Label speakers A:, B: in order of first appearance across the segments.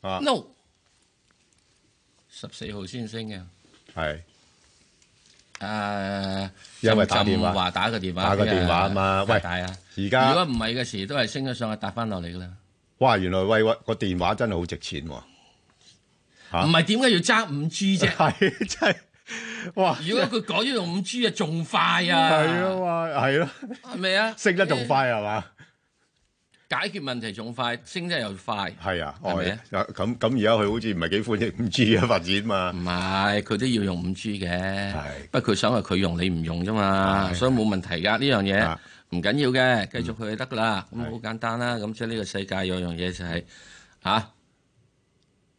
A: 啊
B: no，十四號先升嘅。
A: 係
B: 誒，
A: 因為打電話
B: 浸話打個電話，
A: 打個電話啊嘛喂
B: 大啊！
A: 而家
B: 如果唔係嘅時，都係升咗上去，搭翻落嚟噶啦。
A: 哇！原來喂喂個電話真係好值錢喎，啊
B: 唔係點解要揸五 G 啫？
A: 係真係哇！
B: 如果佢改咗用五 G 啊，仲快啊！
A: 係啊，嘛，係咯，
B: 係咪啊？
A: 升得仲，快係嘛？
B: 解決問題仲快，升得又快。
A: 係啊，
B: 係咪啊
A: 哦咁咁而家佢好似唔係幾歡迎 五 G 嘅發展嘛
B: 唔，係，佢都要用五 G 嘅
A: 係，
B: 不過佢想係佢用你唔用啫嘛，
A: 係
B: 所以冇問題㗎呢樣嘢
A: 啊，嗯
B: 唔緊要嘅，繼續佢就得㗎啦。咁
A: 係
B: 好簡單啦，咁即係呢個世界有樣嘢就係嚇，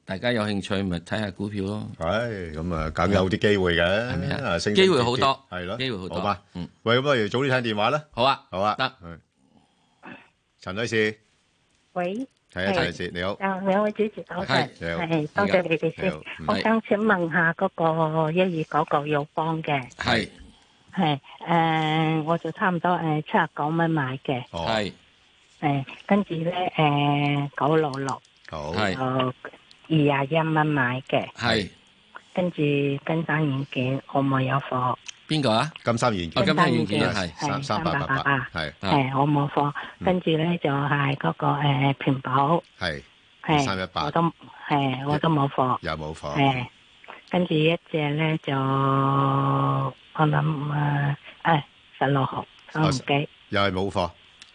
B: 大家有興趣咪睇下股票咯，
A: 係咁啊，梗有啲機會嘅，
B: 係咪啊
A: 啊？升得
B: 機會
A: 直
B: 好
A: 接
B: 多，
A: 係咯，
B: 機會好多。
A: 好吧，
B: 嗯，
A: 喂，咁不如早啲聽電話啦，
B: 好啊，
A: 好啊，
B: 得
A: 嗯，陳女士，
C: 喂，
A: 係啊，
C: 係
A: 陳女士你好，
C: 啊，兩位主持早晨，
A: 係你好
C: 係多謝你哋
A: 你
C: 先
A: 好。，嗯
C: 我想請問下嗰個一二九九友邦嘅，
B: 係
C: 係誒、呃我就差唔多誒七十九蚊買嘅，
A: 哦，
B: 係
C: 誒跟住咧誒九六六
A: 好，
B: 係
C: 就二廿一蚊買嘅，
B: 係
C: 跟住跟單軟件我冇有貨，
B: 邊個啊？
A: 金三現
B: 哦，
A: 件
C: 金
B: 今
C: 山
B: 日軟件
C: 軟件
B: 係
A: 三
C: 係
A: 三八八八，係
B: 啊
C: 誒我冇貨，
A: 嗯
C: 跟住咧就係嗰個誒平保，
A: 係
C: 係
A: 318
C: 我都係我都冇貨。
A: 有冇貨？
C: 誒，跟住一隻咧就我諗啊，誒十六號
A: 啊
C: 手唔機，
A: 又係冇貨。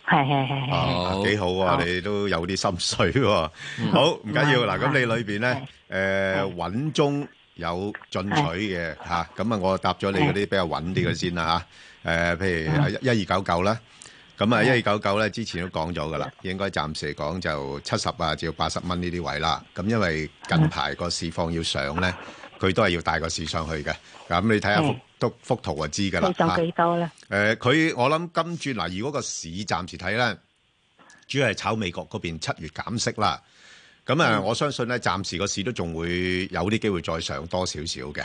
C: 係係係係，
A: 啊
B: 好
A: 幾好啊！
C: 好
A: 你都有啲心水喎。好唔緊要嗱，
C: 嗯
A: 咁你裏邊咧誒穩中有進取嘅嚇，咁啊我答咗你嗰啲比較穩啲嘅先啦嚇。誒，譬如一二九九啦，咁啊一二九九咧之前都講咗噶啦，應該暫時嚟講就七十啊至到八十蚊呢啲位啦。咁因為近排個市況要上咧，佢都係要帶個市上去嘅。咁你睇下幅
C: 嗯
A: 幅幅圖就知㗎啦
C: 佢
A: 嚇
C: 仲。幾多咧？
A: 啊誒，佢、我諗今轉嗱，如果個市暫時睇咧，主要係炒美國嗰邊七月減息啦。咁啊，我相信咧，暫時個市都仲會有啲機會再上多少少嘅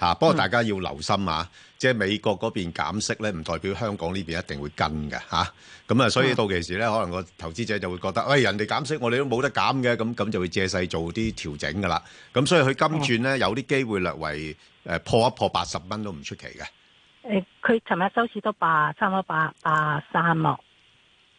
A: 嚇。不過大家要留心啊，即係美國嗰邊減息咧，唔代表香港呢邊一定會跟嘅嚇。咁啊，所以到期時咧，可能個投資者就會覺得，喂，人哋減息，我哋都冇得減嘅，咁咁就會借勢做啲調整噶啦。咁所以佢今轉咧，有啲機會略為誒破一破八十蚊都唔出奇嘅。
C: 誒，佢尋日收市都八，差唔多八八三咯。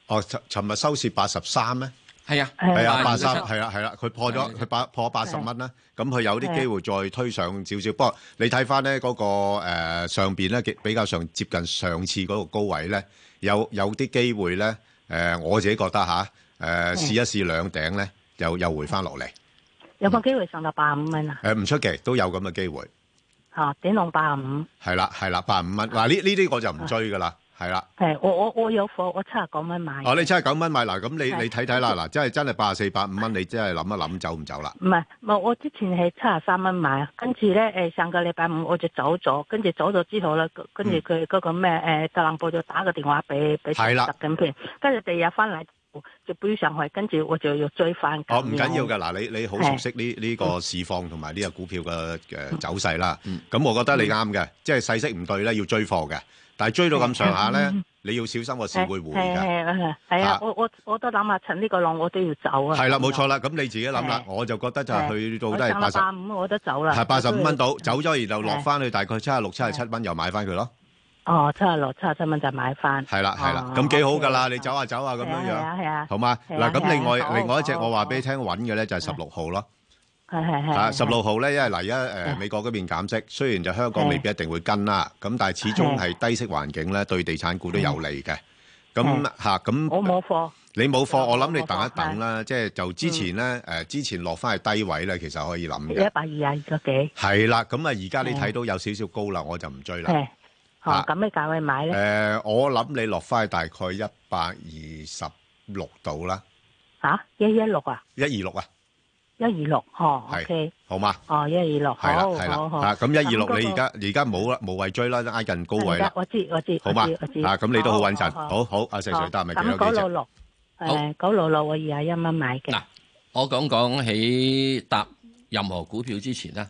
A: 哦，尋尋日收市八十三咩？
B: 係啊，
C: 係
A: 係啊，八
B: 八
A: 三
B: 三
A: 係啦係啦，佢破咗
B: 係啊
A: 佢八破八十
C: 係啊
A: 蚊啦，咁佢有啲
C: 係啊
A: 機會再推上少少。不過你睇翻咧嗰個誒上邊咧，比較上接近上次嗰個高位咧，有有啲機會咧誒，我自己覺得吓
C: 嗯
A: 誒試一試兩頂咧，又又回翻落嚟
C: 有冇機會上到八五蚊啊？
A: 誒，唔出奇都有咁嘅機會。
C: 嚇，頂籠八五。
A: 係啦係啦，八五蚊嗱呢呢啲我就唔追噶啦，係啦。
C: 係，我我我有貨，我七十九蚊買。
A: 哦，你七十九蚊買嗱，咁你
C: 係
A: 你睇睇啦嗱，真係真係八十四八五蚊，你真係諗一諗走唔走啦？
C: 唔係，唔係，我之前係七十三蚊買，跟住咧誒上個禮拜五我就走咗，跟住走咗之後咧，跟住佢嗰個咩誒特朗普就打個電話俾俾
A: 嗯係啦
C: 習近平，跟住第二日翻嚟就飆上去，跟住我就要追翻。
A: 哦，唔緊要嘅，嗱，你你好熟悉呢呢個市況同埋呢個股票嘅誒走勢啦。
B: 嗯
A: 咁我覺得你啱嘅，即係細息唔對咧，要追貨嘅。但係追到咁上下咧
C: 嗯，
A: 你要小心個市
C: 誒，
A: 會回
C: 係
A: 嘅。
C: 係係係
A: 啊
C: 啊！我我我都諗下，趁呢個浪我都要走啊。
A: 係啦，冇錯啦。咁你自己諗啦，
C: 係
A: 我就覺得就係去到
C: 我
A: 都係
C: 上
A: 八
C: 到
A: 十，
C: 八五我都走啦。
A: 係八十五蚊
C: 到。
A: 到，走咗然後落翻去大概七十六、七十七蚊，又買翻佢咯。
C: 哦，七十六、七十七蚊就買翻。
A: 係啦，係啦
C: 哦，
A: 咁幾好㗎啦，
C: okay
A: 你走下走下咁
C: 係啊
A: 樣
C: 係
A: 樣，
C: 啊係啊，
A: 好嘛？
C: 係啊
A: 嗱，咁另
C: 係啊
A: 外
C: 好
A: 另外一隻
C: 好
A: 我話俾你聽揾嘅咧就係十六號咯。
C: 係係係。
A: 啊，
C: 係嗯
A: 16號呢，因為嗱，而家，呃誒，
C: 係。
A: 美國嗰邊減息，雖然就香港
C: 係。
A: 未必一定會跟啦，咁但係始終
C: 嗯係。嗯
A: 係低息環境呢，對地產股都有利嘅。咁，嚇，咁
C: 我冇貨。
A: 你冇貨，
C: 我
A: 我諗你
C: 冇貨，嗯
A: 等一等啦，即係就之前呢，誒，之前落返去低位呢，其實可以諗嘅。
C: 一百二廿二個幾，
A: 係啦，咁啊，而家你
C: 係。
A: 睇到有少少高啦，我就唔追啦。
C: 係，
A: 啊
C: 哦，咁咩價位買咧？
A: 誒，我諗你落返去大概126度啦，
C: 吓，一一六啊，
A: 126
C: 一二六，哦
A: 係
C: ，OK，
A: 啊，好嗎？
C: 哦，一二六，
A: 係啦，
C: 好，
A: 係啦，
C: 好好，
A: 啊，咁126
C: 咁嗰個
A: 你而家-而家冇啦，冇位追啦，挨近高位啦。
C: 我知我知，
A: 好嘛？
C: 我知我知，
A: 啊，咁你都好穩陣。
C: 好，
A: 好，好，阿石Sir，得咪
C: 咁
A: 幾多幾隻？
C: 九六六，誒，九六六我二廿一蚊買嘅
B: 嗱，，我講講喺搭任何股票之前啦，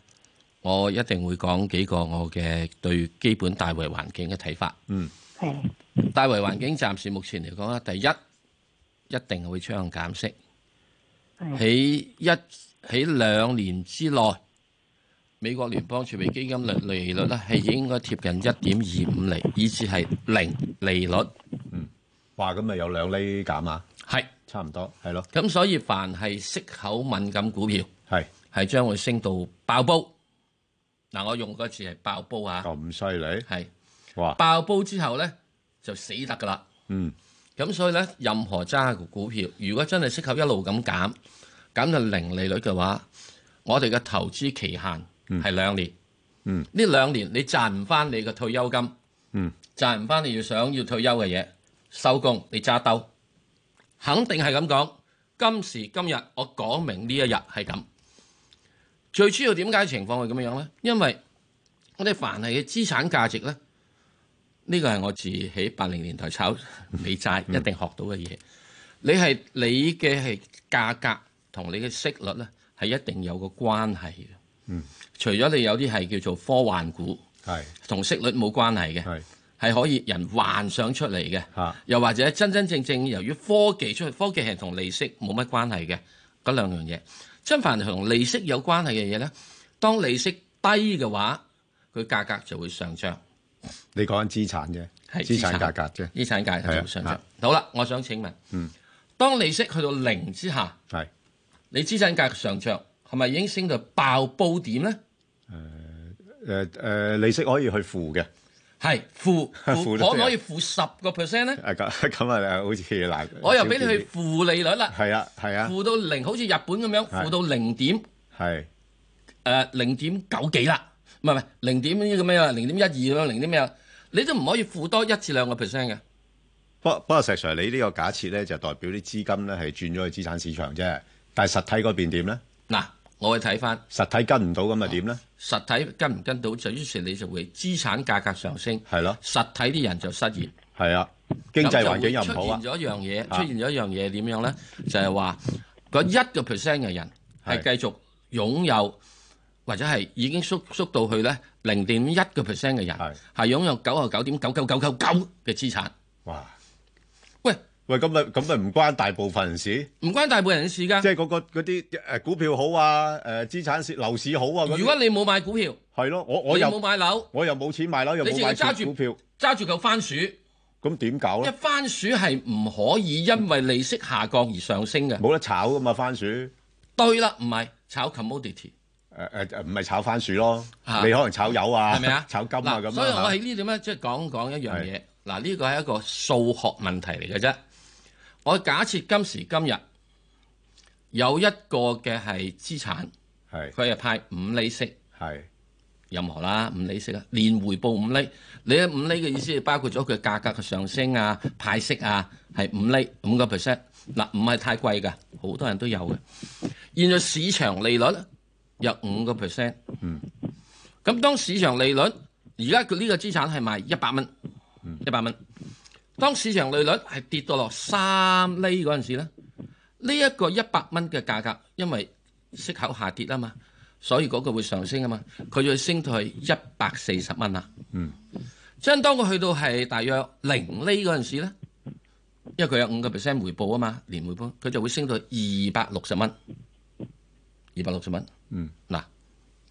B: 我一定會講幾個我嘅對基本大圍環境嘅睇法。
A: 嗯
C: 係
B: 大圍環境暫時目前嚟講啦，第一一定係會趨向減息。
C: 係
B: 喺一喺兩年之內，美國聯邦儲備基金利利率咧係應該貼近一點二五厘，以至係零利率。
A: 哇，咁咪有兩厘減啊，
B: 係
A: 差唔多，係咯，
B: 咁，所以凡係息口敏感股票
A: 係
B: 係將會升到爆煲。嗱，我用嗰次係爆煲啊，
A: 咁犀利，
B: 係
A: 哇，
B: 爆煲之後咧就死得㗎啦。
A: 嗯，
B: 咁所以咧，任何揸嘅股票，如果真係適合一路咁減，減到零利率嘅話，我哋嘅投資期限係兩年。
A: 嗯，
B: 呢兩年你賺唔翻你嘅退休金，
A: 嗯，
B: 賺唔翻你要想要退休嘅嘢，收工你揸兜，肯定係咁講。今時今日我講明呢一日係咁。最主要點解情況係咁樣呢？因為我哋凡係嘅資產價值呢，呢個係我自喺八零年 代炒美債
A: 嗯
B: 一定學到嘅嘢。你係你嘅係價格同你嘅息率呢，係一定有個關係嘅。除咗你有啲係叫做科幻股，
A: 嗯係
B: 同息率冇關係嘅，
A: 係
B: 係可以人幻想出嚟嘅。
A: 嚇，
B: 又或者真真正正由於科技出去，科技係同利息冇乜關係嘅嗰兩樣嘢。真凡係同利息有關係嘅嘢呢，當利息低嘅話，佢價格就會上漲，
A: 你講緊資產啫，
B: 係
A: 資產
B: 資產
A: 價格啫，
B: 資產價格就會上
A: 係
B: 漲
A: 啊。
B: 好啦，我想請問，
A: 嗯，
B: 當利息去到零之下，
A: 係
B: 你資產價格上漲係咪已經升到爆煲點呢？
A: 誒誒，利息可以去負嘅，
B: 係 負
A: 啊負啊
B: 負
A: 得
B: 可
A: 多
B: 唔可以負十個 percent 呢？
A: 誒咁 咁啊，好似嗱，
B: 我又俾你去
A: 少
B: 負利率啦
A: 啲，，係啊係啊
B: 負到零，好似日本咁樣
A: 係
B: 負到零點
A: 係
B: 誒零點九幾啦，唔係唔係零點呢個咩啊，零點一二咁樣，零點咩啊，你都唔可以負多一至兩個 percent 嘅。
A: 不不過石 Sir，你呢個假設咧就代表啲資金咧係轉咗去資產市場啫，但係實體嗰邊點咧？
B: 嗱，我去睇翻
A: 實體跟唔到咁啊點咧？
B: 實體跟唔跟到，就於是你就會資產價格上升，
A: 係咯，
B: 實體啲人就失業，
A: 係啊，經濟環境又唔好
B: 咁
A: 啊，
B: 就會出現咗一樣嘢，
A: 啊
B: 出現咗一樣嘢點樣咧？就係話嗰一個 percent 嘅人
A: 係
B: 係繼續擁有。或者係已經縮縮到去咧零點一個 percent 嘅人
A: 係
B: 係擁有九啊九點九九九九九嘅資產，
A: 哇！
B: 喂，
A: 喂，咁咪咁咪唔關大部分人事，
B: 唔關大部分人事㗎
A: 即。係嗰個嗰啲誒股票好啊，誒資產市樓市好啊，嗰啲
B: 如果你冇買股票，
A: 係咯，我我
B: 你冇
A: 又
B: 買樓，
A: 我又冇錢買樓，又
B: 你
A: 冇
B: 淨係
A: 買
B: 揸
A: 股
B: 住
A: 股票，
B: 揸住嚿番薯，一
A: 咁點搞咧？
B: 番薯係唔可以因為利息下降而上升嘅。
A: 冇得炒噶嘛，番薯誒
B: 對啦，唔係炒 commodity
A: 誒誒呃唔係炒番薯咯，
B: 啊
A: 你可能炒油啊，
B: 係咪啊？
A: 炒金啊
B: 嗱
A: 咁啊
B: 所以我
A: 嚇
B: 喺呢點咧，即係講講一樣嘢。嗱，呢個係一個數學問題嚟嘅啫。我假設今時今日有一個嘅係資產，
A: 係
B: 佢係派五厘息。
A: 係
B: 任何啦，五厘息啊，年回報五厘。你嘅五厘嘅意思係包括咗佢價格嘅上升啊、派息啊，係五厘五個 percent。嗱，唔係太貴㗎，好多人都有嘅。現在市場利率有五個 percent。嗯。咁當市場利率而家佢呢個資產係賣一百蚊，一百蚊。當市場利率係跌到落三厘嗰陣時咧，呢、一個一百蚊嘅價格，因為息口下跌啊嘛。所以嗰個會上升啊嘛，佢就會升到去一百四十蚊啦。
A: 嗯，
B: 即係當佢去到係大約零厘嗰陣時咧，因為佢有五個 percent 回報啊嘛，年回報，佢就會升到二百六十蚊，二百六十蚊。
A: 嗯，
B: 嗱，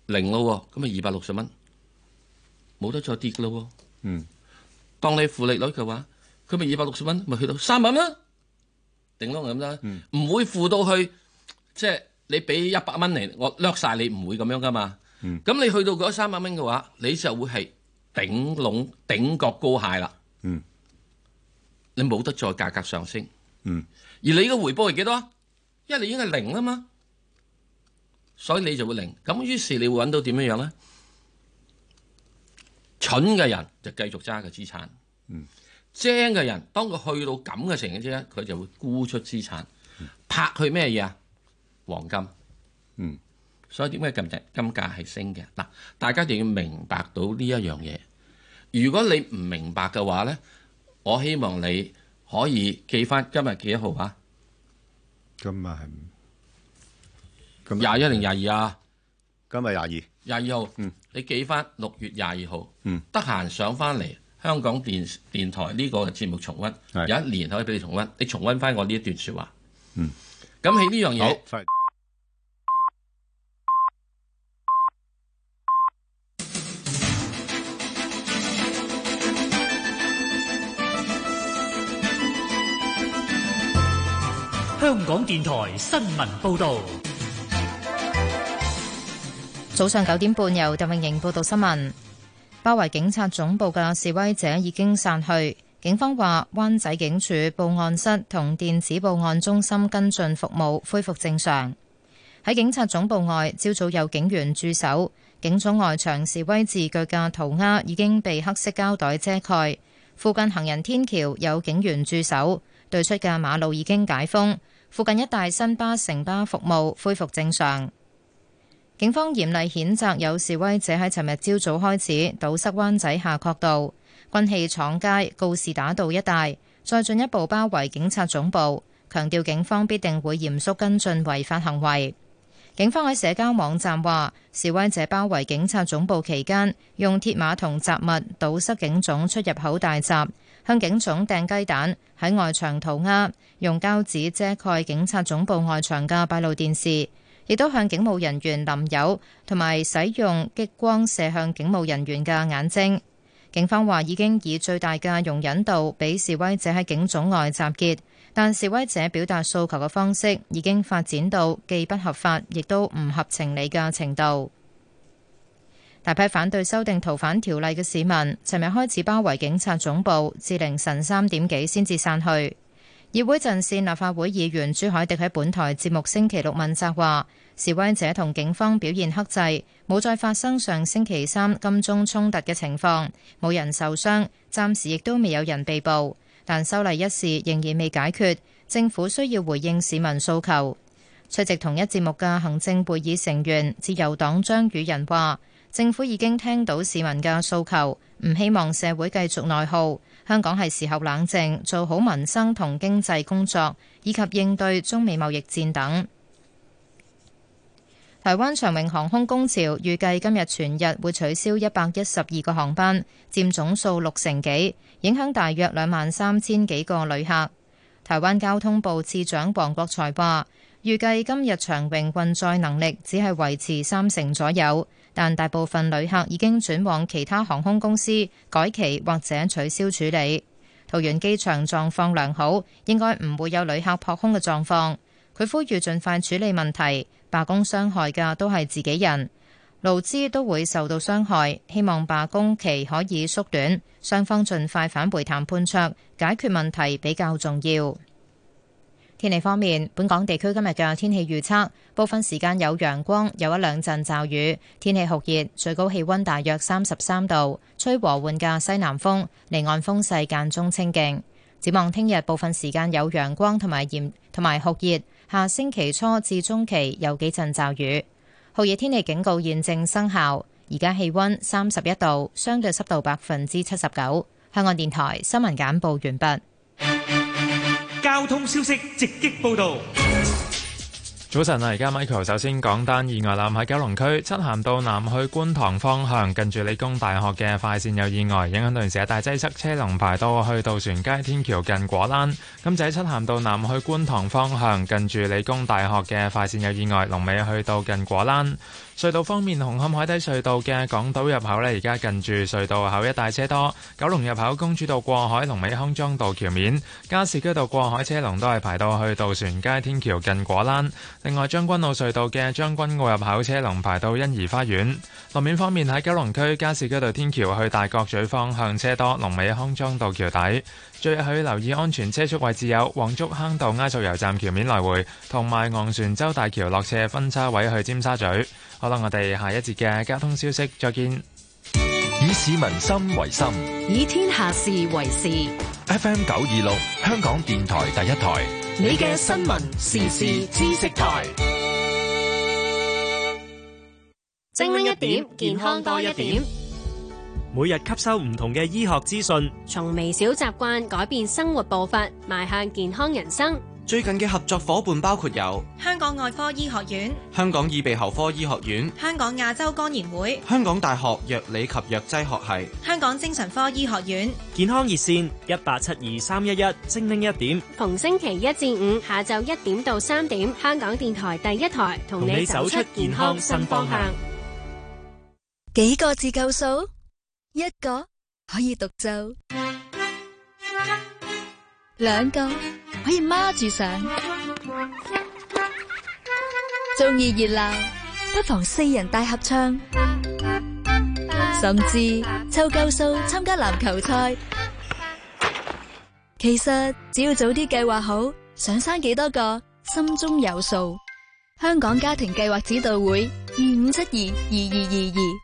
B: 零咯喎，咁咪二百六十蚊，冇得再跌噶咯喎。
A: 嗯，
B: 當你負利率嘅話，佢咪二百六十蚊，咪去到三百蚊啦，頂多係咁啦，唔、會負到去。即係你俾一百蚊嚟，我掠晒你唔會咁樣噶嘛。咁、你去到嗰三百蚊嘅話，你就會係頂籠頂角高蟹啦。
A: 嗯，
B: 你冇得再價格上升。
A: 嗯，
B: 而你嘅回報係幾多啊？因為你已經係零啦嘛，所以你就會零。咁於是你會揾到點樣樣咧？蠢嘅人就繼續揸個資產。
A: 嗯，
B: 精嘅人當佢去到咁嘅情形之下，佢就會沽出資產，拍去咩嘢啊？黃金。
A: 嗯，
B: 所以點解近日金價係升嘅？嗱，大家就要明白到呢一樣嘢。如果你唔明白嘅話呢，我希望你可以記翻今日幾多號啊？
A: 今日係咁
B: 廿一定廿二啊？
A: 今日廿二。
B: 廿二號，你記翻六月廿二號，
A: 嗯
B: 得閒上翻嚟香港電電台呢個節目重温，
A: 係
B: 有一年可以俾你重温，你重温翻我呢一段説話。
A: 嗯
B: 咁喺呢樣嘢。
A: 好，快
D: 香港電台新聞報道，
E: 早上九點半，由鄧永盈報道新聞。包圍警察總部嘅示威者已經散去，警方話灣仔警署報案室同電子報案中心跟進服務恢復正常。喺警察總部外，朝早有警員駐守，警總外牆示威字句嘅塗鴉已經被黑色膠袋遮蓋。附近行人天橋有警員駐守，對出嘅馬路已經解封。附近一帶新巴、城巴服務恢復正常。警方嚴厲譴責有示威者喺尋日朝早開始堵塞灣仔夏慤道、軍器廠街、告士打道一帶，再進一步包圍警察總部，強調警方必定會嚴肅跟進違法行為。警方喺社交網站話，示威者包圍警察總部期間，用鐵馬同雜物堵塞警總出入口大閘，向警總掟雞蛋，喺外牆塗鴉，用膠紙遮蓋警察總部外牆嘅閉路電視，亦都向警務人員淋油，同埋使用激光射向警務人員嘅眼睛。警方話已經以最大嘅容忍度俾示威者喺警總外集結。但示威者表達訴求嘅方式已經發展到既不合法，亦都唔合情理嘅程度。大批反對修訂逃犯條例嘅市民，尋日開始包圍警察總部，至凌晨三點幾先至散去。議會陣線立法會議員朱凱迪喺本台節目星期六問責話：示威者同警方表現克制，冇再發生上星期三金鐘衝突嘅情況，冇人受傷，暫時亦都未有人被捕。但修例一事仍然未解決，政府需要回應市民訴求。出席同一節目嘅行政會議成員自由黨張宇人話：政府已經聽到市民嘅訴求，唔希望社會繼續內耗。香港係時候冷靜，做好民生同經濟工作，以及應對中美貿易戰等。台灣長榮航空工潮預計今日全日會取消一百一十二個航班，佔總數六成幾，影響大約兩萬三千幾個旅客。台灣交通部次長黃國才話，預計今日長榮運載能力只係維持三成左右，但大部分旅客已經轉往其他航空公司改期或者取消處理。桃園機場狀況良好，應該唔會有旅客撲空嘅狀況。佢呼籲盡快處理問題。罷工傷害嘅都係自己人，勞資都會受到傷害。希望罷工期可以縮短，雙方盡快返回談判桌，解決問題比較重要。天氣方面，本港地區今日嘅天氣預測，部分時間有陽光，有一兩陣驟雨，天氣酷熱，最高氣温大約三十三度，吹和緩嘅西南風，離岸風勢間中清勁。展望聽日部分時間有陽光同埋炎同埋酷熱。下星期初至中期有幾陣驟雨，酷熱天氣警告現正生效。而家氣温三十一度，相對濕度百分之七十九。香港電台新聞簡報完
D: 畢。交通消息直擊報導。
F: 早晨啊！而家 Michael 首先講單意外啦，喺九龍區漆咸道南去觀塘方向，近住理工大學嘅快線有意外，影響到成日大擠塞，車龍排到去渡船街天橋近果欄。咁就喺漆咸道南去觀塘方向，近住理工大學嘅快線有意外，龍尾去到近果欄。隧道方面，紅磡海底隧道嘅港島入口呢，而家近住隧道口一帶車多；九龍入口公主道過海，龍尾康莊道橋面；加士居道過海車龍都係排到去渡船街天橋近果欄。另外，將軍澳隧道嘅將軍澳入口車龍排到欣怡花園。路面方面喺九龍區加士居道天橋去大角咀方向車多，龍尾康莊道橋底。最後要留意安全車速位置有黃竹坑道埃索油站橋面來回，同埋昂船洲大橋落斜分叉位去尖沙咀。好啦，我哋下一節嘅交通消息再見。
G: 以市民心為心，
H: 以天下事為事。
G: FM 九二六，香港電台第一台，
H: 你嘅新聞時事知識台，
I: 精靈一點，健康多一點。
J: 每日吸收唔同嘅醫學資訊，
I: 從微小習慣改變生活步伐，邁向健康人生。
K: 最近嘅合作伙伴包括有
L: 香港外科醫學院、
K: 香港耳鼻喉科醫學院、
L: 香港亞洲肝炎會、
K: 香港大學藥理及藥劑學系、
L: 香港精神科醫學院。
J: 健康熱線一八七二三一一，精靈一點，
I: 逢星期一至五下晝一點到三點，香港電台第一台同你走出健康新方向。
M: 幾個字夠數？一個可以獨奏，兩個可以孖住上。中意熱鬧，不妨四人大合唱，甚至湊夠數參加籃球賽。其實只要早啲計劃好，想生幾多個，心中有數。香港家庭計劃指導會二五七二二二二二。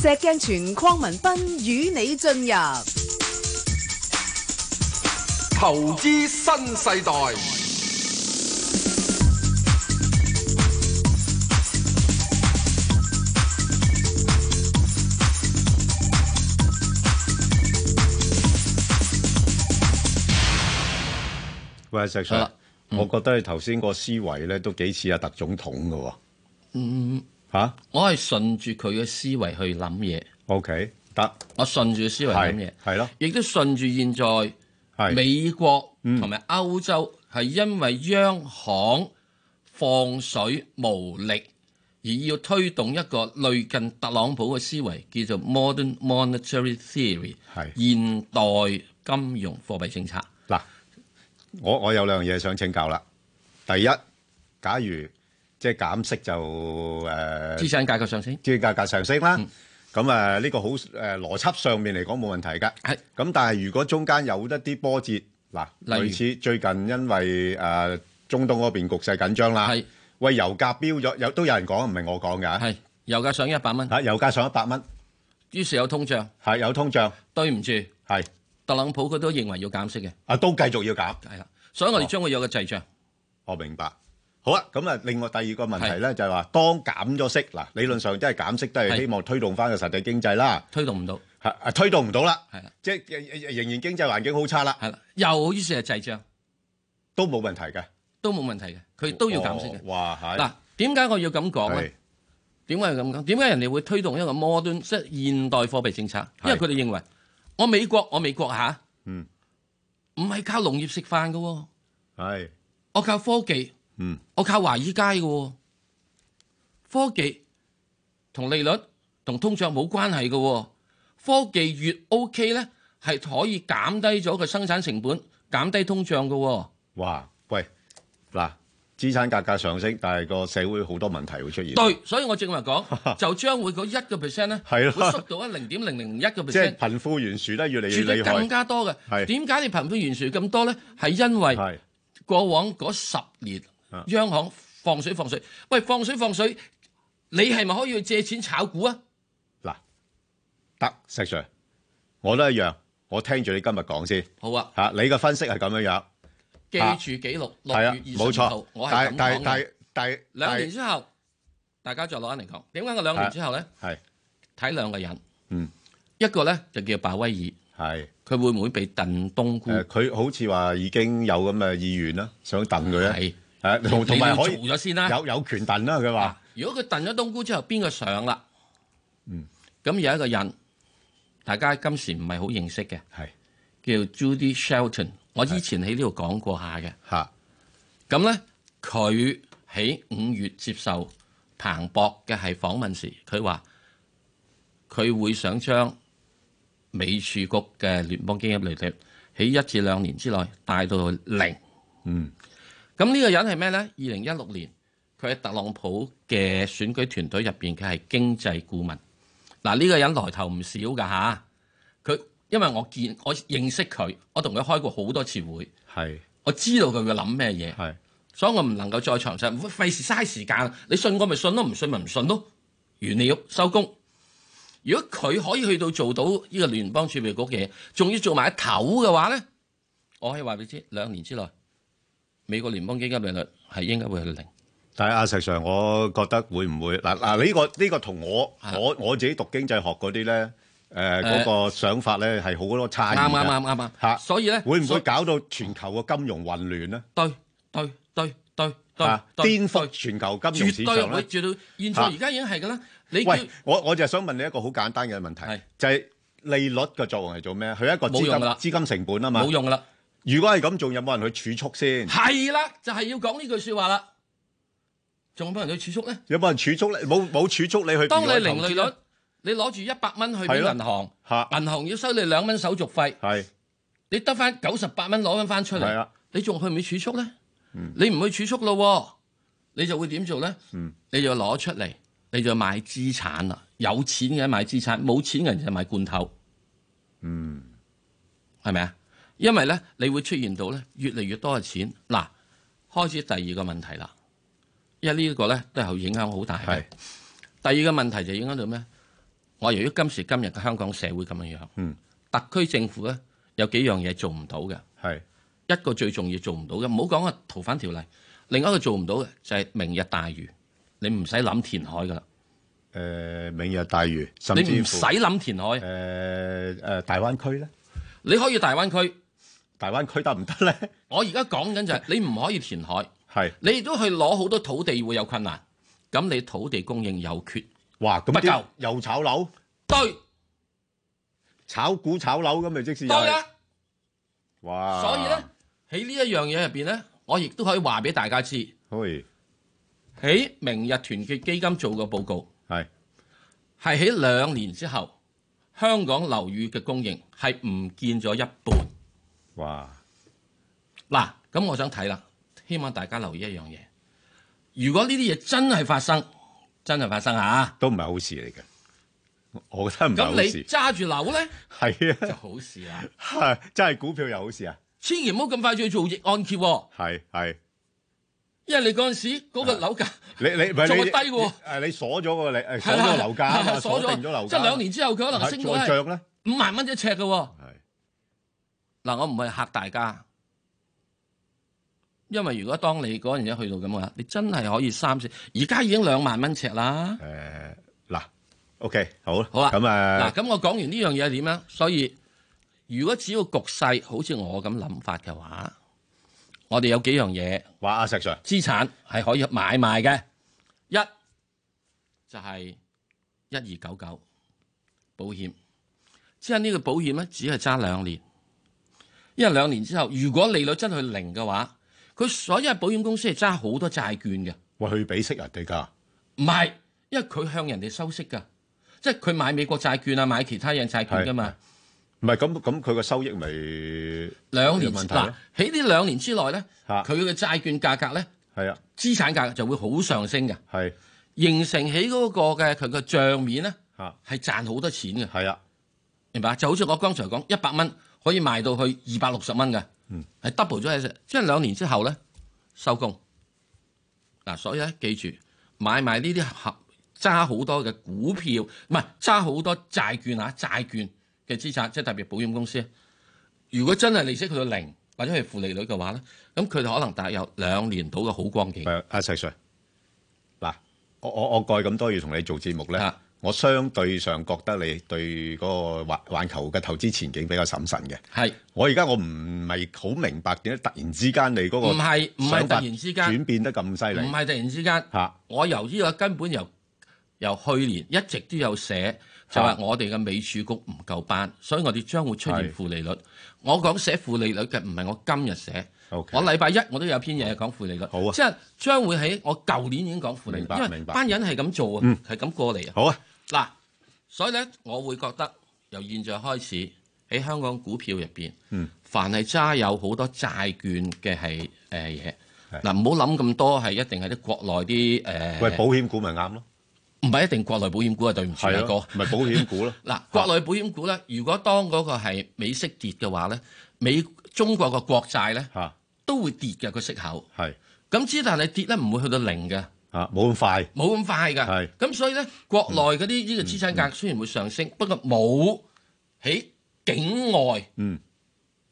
N: 石鏡泉鄺民彬與你進入
O: 投資新世代。
A: 喂，石 Sir，我
B: 嗯
A: 覺得你頭先個思維咧都幾似阿特總統㗎喎。
B: 嗯。
A: 吓、
B: 我係順住佢嘅思維去諗嘢。
A: O K，得。
B: 我順住思維諗嘢，
A: 係咯，
B: 亦都順住現在美國
A: 嗯
B: 同埋歐洲係因為央行放水無力，而要推動一個類近特朗普嘅思維，叫做 modern monetary theory，現代金融貨幣政策。
A: 嗱，我我有兩樣嘢想請教啦。第一，假如即係減息就誒，
B: 資產價格上升，
A: 資產價格上升啦。咁誒呢個好誒邏輯上面嚟講冇問題㗎。
B: 係。
A: 咁但係如果中間有一啲波折，嗱，
B: 例如
A: 類似最近因為誒中東嗰邊局勢緊張啦，係。喂，油價飆咗，有都有人講，唔係我講㗎。係。
B: 油價上一百蚊。
A: 嚇，啊油價上一百蚊，
B: 於是有通脹。
A: 係有通脹。
B: 對唔住。
A: 係。
B: 特朗普佢都認為要減息嘅。
A: 啊，都繼續要減。
B: 係啦，所以我哋將會有個滯脹。
A: 我明白。好啦，咁啊，另外第二個問題咧就係話，當減咗息嗱，理論上即係減息都係希望推動翻個實體經濟啦，
B: 推動唔到，
A: 係啊，推動唔到啦，係啦，即係仍然經濟環境好差啦，
B: 係啦，又於是係滯脹，
A: 都冇問題嘅，哦
B: 都冇問題嘅，佢都要減息嘅。
A: 哇，係
B: 嗱，點解我要咁講咧？點解要咁講？點解人哋會推動一個 modern 即係現代貨幣政策？因為佢哋認為我美國我美國吓，
A: 嗯，
B: 唔係靠農業食飯嘅喎，
A: 係
B: 我靠科技。
A: 嗯，
B: 我靠華爾街嘅喎，科技同利率同通脹冇關係嘅喎，科技越 OK 咧，係可以減低咗個生產成本，減低通脹嘅喎。
A: 哇，喂，嗱，資產價格上升，但係個社會好多問題會出現，
B: 對，所以我正話 講，就將會嗰一個 percent 咧，
A: 係
B: 會
A: 啦
B: 縮到一零點零零一個
A: 即係。
B: percent
A: 貧富懸殊咧越嚟
B: 住
A: 越
B: 得
A: 厲害，
B: 更加多嘅。
A: 係
B: 點解你貧富懸殊咁多咧？係因為過往嗰十年
A: 啊
B: 央行放水放水，喂放水放水，你係咪可以去借錢炒股啊？
A: 得石 Sir，我都一樣，我聽住你今日講先，
B: 好啊，
A: 嚇你嘅分析係咁樣樣。
B: 記住記錄六月
A: 係啊
B: 二十
A: 冇錯
B: 號，我係咁
A: 但係
B: 講
A: 但
B: 嘅
A: 係。但係啊
B: 兩年之後，大家再攞翻嚟講，點解我兩年之後咧
A: 係
B: 睇兩個人？
A: 嗯，
B: 一個咧就叫鮑威
A: 爾，係
B: 佢會唔會被燉冬菇？
A: 誒，佢好似話已經有咁嘅意願啦，想燉佢咧。
B: 係
A: 誒，同同埋可以
B: 你要做咗先啦
A: 有有權燉啦，佢話。
B: 如果佢燉咗冬菇之後，邊個上啦？
A: 嗯，
B: 咁有一個人，大家今時唔係好認識嘅，
A: 係
B: 叫 Judy Shelton。我之前喺呢度講過下嘅。
A: 嚇，
B: 咁咧佢喺五月接受彭博嘅係訪問時，佢話佢會想將美儲局嘅聯邦基金利率喺一至兩年之內帶到去零。
A: 嗯，
B: 咁呢個人係咩呢？二零一六年佢喺特朗普嘅選舉團隊入邊，佢係經濟顧問。嗱，呢個人來頭唔少㗎吓，佢因為我見我認識佢，我同佢開過好多次會，
A: 係
B: 我知道佢會諗咩嘢，
A: 係，
B: 所以我唔能夠再詳細，費事嘥時間。你信我咪信咯，唔信咪唔信咯，完了收工。如果佢可以去到做到呢個聯邦儲備局嘅嘢，仲要做埋一頭嘅話呢，我可以話俾你知，兩年之內美國聯邦基金利率係應該會去零。
A: 但係阿石 Sir，我覺得會唔會嗱嗱呢個呢個同我我我自己讀經濟學嗰啲咧誒嗰個想法咧係好多差異㗎
B: 啱啱啱啱啱
A: 嚇，
B: 所以咧
A: 會唔會搞到全球嘅金融混亂咧？
B: 對對對對對
A: 啊，
B: 對
A: 顛覆全球金融市
B: 絕對
A: 場
B: 會，
A: 咧？
B: 絕對現在
A: 嚇
B: 而家已經係㗎啦。你叫
A: 喂，我我就係想問你一個好簡單嘅問題，就係利率嘅作用係做咩？佢一個資
B: 冇用㗎
A: 金
B: 啦
A: 資金成本啊嘛，
B: 冇用㗎啦。
A: 如果係咁，仲有冇人去儲蓄先？
B: 係啦，就係要講呢句説話啦。仲有冇人去儲蓄咧？
A: 有冇人儲蓄咧？冇冇儲蓄你去？
B: 當你零利率，你攞住一百蚊去俾
A: 啊係咯
B: 銀行，
A: 嚇，
B: 銀行要收你兩蚊手續費，
A: 係
B: 你得翻九十八蚊攞翻翻出
A: 係
B: 嚟
A: 啊，
B: 你仲去唔去儲蓄咧？你唔去儲蓄咯喎，你就會點做咧？
A: 嗯
B: 你就攞出嚟，你就買資產啦。有錢嘅買資產，冇錢嘅人就買罐頭，
A: 嗯，
B: 係咪啊？因為咧，你會出現到咧越嚟越多嘅錢。嗱，開始第二個問題啦，因為呢一個咧都係影響好大嘅。第二個問題就影響到咩？我由於今時今日嘅香港社會咁樣樣，
A: 嗯，
B: 特區政府咧有幾樣嘢做唔到嘅，
A: 係
B: 一個最重要做唔到嘅，唔好講個逃犯條例，另一個做唔到嘅就係明日大嶼，你唔使諗填海噶啦，
A: 誒，明日大嶼，甚
B: 你
A: 至乎
B: 唔使諗填海，誒
A: 誒誒，大灣區咧，
B: 你可以大灣區，
A: 大灣區得唔得咧？
B: 我而家講緊就 係你唔可以填海，
A: 係
B: 你亦都去攞好多土地會有困難，咁你土地供應有缺，
A: 哇，咁
B: 不
A: 啲
B: 夠
A: 又炒樓，
B: 對，
A: 炒股炒樓咁咪即是又
B: 對
A: 係
B: 啦。
A: 哇！
B: 所以咧喺呢一樣嘢入邊咧，我亦都可以話俾大家知，
A: 嘿，
B: 喺明日團結基金做嘅報告
A: 係
B: 係喺兩年之後，香港樓宇嘅供應係唔見咗一半。
A: 哇！
B: 嗱，咁我想睇啦，希望大家留意一樣嘢。如果呢啲嘢真係發生，真係發生嚇，
A: 都唔係好事嚟嘅，我覺得唔係
B: 咁
A: 好
B: 你
A: 事。
B: 揸住樓咧，
A: 係啊，
B: 就好事啦。
A: 係真係股票又好事啊！
B: 千祈唔好咁快去做逆按揭喎，
A: 係係，
B: 因為你嗰陣時嗰個樓價
A: 啊你你唔係
B: 仲
A: 你
B: 會低喎，
A: 誒你鎖咗個你誒鎖
B: 係啦
A: 咗個樓價啊
B: 係
A: 嘛，
B: 啦
A: 鎖
B: 鎖
A: 定咗樓價，啊
B: 即係兩年之後佢可能升到
A: 再
B: 係
A: 漲咧。
B: 五萬蚊一尺嘅喎。嗱，我唔係嚇大家，因為如果當你嗰陣時去到咁嘅話，你真係可以三四，而家已經兩萬蚊尺啦。
A: 誒嗱，OK 好啦，
B: 好啦，
A: 咁
B: 嗱，
A: 啊，
B: 咁我講完呢樣嘢係點咧？所以如果只要局勢好似我咁諗法嘅話，我哋有幾樣嘢
A: 話阿石 Sir
B: 資產係可以買賣嘅，一就係一二九九保險，即係呢個保險咧，只係揸兩年，因為兩年之後，如果利率真係零嘅話，佢所有保險公司係揸好多債券嘅，
A: 喂，佢俾息啊人哋㗎，
B: 唔係，因為佢向人哋收息㗎，即係佢買美國債券啊，買其他嘢債券㗎嘛。
A: 唔係咁咁佢個收益咪
B: 兩
A: 有
B: 年
A: 問題
B: 嗱
A: 咯？
B: 喺呢兩年之內咧，
A: 嚇
B: 佢嘅債券價格咧，
A: 係啊，
B: 資產價格就會好上升嘅，
A: 係
B: 形成起嗰個嘅佢嘅帳面咧
A: 嚇
B: 係賺好多錢嘅，
A: 係啊，
B: 明白？就好似我剛才講，一百蚊可以賣到去二百六十蚊嘅，
A: 嗯
B: 係 double 咗嘅，即係兩年之後咧收工。嗱，所以咧記住買埋呢啲合揸好多嘅股票，唔係揸好多債券啊，債券嘅資產，即係特別保險公司。啊如果真係利息去到零或者係負利率嘅話咧，咁佢哋可能大約有兩年到嘅好光景。
A: 誒阿石 Sir 嗱，我我我過去咁多月同你做節目咧
B: 啊。
A: 我相對上覺得你對嗰個環環球嘅投資前景比較審慎嘅，
B: 係
A: 我而家我唔係好明白點解突然之間你嗰個
B: 唔係唔係
A: 想
B: 突
A: 法
B: 然之間
A: 轉變得咁犀利？
B: 唔係突然之間，
A: 嚇
B: 我由呢個根本由由去年一直都有寫，就話我哋嘅美儲局唔夠班，所以我哋將會出現
A: 係
B: 負利率。我講寫負利率嘅唔係我今日寫。
A: OK
B: 我禮拜一我都有篇嘢講負利率，好啊即係將會喺我舊年已經講負利
A: 明，
B: 率
A: 白
B: 因為
A: 明白
B: 班人係咁做啊，係咁、過嚟啊。
A: 好啊，
B: 嗱，所以咧，我會覺得由現在開始喺香港股票入邊，
A: 嗯
B: 凡係揸有好多債券嘅係誒嘢，
A: 係
B: 嗱唔好諗咁多係一定係啲國內啲誒，
A: 喂，保險股咪啱咯，
B: 唔係一定國內保險股啊，對唔住
A: 係
B: 大哥
A: 咯。，咪保險股咯。
B: 嗱，國內保險股咧，如果當嗰個係美息跌嘅話咧，美中國個國債咧
A: 嚇
B: 都會跌嘅個息口。
A: 係
B: 咁之但係跌咧唔會去到零嘅，
A: 啊，冇咁快，
B: 冇咁快㗎
A: 係。
B: 咁所以咧，國內嗰啲呢個資產價雖然會上升，不過冇喺境外
A: 嗯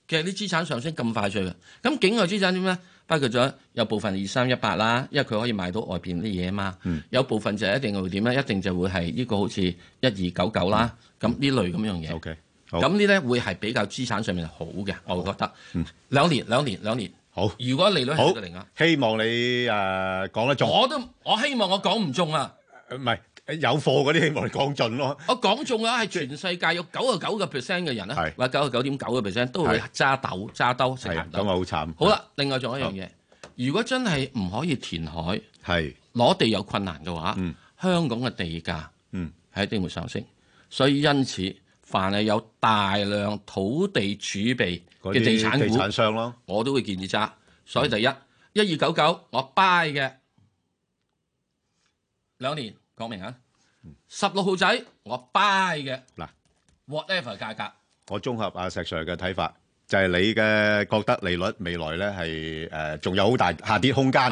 B: 其實啲資產上升咁快脆嘅。咁境外資產點咧？包括咗有部分二三一八啦，因為佢可以買到外邊啲嘢嘛。
P: 嗯
B: 有部分就一定會點咧？一定就會係呢個好似一二九九啦，咁呢類咁樣嘢。
A: 嗯 OK，好
B: 咁呢咧會係比較資產上面好嘅，我會覺得。
A: 嗯，
B: 兩年兩年兩年。
A: 好。
B: 如果利率係
A: 好
B: 一個零啊，
A: 希望你誒講得中。
B: 我都我希望我講唔中啊。
A: 呃唔係有貨嗰啲，希望你講盡咯。
B: 我講中啊，係全世界有九十九個 percent 嘅人咧，或九十九點九個 percent 都會
A: 係
B: 揸豆揸兜食
A: 係咁
B: 鹹
A: 啊，
B: 豆。
A: 好慘。
B: 好啦，另外仲有一樣嘢，如果真係唔可以填海，
A: 係
B: 攞地有困難嘅話，香港嘅地價
A: 嗯
B: 係一定會上升。所以因此，凡係有大量土地儲備
A: 嗰
B: 嘅地
A: 啲
B: 產
A: 地
B: 股，
A: 產商咯，
B: 我都會建議揸。所以第一，一二九九我 buy 嘅兩年講明啊，十六號仔我 buy 嘅
A: 嗱
B: whatever 價格。
A: 我綜合阿石 Sir 嘅睇法，就係你嘅覺得利率未來咧係誒仲有好大下跌空間，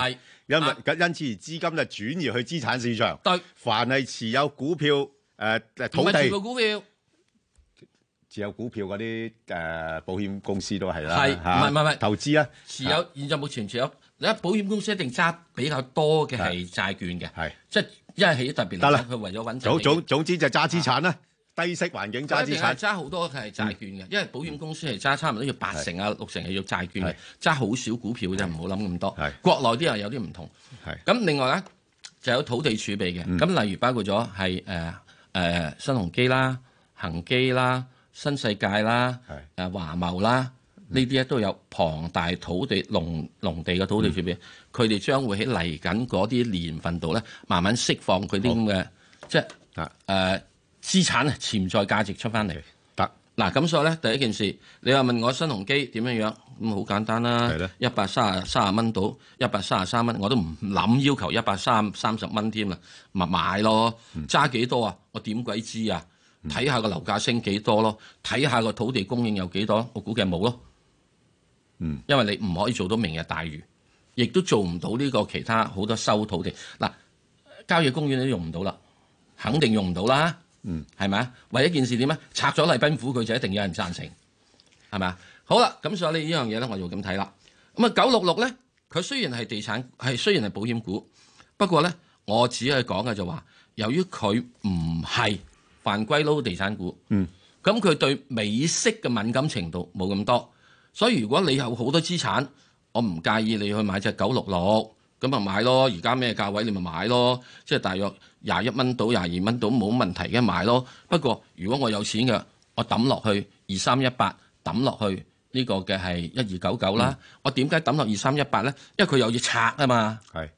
A: 因為因此而資金就轉移去資產市場。
B: 啊對，
A: 凡係持有股票誒誒
B: 唔
A: 土
B: 係全部
A: 地、
B: 股票，
A: 持有股票嗰啲誒保險公司都係啦，
B: 係
A: 嚇
B: 唔係唔係唔係
A: 投資啊，
B: 持有現在目前持有，你一保險公司一定揸比較多嘅係債券嘅，
A: 係
B: 即係因為起特別嚟
A: 得啦
B: 講，佢為咗穩陣
A: 總
B: 嚟
A: 總總之就揸資產啦，低息環境揸
B: 啊佢一
A: 資
B: 定係
A: 產。嗯
B: 揸好多係債券嘅，因為保險公司係揸差唔多要八成啊六成係要債券嘅，揸好少股票嘅啫，唔好諗咁多。國內啲又有啲唔同。咁另外咧就有土地儲備
A: 嗯
B: 嘅，咁例如包括咗係誒誒新鴻基啦、恒基啦、新世界啦、誒華茂啦。
A: 嗯
B: 呢啲咧都有龐大土地農農地嘅土地儲
A: 嗯
B: 備，佢哋將會喺嚟緊嗰啲年份度咧，慢慢釋放佢啲咁嘅即係
A: 啊
B: 呃誒資產啊潛在價值出翻嚟。
A: 得
B: 嗱，咁所以咧第一件事，你話問我新鴻基點樣樣，咁好簡單啦，一百三啊三啊蚊到一百三啊三蚊，我都唔諗要求一百三三十蚊添啦，咪買咯，
A: 嗯
B: 揸幾多啊？我點鬼知啊？睇下個樓價升幾多咯，睇下個土地供應有幾多，我估計冇咯。
A: 嗯，
B: 因為你唔可以做到明日大嶼，亦都做唔到呢個其他好多收土地。嗱，郊野公園都用唔到啦，肯定用唔到啦。
A: 嗯，
B: 係咪啊？唯一件事點咧？拆咗禮賓府，佢就一定有人贊成，係咪啊？好啦，咁所以呢樣嘢咧，我就咁睇啦。咁啊，九六六咧，佢雖然係地產，係雖然係保險股，不過咧，我只係講嘅就話，由於佢唔係犯規撈地產股，
A: 嗯，
B: 咁佢對美息嘅敏感程度冇咁多，所以如果你有好多資產，我唔介意你去買只九六六，咁咪買咯。而家咩價位你咪買咯，即係大約廿一蚊到廿二蚊到冇問題嘅買咯。不過如果我有錢嘅，我抌落去二三一八，抌落去呢個嘅係一二九九啦。我點解抌落二三一八咧？因為佢又要拆啊嘛。
A: 係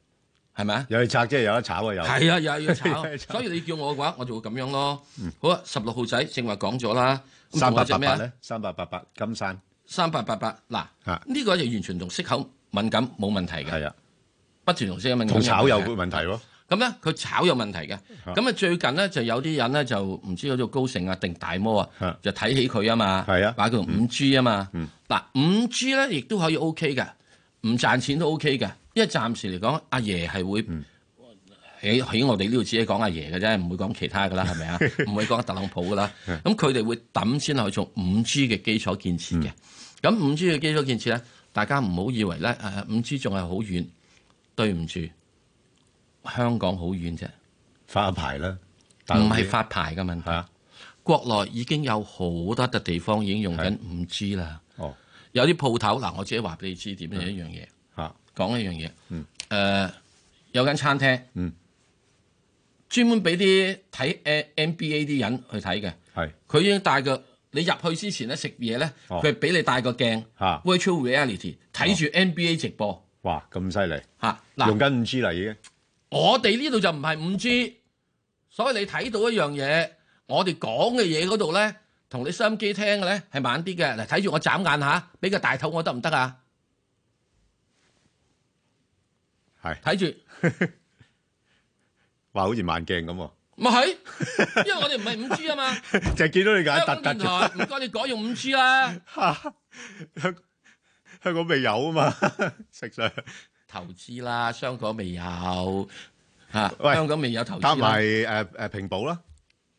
B: 係咪啊？
A: 有去拆即係有得炒啊，有
B: 係啊，又 要
A: 有
B: 炒
A: 得，
B: 所以你叫我嘅話，我就會咁樣咯。好啊，十六號仔正話講咗啦，咁
A: 三八八
B: 仲有隻咩啊
A: 八咧，三八八八金山
B: 三八八八嗱，呢個就完全同息口敏感冇問題嘅，係
A: 啊，
B: 不斷同息口敏感
A: 同炒有
B: 嘅
A: 問題喎。
B: 咁咧，佢炒有問題嘅。咁啊，最近咧就有啲人咧就唔知嗰做高盛啊定大摩啊，就睇起佢啊嘛，係啊，買佢五 G 啊嘛。
A: 嗯
B: 嗱，五 G 咧亦都可以 OK 嘅，唔賺錢都 OK 嘅，因為暫時嚟講，阿爺係會喺喺我哋呢度只係講阿爺嘅啫，唔會講其他噶啦，係咪啊？唔會講特朗普噶啦。咁佢哋會抌先去做五 G 嘅基礎建設嘅。咁五 G 嘅基礎建設咧，大家唔好以為咧誒五 G 仲係好遠，對唔住。香港好遠啫，
A: 發牌啦，
B: 唔係發牌嘅問題。國內已經有好多笪地方已經用緊五 G 啦。
A: 哦，嗯
B: 有啲鋪頭嗱，我自己話俾你知點樣一樣嘢。
A: 嚇，
B: 講一樣嘢。
A: 嗯。
B: 誒，有間餐廳。
A: 嗯。
B: 專門俾啲睇呃誒 NBA 啲人去睇嘅。
A: 係。
B: 佢已經帶個你入去之前咧食嘢咧，
A: 哦
B: 佢俾你帶個鏡
A: 嚇哦
B: virtual reality 睇住 NBA 直播。
A: 哇，咁犀利
B: 嚇！嗱
A: 用緊五 G 啦已經，
B: 我哋呢度就唔係五 G，所以你睇到一樣嘢，我哋講嘅嘢嗰度咧，同你收音機聽嘅咧係慢啲嘅。嗱，睇住我眨眼下，俾個大頭我得唔得啊？
A: 係
B: 睇住，
A: 哇，好似慢鏡咁
B: 咪係，因為我哋唔係五 G 啊嘛。
A: 喎， 就係見到你眼
B: 香
A: 突
B: 港電
A: 突
B: 台唔
A: 嘅，
B: 該你改用五 G 啦。
A: 香港未有啊嘛， 食上
B: 投資啦，香港未有嚇，
A: 啊喂呃
B: 香港未有投資啦
A: 搭埋誒誒平保啦，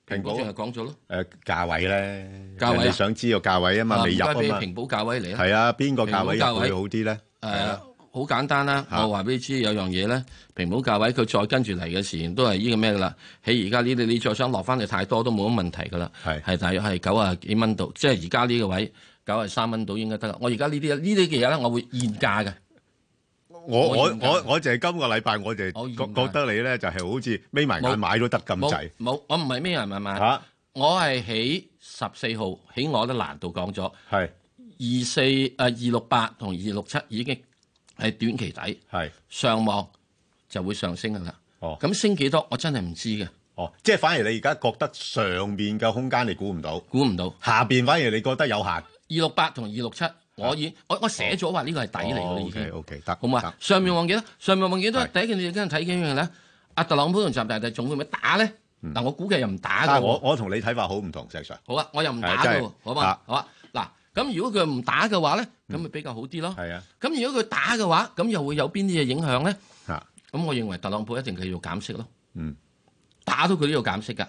B: 平保淨係講咗咯。
A: 誒價位咧，
B: 價位啊
A: 人哋想知個價位啊嘛，
B: 啊
A: 未入啊
B: 唔該俾
A: 嘛，
B: 平保價位嚟啊
A: 係啊，邊個價位
B: 平保價
A: 入
B: 位
A: 會好啲啊咧？
B: 誒，好簡單啦，我話俾你知有樣嘢咧，平保價位佢再跟住嚟嘅時都係呢個咩噶啦？喺而家呢啲你再想落翻去太多都冇乜問題噶啦，
A: 係
B: 係大約係九啊幾蚊度，即係而家呢個位九啊三蚊度應該得啦。我而家呢啲呢啲嘅嘢咧，我會現價嘅。
A: 我我
B: 現價
A: 我我就係今個禮拜我就覺覺得你咧就係好似眯埋眼買都得咁
B: 冇
A: 滯。
B: 冇，我唔係咩人買買，
A: 嚇
B: 我係喺十四號喺我啲欄度講咗，
A: 係
B: 二四誒二六八同二六七已經係短期底，
A: 係
B: 上望就會上升噶啦。
A: 哦，
B: 咁升幾多我真係唔知嘅。
A: 哦，即係反而你而家覺得上面嘅空間你估唔到，
B: 估唔到，
A: 下邊反而你覺得有限。二
B: 六八同二六七，我已我我寫咗話呢個係底嚟嘅已經。
A: O K，得哦
B: 好啊嘛？上面望幾多？
A: 嗯
B: 上面望幾多？第一件事跟住睇幾樣嘢咧。阿特朗普同習大帝仲會唔會打咧？嗱，我估計又唔打
A: 嗯
B: 嘅
A: 啊，
B: 喎。
A: 我我同你睇法好唔同，石 Sir。
B: 好啊，我又唔
A: 係
B: 打
A: 真
B: 嘅
A: 係
B: 喎，好嘛
A: 啊？
B: 好啊，嗱，咁如果佢唔打嘅話咧，咁咪比較好啲咯。
A: 係啊，
B: 咁如果佢打嘅話，咁又會有邊啲嘢影響咧？
A: 嚇，
B: 咁我認為特朗普一定繼續減息咯。
A: 嗯，
B: 打到佢都要減息㗎。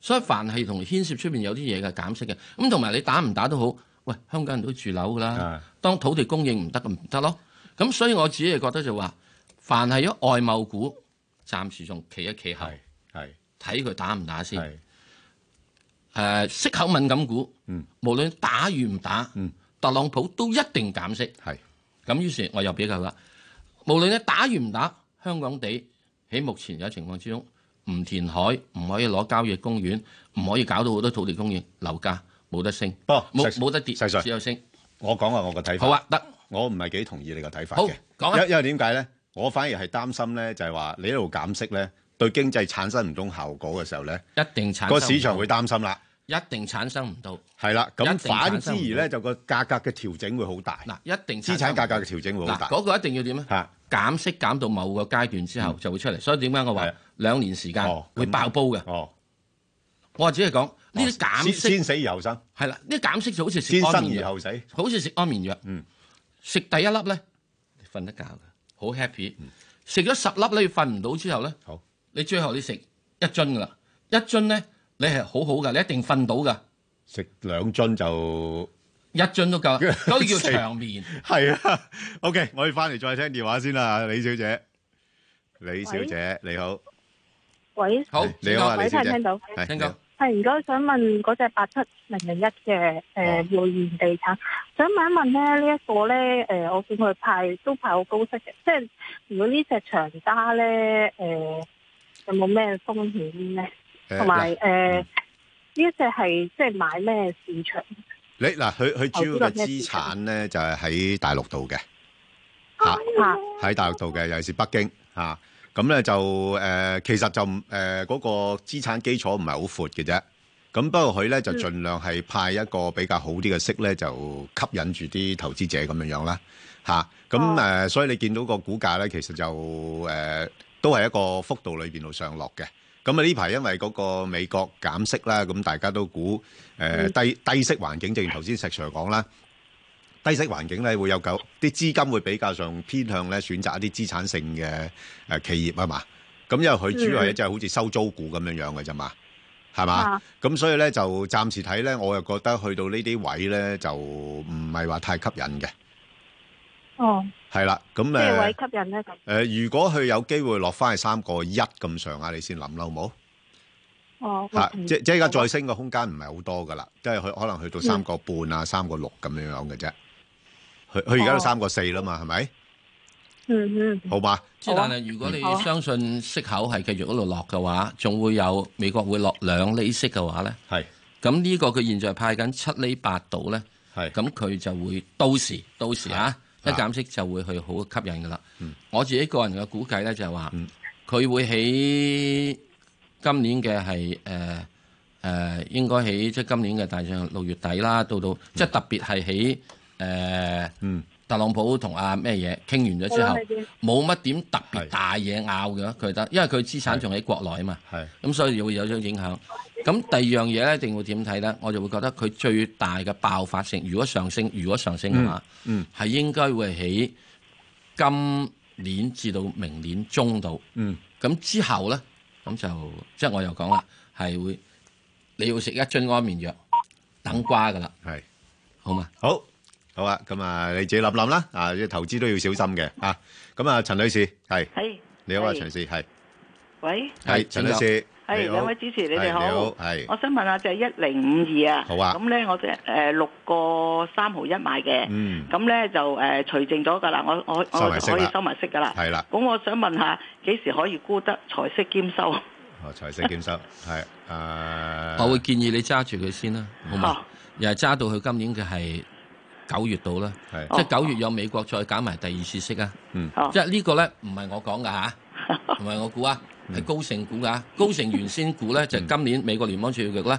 B: 所以凡係同牽涉出邊有啲嘢嘅減息嘅，咁同埋你打唔打都好，喂，香港人都住樓㗎
A: 啊
B: 啦。當土地供應唔得，咁唔得咯。咁所以我自己係覺得就話，凡係咗外貿股，暫時仲企一企後，
A: 係
B: 睇佢打唔打先。誒、息口敏感股，
A: 嗯、
B: 無論打與唔打，特朗普都一定減息。
A: 係
B: 咁，於是我又比較啦。無論你打與唔打，香港地喺目前有情況之中，唔填海，唔可以攞郊野公園，唔可以搞到好多土地供應，樓價冇得升，冇冇得跌，只有升。
A: 我講下我個睇法。
B: 好啊，得。
A: 我唔係幾同意你個睇法
B: 好
A: 嘅。
B: 講啊
A: 因因為點解咧？我反而係擔心咧，就係話你一路減息咧，對經濟產生唔到效果嘅時候咧，
B: 一定產生唔
A: 個
B: 到
A: 市場會擔心啦。
B: 一定產生唔到，
A: 係啦，
B: 一
A: 咁
B: 定產
A: 反之
B: 生唔到
A: 而咧就個價格嘅調整會好大。
B: 嗱，一定
A: 資
B: 產
A: 產
B: 生唔到
A: 價格嘅調整會好
B: 嗱，
A: 大。
B: 嗰個一定要點咧？減息減到某個階段之後
A: 嗯
B: 就會出嚟，所以點解我
A: 啊
B: 話兩年時間會爆煲嘅？
A: 哦，
B: 我只係講呢啲減息
A: 先先死而後生。
B: 係啦，呢啲減息就好似食
A: 先
B: 安
A: 生
B: 眠
A: 而
B: 藥
A: 後，死。
B: 好似食安眠藥。
A: 嗯，
B: 食第一粒咧，你瞓得覺嘅，好 happy。食咗十粒咧，瞓唔到之後咧，
A: 嗯好，
B: 你最後你食一樽噶啦，一樽咧你係好好嘅，你一定瞓到噶，
A: 食兩樽就
B: 一樽都 夠，嗰啲叫長眠。
A: 係啊。OK，我哋翻嚟再聽電話先啦，李小姐。李小姐你好，
P: 喂，
A: 好你好啊，
P: 喂
A: 李小姐。
P: 聽到，
A: 係你好
P: 系，如果想問嗰只八七零零一嘅诶
A: 哦
P: 匯源地產，想問一問咧呢一個咧诶、呃我見佢派都派好高息嘅，即係如果呢只長揸咧诶有冇咩風險咧？
A: 誒嗯
P: 同埋诶呢一隻係即係買咩市場？
A: 你嗱，佢佢
P: 投資
A: 主要嘅
P: 落
A: 資
P: 咩市
A: 產咧就係喺大陸度嘅，嚇
P: 啊
A: 喺大陸度嘅，尤其是北京嚇。咁咧就誒，其實就唔誒嗰個資產基礎唔係好闊嘅啫。咁不過佢咧就
Q: 嗯
A: 盡量係派一個比較好啲嘅息咧，就吸引住啲投資者咁樣樣啦嚇。咁誒，所以你見到個股價咧，其實就誒都係一個幅度裏邊度上落嘅。咁啊呢排因為嗰個美國減息啦，咁大家都估誒、呃
Q: 嗯
A: 低低息環境，正如頭先石 Sir 講啦，低息環境咧會有夠啲資金會比較上偏向咧選擇一啲資產性嘅誒、呃企業啊嘛。咁因為佢主要係
Q: 嗯
A: 即係好似收租股咁樣樣嘅啫嘛，係嘛
Q: 啊？
A: 咁、所以咧就暫時睇咧，我又覺得去到呢啲位咧就唔係話太吸引嘅，
P: 哦，
A: 係啦。咁誒。
P: 咩
A: 呃
P: 位吸引咧？咁
A: 誒、如果佢有機會落翻去三個一咁上下，你先諗啦，好冇？
P: 哦，
A: 嚇、
P: 嗯
A: 即即而家再升嘅空間唔係好多噶啦，即係佢可能去到
P: 嗯
A: 三個半啊、三個六咁樣樣嘅啫。佢佢而家都
B: 哦
A: 三個四啦嘛，係咪？
P: 嗯嗯，
A: 好嘛？
B: 之但係如果你
P: 好啊
B: 相信息口係繼續嗰度落嘅話，仲會有美國會落兩厘息嘅話咧，
A: 係
B: 咁呢個佢現在派緊七厘八度咧，
A: 係
B: 咁佢就會到時到時啊，一減息就會去好吸引噶啦。嗯我自己個人嘅估計咧就係話，佢會喺今年嘅係誒誒應該喺即係今年嘅大上六月底啦，到到即係特別係喺誒特朗普同阿咩嘢傾完咗之後
R: 好啦你。
B: 冇乜點特別大嘢拗嘅，佢得，因為佢資產仲喺國內啊嘛，咁所以會有咗影響。咁第二樣嘢咧，一定會點睇咧？我就會覺得佢最大嘅爆發性，如果上升，如果上升嘅話，
A: 嗯
B: 係、應該會喺今年至到明年中度。
A: 嗯，
B: 咁之後咧，咁就即係我又講啦，係會你要食一樽安眠藥，等瓜噶啦。
A: 係，
B: 好嘛？
A: 好，好啊，咁啊，你自己諗諗啦，啊，投資都要小心嘅啊。咁啊，陳女士係，
Q: 係
A: 你好啊，
Q: 係
A: 陳士係，
Q: 喂，
A: 係陳女士，
Q: 係
A: 你好
Q: 兩位主持，你
A: 係
Q: 哋
A: 你
Q: 好。
A: 係
Q: 我想問下就係一零五二啊，
A: 好啊
Q: 咁咧我就誒六個三毫一買嘅，
A: 嗯
Q: 咁咧就誒呃除淨咗㗎啦，我我
A: 收
Q: 我
A: 埋息
Q: 就
A: 啦
Q: 可以收埋息㗎啦。
A: 係啦
Q: 咁我想問下幾時可以沽得財息兼收？
A: 哦，財息兼收係誒，嗯
B: 我會建議你揸住佢先啦，好嘛
Q: 哦？
B: 又係揸到佢今年嘅係九月度啦，即係九月有美國再減埋第二次息啊。
A: 嗯
B: 即係呢個咧唔係我講㗎吓，唔係我估啊，係高盛估㗎。高盛原先估咧就係今年美國聯邦儲局咧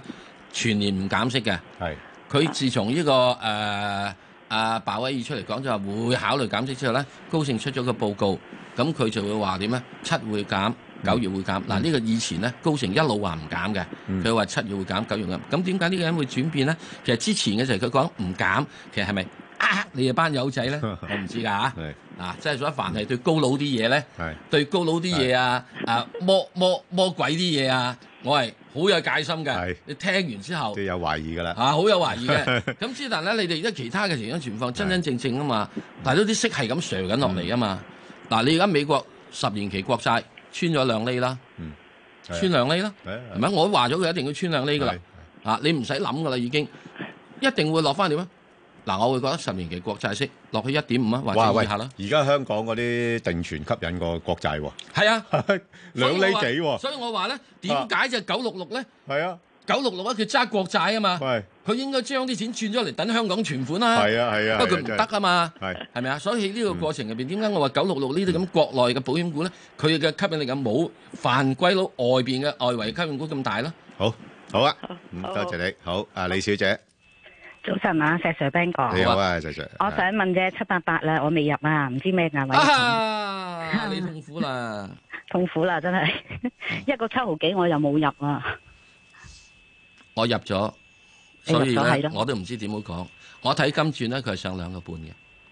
B: 全年唔減息嘅。
A: 係
B: 佢自從呢個誒阿鮑威爾出嚟講就話會考慮減息之後咧，高盛出咗個報告，咁佢就會話點咧？七會減。九月會減，嗱呢個以前咧高盛一路話唔減嘅，佢話七月會減，九月會減。咁點解呢個人會轉變咧？其實之前嘅時候佢講唔減，其實係咪呃你哋班友仔咧？ 我唔知㗎嚇。啊，即係所以凡係對高佬啲嘢咧，對高佬啲嘢啊，啊魔魔魔鬼啲嘢啊，我係好有戒心㗎。你聽完之後
A: 都有懷疑㗎啦，
B: 啊，好有懷 疑嘅。咁之但咧，你哋而家其他嘅情況情況真真正正啊嘛，但係都啲息係咁瀉緊落嚟啊嘛。
A: 嗯
B: 嗱，你而家美國十年期國債穿咗兩厘啦，
A: 係啊
B: 穿兩厘啦，
A: 係啊係啊
B: 係咪？我都話咗佢一定要穿兩厘噶啦，啊，你唔使諗噶啦，已經一定會落翻點啊？嗱，我會覺得十年期國債息落去一點五啊，或
A: 哇
B: 者
A: 喂，
B: 以下啦。
A: 而家香港嗰啲定存吸引過國債喎，
B: 係啊，
A: 兩厘
B: 所以
A: 幾
B: 我
A: 喎，
B: 話
A: 啊
B: 所以我話咧，點解就九六六咧？
A: 係啊，
B: 九六六啊，佢揸國債啊嘛，佢應該將啲錢轉咗嚟等香港存款啦。
A: 係啊係啊
B: 不過佢
A: 係啊
B: 唔
A: 真
B: 得
A: 係
B: 啊嘛，
A: 係嗯
B: 係咪啊？所以喺呢個過程入邊，點解我話九六六呢啲咁國內嘅保險股咧，佢嘅吸引力咁冇犯規佬外邊嘅外圍吸引股咁大咯？
A: 好，好啊，嗯多謝你，好啊，李小姐，
R: 早晨啊，石 Sir Ben 哥。
A: 你好啊，石 Sir，
R: 我想問啫，七八八啦，我未入啊，唔知咩價位。
B: 啊，你痛苦啦！
R: 痛苦啦，真係
A: 嗯
R: 一個七毫幾，我又冇入啊。
B: 我入咗，
R: 你入
B: 所以
R: 咗係
B: 咧
R: 咯
B: 我都唔知點好講。我睇金轉咧，佢係上兩個半嘅。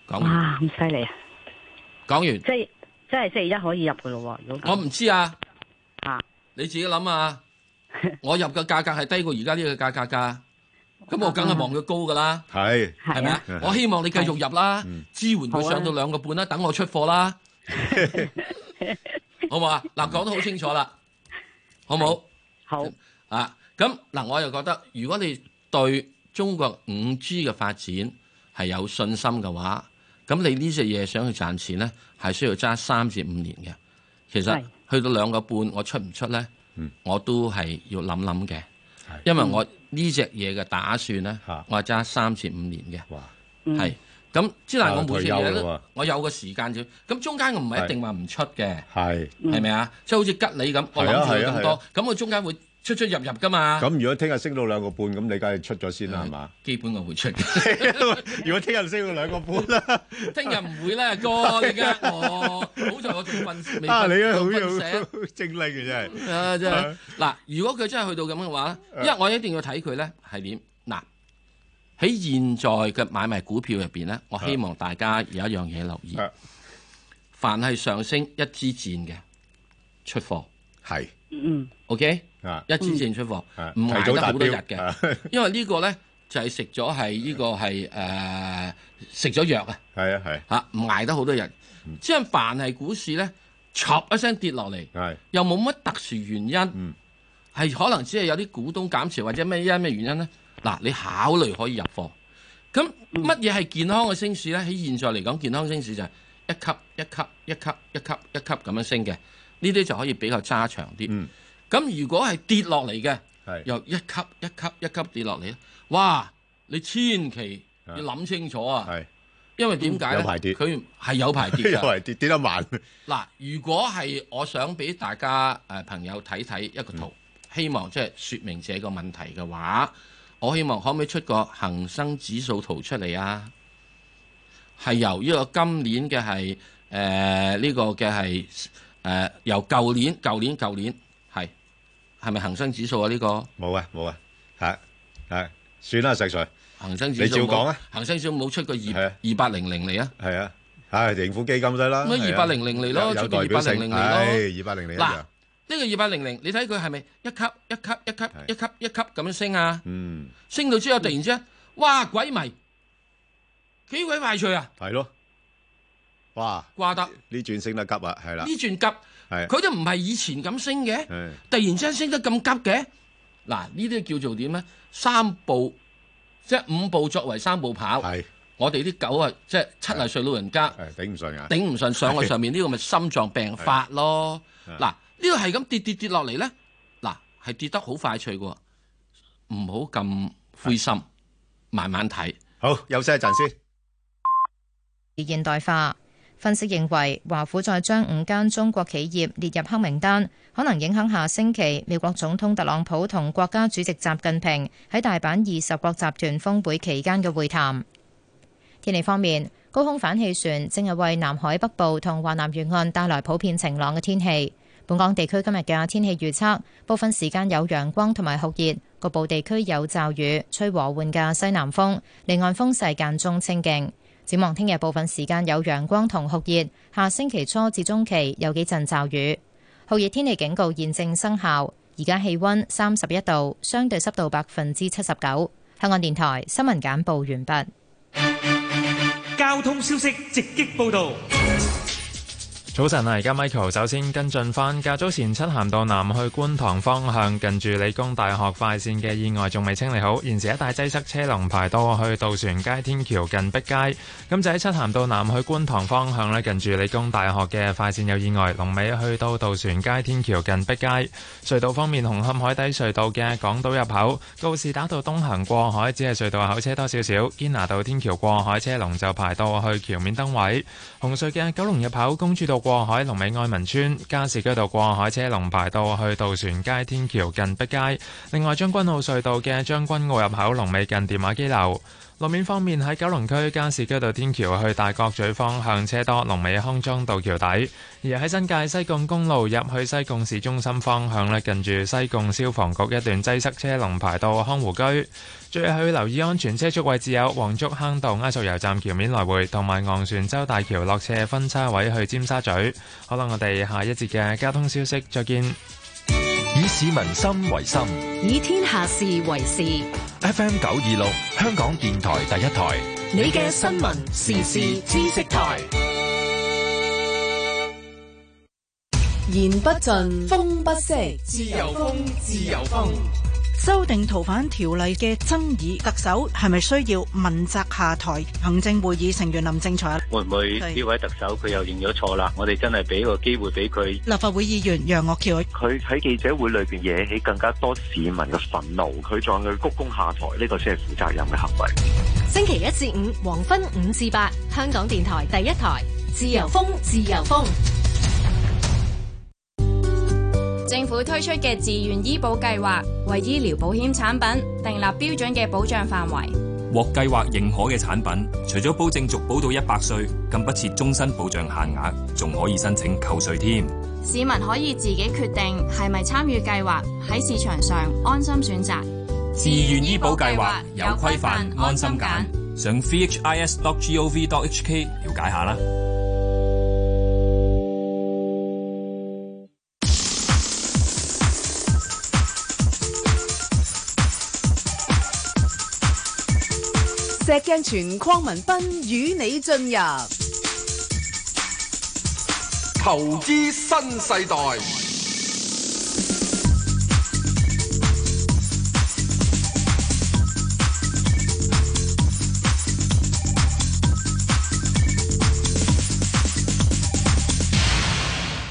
B: 講完，
R: 哇，咁犀利啊！
B: 講完。
R: 即係即係星期一可以入噶咯喎。如果
B: 我唔知啊。
R: 啊！
B: 你自己諗 啊！我入嘅價格係低過而家呢個價格㗎，咁我梗係望佢高㗎啦，
A: 係
B: 係咪啊？
A: 嗯
B: 我希望你繼續入啦，支援佢
R: 好啊
B: 上到兩個半啦，等我出貨啦，好唔好啊？嗱，講得好清楚啦，好冇？
R: 好
B: 啊！咁嗱，我又覺得如果你對中國五 G 嘅發展係有信心嘅話，咁你呢只嘢想去賺錢咧，係需要揸三至五年嘅。其實
S: 係
B: 去到兩個半，我出唔出咧？我都係要諗諗嘅，因為
A: 嗯
B: 我呢只嘢嘅打算咧，我係揸三至五年嘅。
S: 嗯
B: 係咁之但係我
S: 啊
B: 每
S: 退
B: 隻
S: 休
B: 嘢
S: 嘞
B: 咧
S: 喎，
B: 我有個時間表。咁中間我唔係一定話唔出嘅，
A: 係
B: 係咪啊？即係好似吉利咁，我諗
A: 係啊
B: 住佢
A: 係啊
B: 咁
A: 係
B: 多
A: 啊，
B: 咁我中間會出出入入噶嘛。
A: 咁如果聽日升到兩個半，咁你梗係出咗先啦，係嘛？
B: 基本我會出。
A: 如果聽日升到兩個半啦，
B: 聽日唔會啦，哥，你呃我，好在我仲瞓未
A: 啊，
B: 瞓
A: 你啊好
B: 仲瞓
A: 有
B: 醒。
A: 精力嘅真係，啊
B: 啊，真係嗱，如果佢真係去到咁嘅話咧，因為我一定要睇佢咧係點嗱。喺現在嘅買賣股票入邊咧，
A: 啊
B: 我希望大家有一樣嘢留意，凡係上升一支箭嘅出貨
A: 係
R: 嗯
B: OK
A: 啊，
B: 一支箭出貨唔
A: 提
B: 捱
A: 早
B: 得
A: 達
B: 好多日
A: 標啊
B: 嘅，因為呢個咧就係食咗係呢個係誒食咗藥啊。
A: 係啊係，嗯
B: 嚇唔捱得好多人。即係凡係股市咧，唰一聲跌落嚟，又冇乜特殊原
A: 嗯
B: 因，係可能只係有啲股東減持或者咩因咩原因咧。嗱，你考慮可以入貨。咁
A: 嗯
B: 乜嘢係健康嘅升市咧？喺現在嚟講，健康升市就係一級一級一級一級一級咁樣升嘅，呢啲就可以比較揸長啲。
A: 嗯
B: 咁如果係跌落嚟嘅，由一級一級一級跌落嚟咧，哇！你千祈要諗清楚啊，因為點解
A: 有
B: 咧？
A: 排跌，
B: 佢係有排跌㗎
A: 有排跌，跌得慢，
B: 嗱，如果係我想俾大家誒、呃朋友睇睇一個
A: 嗯
B: 圖，希望即係説明這個問題嘅話，我希望可唔可以出個恒生指數圖出嚟啊？係由呢個今年嘅係誒呢個嘅係誒由舊年舊年舊年係係咪恒生指數啊？呢、個
A: 冇啊冇啊，係係，算啦，石 Sir，
B: 恒生指
A: 你
B: 數
A: 照
B: 冇
A: 講啊，
B: 恒生指數冇出過二
A: 係啊
B: 二八零零嚟啊，
A: 係啊，係盈富基金得啦，
B: 咁咪
A: 係啊
B: 280嚟咯
A: 有有
B: 出到
A: 代表性
B: 280嚟咯
A: 係二八零零一
B: 嗱
A: 樣，
B: 呢個二八零零，你睇佢係咪一級一級一級一級一級咁樣升啊？
A: 嗯，
B: 升到之後突然之間，哇鬼迷，幾鬼快脆啊！
A: 系咯，哇，
B: 掛得
A: 呢轉升得急啊，係啦
B: 呢，轉急，
A: 係
B: 佢都唔係以前咁升嘅，
A: 係
B: 突然之間升得咁急嘅。嗱，呢啲叫做點咧？三步即係五步作為三步跑。我哋啲狗啊，即係七啊歲老人家
A: 頂唔順啊，
B: 頂唔順上去 上面呢個咪心臟病發咯。
A: 係
B: 嗱，呢個係咁跌跌跌落嚟咧，嗱係跌得好快脆嘅喎，唔好咁灰心，慢慢睇。
A: 好，休息一陣先。
E: 而現代化。分析認為，華府再將五間中國企業列入黑名單，可能影響下星期美國總統特朗普同國家主席習近平喺大阪二十國集團峰會期間嘅會談。天氣方面，高空反氣旋正係為南海北部同華南沿岸帶來普遍晴朗嘅天氣。本港地區今日嘅天氣預測，部分時間有陽光同埋酷熱，局部地區有驟雨，吹和緩嘅西南風，離岸風勢間中清勁。展望聽日部分時間有陽光同酷熱，下星期初至中期有幾陣驟雨。酷熱天氣警告現正生效，而家氣温三十一度，相對濕度百分之七十九。香港電台新聞簡報完畢。
D: 交通消息直擊報道。
F: 早晨啊，而家 Michael 首先跟進翻，較早前漆咸道南去觀塘方向，近住理工大學快線嘅意外仲未清理好，現時一帶擠塞車龍排到去渡船街天橋近碧街。咁就喺漆咸道南去觀塘方向呢，近住理工大學嘅快線有意外，龍尾去到渡船街天橋近碧街。隧道方面，紅磡海底隧道嘅港島入口告士打道東行過海，只係隧道口車多少少。堅拿道天橋過海車龍就排到去橋面燈位。紅隧嘅九龍入口公主道過海，龍尾愛民村；加士居道過海車龍排到去渡船街天橋近碧街。另外，將軍澳隧道嘅將軍澳入口龍尾近電話機樓。路面方面喺九龍區加士居道天橋去大角咀方向車多，龍尾康莊道橋底；而喺新界西貢公路入去西貢市中心方向咧，近住西貢消防局一段擠塞車龍排到康湖居。最後要留意安全車速位置有黃竹坑道埃索油站橋面來回，同埋昂船洲大橋落斜分叉位去尖沙咀。好啦，我哋下一節嘅交通消息再見。
G: 以市民心為心
H: 以天下事為事。
G: ，FM 九二六香港電台第一台，
H: 你嘅新聞時事知識台，
N: 言不盡，風不息。
O: 自由風，自由風，
S: 修訂逃犯條例嘅爭議，特首係咪需要問責下台？行政會議成員林正財、
T: 會唔會呢位特首佢又認咗錯啦？我哋真係俾個機會俾佢。
S: 立法會議員楊岳橋，
U: 佢喺記者會裏邊惹起更加多市民嘅憤怒，佢再去鞠躬下台，哦呢、個先係負責任嘅行為。
I: 星期一至五黃昏五至八，香港電台第一台，自由風，自由風。
V: 政府推出嘅自願醫保計劃，為醫療保險產品訂立標準嘅保障範圍。
W: 獲計劃認可嘅產品，除咗保證續保到一百歲，更不設終身保障限額，仲可以申請扣税添。
V: 市民可以自己決定係咪參與計劃，喺市場上安心選擇。
W: 自願醫保計劃有規範，安心揀。上 vhis.gov.hk 了解下啦。
N: 石鏡泉邝文斌與你進入
O: 投資新世代。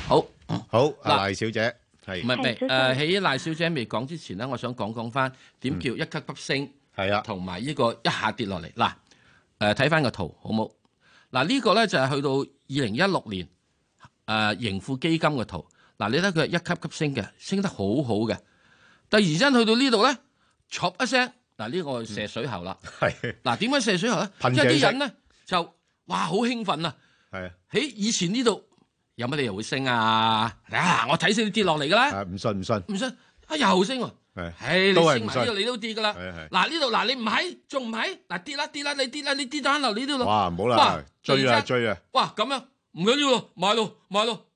B: 好，
A: 好，阿黎小姐，係
B: 唔係唔係
A: 係
B: 誒？喺賴小姐未講之前咧，我想講講翻點叫一級急升，
A: 係啊，
B: 同埋呢個一下跌落嚟嗱誒，睇翻個圖好冇嗱？呢個咧就係去到二零一六年誒盈富基金嘅圖嗱，你睇佢係一級急升嘅，升得好好嘅，突然之間去到呢度咧，唰一聲嗱，呢個係射水喉啦，
A: 係
B: 嗱點解射水喉咧？
A: 噴
B: 即係
A: 射
B: 啲
A: 式
B: 人咧就哇好興奮啊！
A: 係啊
B: 喺以前呢度有乜理由會升啊？啊，我睇死你跌落嚟㗎啦，
A: 啊唔信唔信，
B: 唔信啊又升喎！唉，
A: 係
B: 你
A: 都係
B: 升
A: 唔
B: 埋呢度
A: 信，
B: 你都跌㗎啦。
A: 係係
B: 嗱呢度嗱你唔喺，仲唔喺？嗱跌啦跌啦，你跌啦你跌翻落呢度咯。
A: 哇唔好
B: 哇
A: 啦，追
B: 突然
A: 啊
B: 間
A: 追啊，
B: 哇咁樣唔緊要咯，買咯買咯，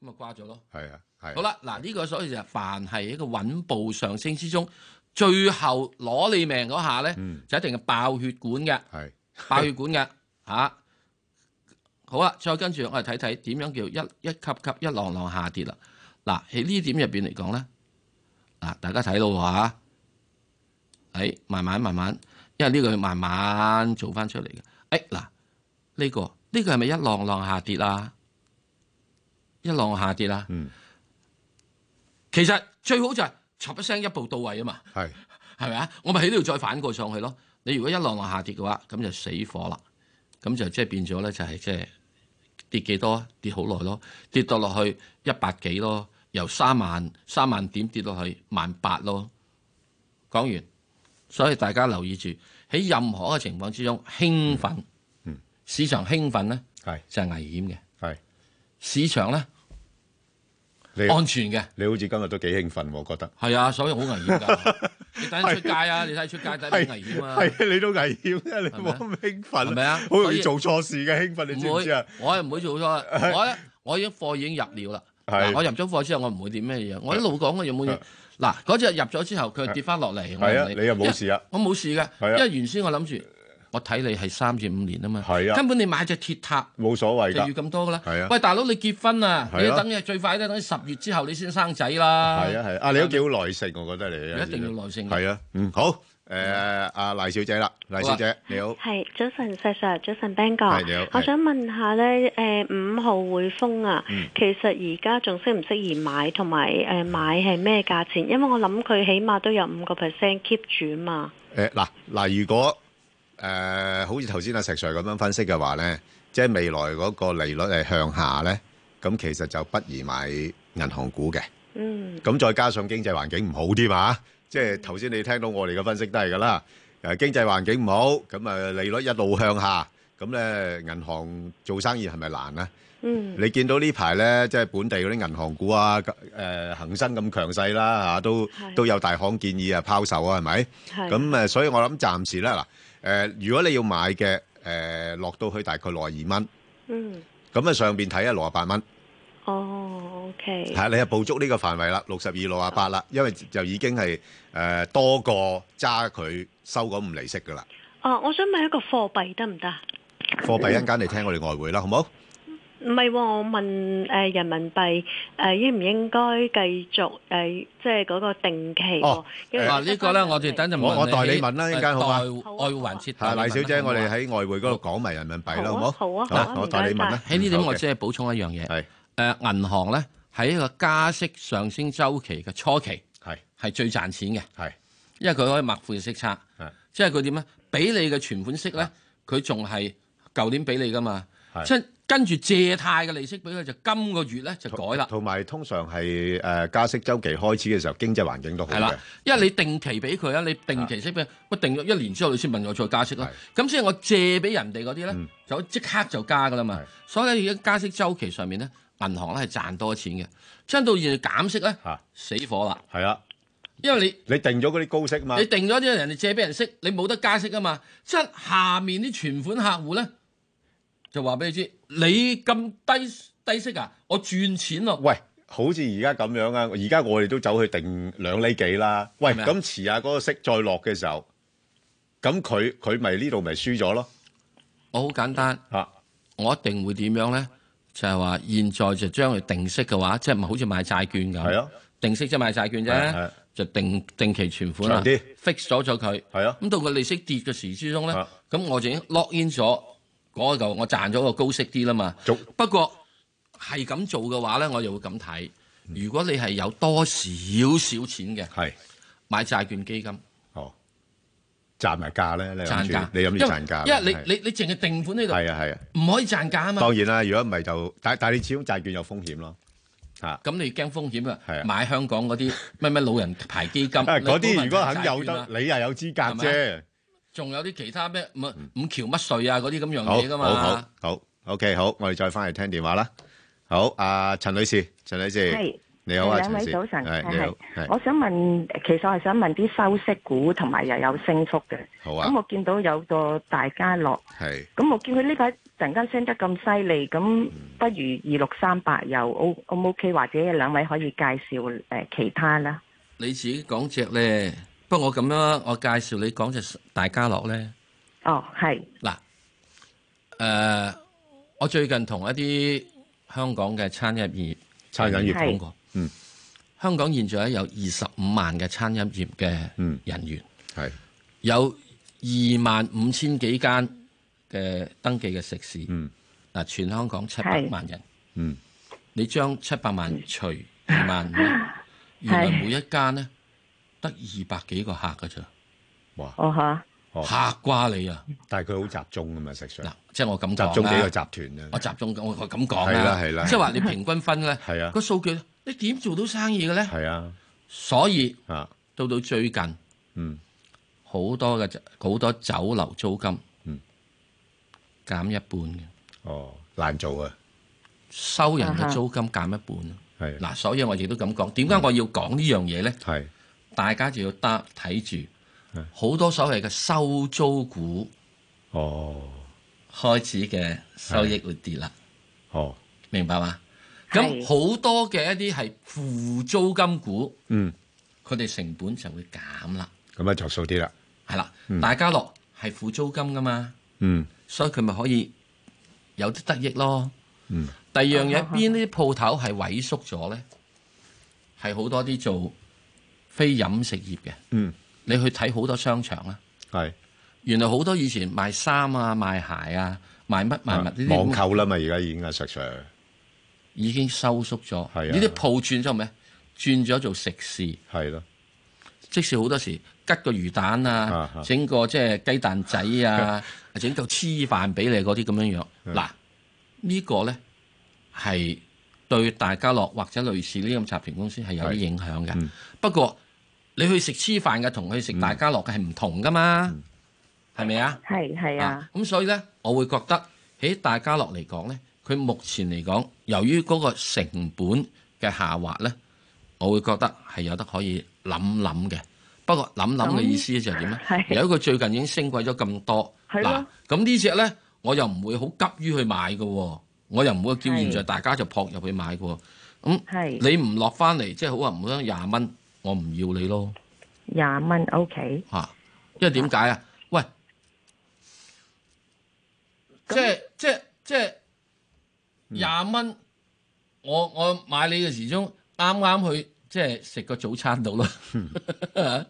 B: 咁咪掛咗咯。
A: 係啊，係
B: 好啦，嗱呢個所以就係凡係一個穩步上升之中，最後攞你命嗰下咧，
A: 嗯
B: 就一定係爆血管嘅，爆血管嘅 嚇。啊好啦，再跟住我哋睇睇點樣叫一一級級一浪浪下跌啦。嗱喺呢點入邊嚟講咧，嗱大家睇到喎嚇，誒慢慢慢慢，因為呢個要慢慢做翻出嚟嘅。誒嗱呢個呢、個係咪一浪浪下跌啊？一浪下跌啊！
A: 嗯，
B: 其實最好就係插一聲一步到位啊嘛。
A: 係
B: 係咪啊？我咪喺呢度再反過上去咯。你如果一浪浪下跌嘅話，咁就死火啦。咁就即係變咗咧，就係即係跌幾多啊？跌好耐咯，跌到落去一百幾咯，由三萬三萬點跌落去萬八咯。講完，所以大家留意住喺任何嘅情況之中，興奮，
A: 嗯
B: 市場興奮咧，就係危險嘅，
A: 係
B: 市場咧。安全嘅，
A: 你好似今日都幾興奮喎，我覺得
B: 係啊，所以好危 險㗎。你等出街啊！你睇出街睇到危險啊！
A: 係你都危險啊！你冇咁興奮，係咪啊？好容易做錯事嘅興奮，你知唔知啊？
B: 唔會我係唔 會做錯啦，我咧我已經貨已經入了啦。
A: 係
B: 嗱，我入咗貨之後，我唔會點咩嘢，我一路講我有冇嘢。嗱，嗰只入咗之後，佢跌翻落嚟，我
A: 係啊
B: 唔理
A: 你又冇事啊
B: 因為我冇事嘅，
A: 係啊
B: 因為原先我諗住。我睇你係三至五年啊嘛，
A: 係啊
B: 根本你買只鐵塔
A: 冇所謂㗎
B: 就要咁多㗎啦。
A: 係啊
B: 喂，大佬你結婚啊，
A: 係啊
B: 你要等你最快都等十月之後你先生仔啦。
A: 係啊係啊，啊你都幾好耐性，我覺得你
B: 一定要耐性㗎
A: 係啊，嗯好，誒阿賴小姐啦，賴小姐你好，
C: 係早晨，石 Sir，早晨 Ben 哥
A: 係你好，
C: 我
A: 係
C: 想問下咧，誒五號匯豐啊
A: 嗯，
C: 其實而家仲適唔適宜買，同埋誒買係咩價錢？因為我諗佢起碼都有五個 percent keep 住嘛。
A: 誒嗱嗱，如果誒、呃好似頭先阿石 Sir 咁樣分析嘅話咧，即係未來嗰個利率係向下咧，咁其實就不宜買銀行股嘅。
C: 嗯，
A: 咁再加上經濟環境唔好添啊，即係頭先你聽到我哋嘅分析都係㗎啦。誒經濟環境唔好，咁啊利率一路向下，咁咧銀行做生意係咪難咧？
C: 嗯，
A: 你見到呢排咧，即係本地嗰啲銀行股啊，誒、恒生咁強勢啦嚇，都都有大行建議啊拋售啊，係咪？
C: 係
A: 咁誒，所以我諗暫時咧嗱，誒、如果你要買嘅誒、落到去大概六廿二蚊，
C: 嗯，
A: 咁啊上邊睇啊六廿八蚊，
C: 哦，OK，
A: 係你係捕捉呢個範圍啦，六十二六廿八啦，因為就已經係誒、多過揸佢收嗰五厘息噶啦。
C: 哦，我想問一個貨幣得唔得啊？
A: 貨幣一陣間嚟聽我哋外匯啦，好冇？
C: 唔係喎，我問誒人民幣誒應唔應該繼續誒，即係嗰個定期
A: 哦
C: 喎？因
A: 啊
B: 嗱
C: 為
B: 呢個咧，我哋等陣
A: 我我
B: 問
A: 代你
B: 喺
A: 問啦，一陣間好嘛
B: 代外環節
A: 係賴小姐，我哋
B: 喺。
A: 喺外匯嗰度講埋人民幣啦，好冇？
C: 好啊，好啊，
A: 嗱，我代你問啦。嗯
B: 喺呢點我只
A: 即
B: 係補充一樣嘢，係誒銀行咧喺一個加息上升周期嘅初期
A: 係
B: 係最賺錢嘅，
A: 係
B: 因為佢可以默負息差，即係佢點咧？啊俾你嘅存款息咧，佢仲係舊年俾你噶嘛，
A: 係
B: 即係跟住借貸嘅利息俾佢就今個月咧就改啦，
A: 同埋通常係誒加息周期開始嘅時候，經濟環境都好
B: 係啦
A: 嘅。，
B: 因為你定期俾佢啊，你定期息俾佢，我定咗一年之後你先問我再加息啦。咁即係嗯我借俾人哋嗰啲咧，就即刻就加噶啦嘛。所以而家加息周期上面咧，銀行咧係賺多錢嘅。真到現在減息咧，死火啦。
A: 係啦，
B: 因為你
A: 你定咗嗰啲高息嘛
B: 你，定咗啲人哋借俾人息，你冇得加息啊嘛。即係下面啲存款客戶咧，就話俾你知，你咁低低息啊，我轉錢咯。
A: 喂，好似而家咁樣啊，而家我哋都走去定兩厘幾啦。喂，
B: 係咪啊
A: 咁遲下嗰個息再落嘅時候，咁佢佢咪呢度咪輸咗咯？
B: 我好簡單，
A: 啊
B: 我一定會點樣咧？就係話現在就將佢定息嘅話，即係唔係好似買債券咁？
A: 係啊，
B: 定息即係買債券
A: 係
B: 啫
A: 係，
B: 就定定期存款啦
A: 長啲
B: ，fix 咗咗佢。
A: 係啊，
B: 咁到個利息跌嘅時之中咧，咁我就已經 lock in 咗嗰嚿，我賺咗個高息啲啦嘛。不過係咁做嘅話咧，我又會咁睇。如果你係有多少少錢嘅，
A: 係
B: 買債券基金。
A: 哦，賺埋價咧，你諗
B: 賺價
A: 住，你諗住賺價啦，
B: 因為因
A: 係
B: 為你你你淨係定款呢度，
A: 係啊係啊，
B: 唔可以賺價啊嘛。
A: 當然啦，如果唔係就，但但係你始終債券有風險咯，嚇。
B: 咁你驚風險啊？買香港嗰啲 咩咩老人牌基金，
A: 啊嗰啲
B: 老人牌
A: 如果肯有得
B: 債券啊
A: 你又有資格啫。
B: 係咪仲有啲其他咩五五橋乜税啊嗰啲咁樣
A: 好
B: 嘢噶嘛？
A: 嗯好好好，OK，好，我哋再翻嚟聽電話啦。好，阿陳女士，陳女士，
K: 係
A: 你好啊，
J: 兩位
A: 陳先
J: 早晨，
A: 係
J: 係
A: 你好
J: 係
A: 係
J: 我想問，其實我係想問啲收息股同埋又有升幅嘅。
A: 好啊
J: 咁我見到有個大家樂，
A: 係
J: 咁我見佢呢排突然間升得咁犀利，咁
A: 嗯
J: 不如二六三八又 O O 唔 OK，或者兩位可以介紹誒、呃其他啦。
B: 你自己講只咧，不過我咁樣，我介紹你講只大家樂咧。
J: 哦，係
B: 嗱，誒、我最近同一啲香港嘅餐飲業
A: 餐飲業
B: 講過，
A: 嗯，
B: 香港現在有二十五萬嘅餐飲業嘅人員，
A: 嗯係、
B: 有二萬五千幾間嘅登記嘅食肆，嗯，嗱，全香港七百萬人，
A: 嗯，
B: 你將七百萬除二萬五，原來每一間咧得二百幾個客㗎咋，
A: 哇！
J: 哦嚇，
B: 嚇瓜你啊！
A: 但係佢好集中㗎嘛，石 Sir。
B: 即係我咁講
A: 集中幾
B: 啦
A: 個集團啊。
B: 我集中我我咁講
A: 係啦係啦
B: 即係話你平均分咧，
A: 係啊
B: 個數據你點做到生意嘅咧？
A: 係啊，
B: 所以
A: 啊，
B: 到到最近，
A: 嗯，
B: 好多嘅好多酒樓租金，
A: 嗯，
B: 減一半嘅，
A: 哦，難做啊，
B: 收人
A: 啊哈
B: 嘅租金減一半啊。
A: 係嗯
B: 嗱，所以我亦都咁講，點解我要講呢樣嘢咧？
A: 係
B: 大家就要得睇住，好多所謂嘅收租股
A: 哦
B: 開始嘅收益會跌啦。
A: 哦，
B: 明白嘛？咁好多嘅一啲係負租金股，
A: 嗯，
B: 佢哋成本就會減啦。
A: 咁啊着數啲啦，
B: 係啦，
A: 嗯
B: 大家樂係負租金噶嘛，
A: 嗯
B: 所以佢咪可以有啲得益咯。
A: 嗯，
B: 第二樣嘢，邊啲鋪頭係萎縮咗咧？係好多啲做非飲食業嘅，
A: 嗯，
B: 你去睇好多商場啦。
A: 係
B: 原來好多以前賣衫啊、賣鞋啊、賣乜賣物呢啲
A: 網購啦嘛，而家已經啊，石 Sir
B: 已經收縮咗，
A: 係啊
B: 呢啲鋪轉咗咩？轉咗做食肆，
A: 係咯。
B: 即使好多時吉個魚蛋啊
A: 啊，
B: 整個即係雞蛋仔 啊，整嚿黐飯俾你嗰啲咁樣樣。嗱，呢個咧係對大家樂或者類似呢咁集團公司係嗯有啲影響嘅。不過你去食黐飯嘅同去食大家樂嘅係唔同噶嘛，係咪啊？
J: 係係啊，
B: 咁所以咧，我會覺得喺大家樂嚟講咧，佢目前嚟講，由於嗰個成本嘅下滑咧，我會覺得係有得可以諗諗嘅。不過諗諗嘅意思就係點咧？
J: 係
B: 有一個最近已經升貴咗咁多，
J: 係咯
B: 嗱，咁呢只咧，我又唔會好急於去買嘅喎，我又唔會叫現在
J: 係
B: 大家就撲入去買嘅喎。咁
J: 係
B: 你唔落翻嚟，即係好話唔好聽廿蚊，我唔要你咯。
J: 廿蚊 OK。
B: 嚇、因為點解啊？喂，即係即係即係廿蚊，我我買你嘅時鐘啱啱去即係食個早餐度咯。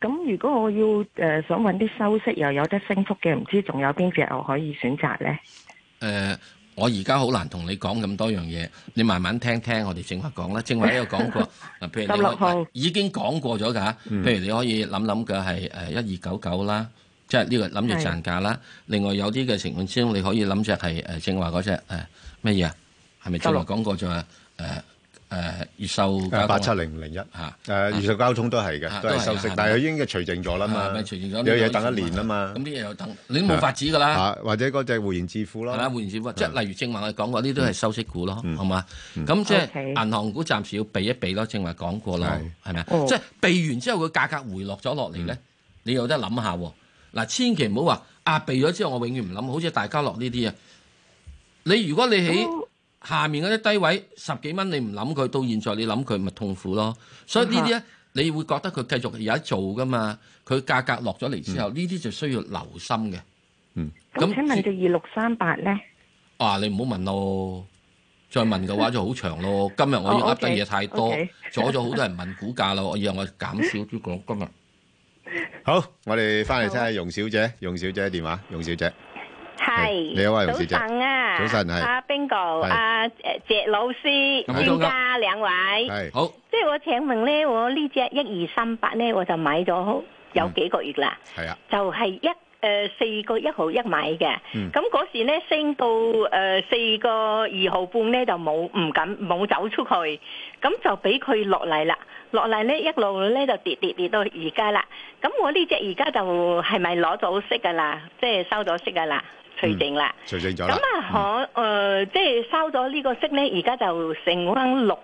J: 咁如果我要誒、呃想揾啲收息又有得升幅嘅，唔知仲有邊只我可以選擇呢？
B: 誒、呃我而家好難同你講咁多樣嘢，你慢慢聽聽我哋正話講啦。正話呢個講過，嗱，譬如你
J: 十六號
B: 可已經講過咗㗎嚇，
J: 嗯
B: 譬如你可以諗諗嘅係誒一二九九啦，即係呢個諗住
J: 係
B: 賺價啦。另外有啲嘅情況之中，你可以諗着係誒正話嗰只誒乜嘢啊？係咪正話
A: 十六
B: 講過咗啊？誒誒越秀交通啊
A: 八七零零一
B: 嚇，
A: 誒預售交通都係
B: 啊
A: 嘅，都係收息
B: 都係啊，
A: 但係佢已經嘅除淨咗啦嘛，
B: 係啊咪除淨咗
A: 有嘢等一年啦嘛，
B: 咁啲嘢又等，你都冇法子㗎啦。
A: 啊，或者嗰只匯賢致富
B: 係
A: 啦，
B: 啦，換言之，即係例如正話我哋講過，呢啲都係收息股咯，
A: 嗯
B: 好嘛？咁即係銀行股暫時要避一避咯，正話講過咯，係咪啊？
A: 哦
B: 即係避完之後，個價格回落咗落嚟咧，你有得諗下喎。嗱，千祈唔好話啊，避咗之後我永遠唔諗，好似大家樂呢啲啊。你如果你喺下面嗰啲低位十幾蚊，你唔諗佢，到現在你諗佢咪痛苦咯。所以
J: 啊
B: 呢啲咧，你會覺得佢繼續有得做噶嘛？佢價格落咗嚟之後，呢啲就需要留心嘅。
J: 咁請問隻二六三八呢？
B: 啊，你唔好問咯，再問嘅話就好長咯。今日我要
J: 哦
B: 噏得嘢太多
J: OK，OK，
B: 阻咗好多人問股價啦。我以後我減少啲講今日。
A: 好，我哋翻嚟聽下容小姐，容小姐電話，容小姐，
K: 系
A: 你好啊容小姐
K: 早晨啊，
A: 早晨係
K: 阿 Bingo，
A: 係
K: 阿诶谢老師，
A: 咁啊
K: 專家兩位，
A: 係好，
K: 即係我請問咧，我呢只一二三八咧，我就買咗有幾個月啦，
A: 係啊，
K: 就係一诶四個一毫一買嘅，
A: 嗯
K: 咁嗰時咧升到诶四個二毫半咧就冇唔敢冇走出去，咁就俾佢落嚟啦，落嚟咧一路咧就跌跌跌到而家啦，咁我呢只而家就係咪攞到息噶啦，即係收咗息噶啦，除淨啦。
A: 除淨咗
K: 咁
A: 啦，
K: 啊，可誒、呃即係收咗呢個息咧，而家就剩翻六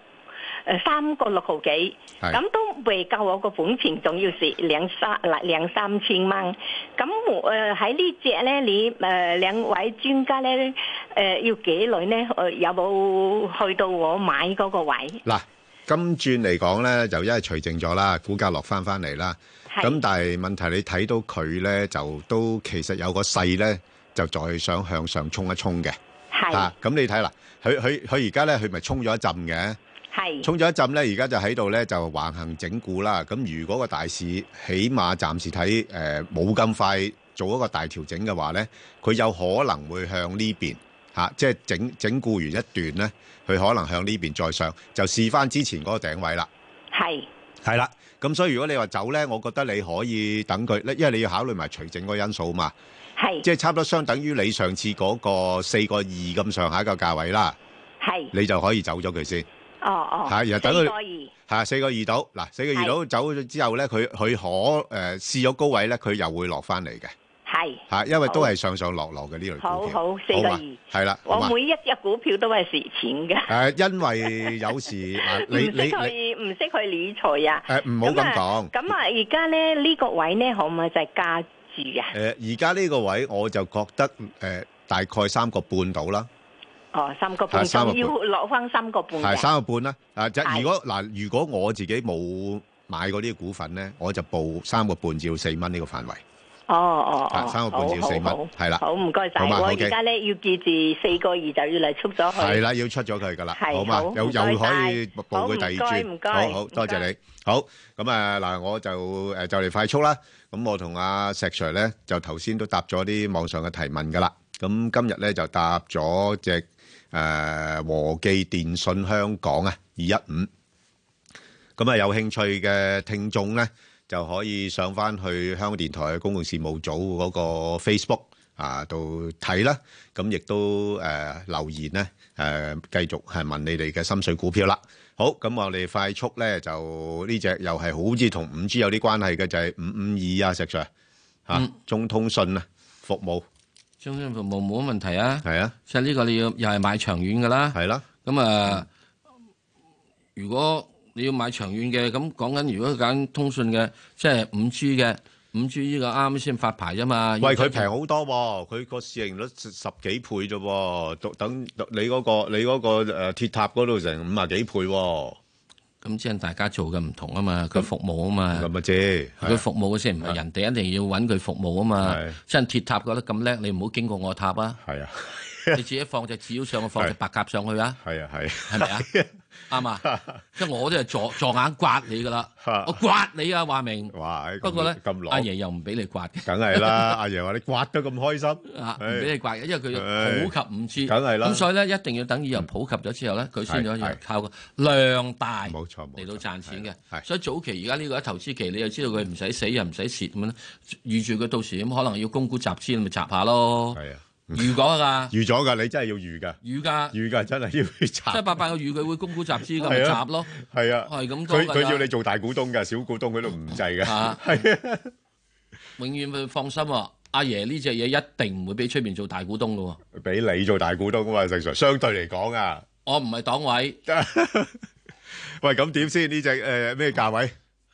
K: 誒三個六毫幾，
A: 係
K: 咁都未夠我個本錢，仲要是兩三嗱兩三千蚊。咁我誒喺呢只咧，你誒、呃、兩位專家咧誒、呃要幾耐咧？誒、有冇去到我買嗰個位？
A: 嗱，金轉嚟講咧，就因為除淨咗啦，股價落翻翻嚟啦。
K: 係
A: 咁但係問題你睇到佢咧，就都其實有個勢咧，就再想向上衝一衝嘅。
K: 係
A: 啊，咁你睇啦，佢佢佢而家咧，佢咪衝咗一陣嘅。
K: 係
A: 衝咗一陣咧，而家就喺度咧就橫行整固啦。咁如果個大市起碼暫時睇誒冇咁快做一個大調整嘅話咧，佢有可能會向呢邊嚇、啊即係整整固完一段咧，佢可能向呢邊再上，就試翻之前嗰個頂位啦。
K: 係
A: 係啦，咁所以如果你話走咧，我覺得你可以等佢，因為你要考慮埋除淨嗰個因素嘛。
K: 係
A: 即係差唔多相等於你上次嗰個四個二咁上下一個價位啦，
K: 係
A: 你就可以走咗佢先。
K: 哦哦，
A: 係然後等佢
K: 四個二。
A: 係四個二到嗱，四個二到走咗之後咧，佢佢可誒試咗高位咧，佢又會落翻嚟嘅
K: 係
A: 嚇，因為都係上上落落嘅呢類股
K: 好
A: 票。
K: 好四個
A: 嘛
K: 二，
A: 係啦，好
K: 我
A: 嘛
K: 每一隻股票都係蝕錢嘅，
A: 誒，因為有 時嗱，
K: 唔
A: 啊你
K: 識
A: 你你
K: 去唔識去理財啊。
A: 誒唔好咁講。
K: 咁啊，而家咧呢個位咧，可唔可以就係加住啊？
A: 誒，呃而家呢個位我就覺得誒大概三個半到啦，
K: 哦，三個半，
A: 係三個
K: 仲
A: 半
K: 要落翻三個半
A: 係
K: 嘅。
A: 三個半啦。啊，就如果嗱，如果我自己冇買過呢啲股份咧，我就報三個半至到四蚊呢個範圍。
K: 哦哦
A: 啊
K: 哦，
A: 三個半至
K: 好
A: 四蚊
K: 好好
A: 係啦
K: 好唔該晒。
A: 好嘛
K: 我而
A: OK
K: 家咧要記住四個二就要嚟出咗去。
A: 係啦，要出咗佢噶啦，
K: 係
A: 好嘛
K: 好？
A: 又又
K: 唔該
A: 可以
K: 晒
A: 報佢
K: 好
A: 第二
K: 唔該唔該
A: 轉，好好多謝
K: 唔該
A: 你。好咁啊嗱，我就誒就嚟快速啦。咁我同阿石 Sir 咧就頭先都答咗啲網上嘅提問噶啦。咁今日咧就答咗只誒和記電訊香港啊二一五。咁啊，有興趣嘅聽眾咧，就可以上翻去香港電台嘅公共事務組嗰個 Facebook 啊度睇啦。咁亦都誒、呃留言咧誒、呃，繼續係問你哋嘅心水股票啦。好，咁我哋快速咧就呢只又係好似同五 G 有啲關係嘅，就係五五二啊，石 Sir 嚇、啊中通訊啊服務。
B: 中央服務冇乜問題啊。
A: 係啊，
B: 即係呢個你要又係買長遠噶啦。
A: 係啦。
B: 咁啊，如果你要買長遠嘅，咁講緊如果揀通訊嘅，即係五 G 嘅，五 G 呢個啱先發牌啫嘛。
A: 喂，佢平好多喎，佢個市盈率十十幾倍啫喎，等等你嗰、個你嗰、個誒鐵塔嗰度成五啊幾倍喎。
B: 咁即係大家做嘅唔同啊嘛，佢服務啊嘛，
A: 咁啊啫，
B: 佢服務嘅先唔係人哋一定要揾佢服務啊嘛，即係鐵塔覺得咁叻，你唔好經過我塔啊，
A: 係啊，
B: 你自己放隻紙鷂上去，放隻白鴿上去啊，
A: 係啊係，
B: 係 咪啊？啱啊，即係我都係助助眼刮你噶啦，我刮你啊，話明，
A: 哇，
B: 不過咧，
A: 咁
B: 阿爺又唔俾你刮嘅，
A: 梗係啦，阿爺話你刮得咁開心，
B: 啊，唔
A: 唉
B: 俾你刮嘅，因為佢
A: 唉
B: 要普及五 G，
A: 梗係啦
B: 咁所以咧一定要等以後普及咗之後咧，佢先可以
A: 係係
B: 靠個量大，
A: 冇錯
B: 嚟到賺錢嘅。所以早期而家呢個一投資期，你又知道佢唔使死又唔使蝕咁樣，預住佢到時咁可能要供股集資，你咪集下咯。
A: 係啊，
B: 預咗㗎，
A: 預咗㗎，你真係要預㗎，
B: 預㗎，
A: 預㗎真係要去集
B: 即。係八八個預佢會供股集資咁咪
A: 係啊
B: 集咯。
A: 係啊，
B: 係咁多
A: 佢
B: 㗎
A: 佢
B: 啦
A: 要你做大股東㗎，小股東佢都唔制㗎。
B: 啊，永遠佢放心啊！阿爺呢只嘢一定唔會俾出面做大股東嘅
A: 喎， 俾你做大股東啊嘛，正常相對嚟講啊。
B: 我唔係黨委。
A: 喂，咁點先呢只誒咩價位？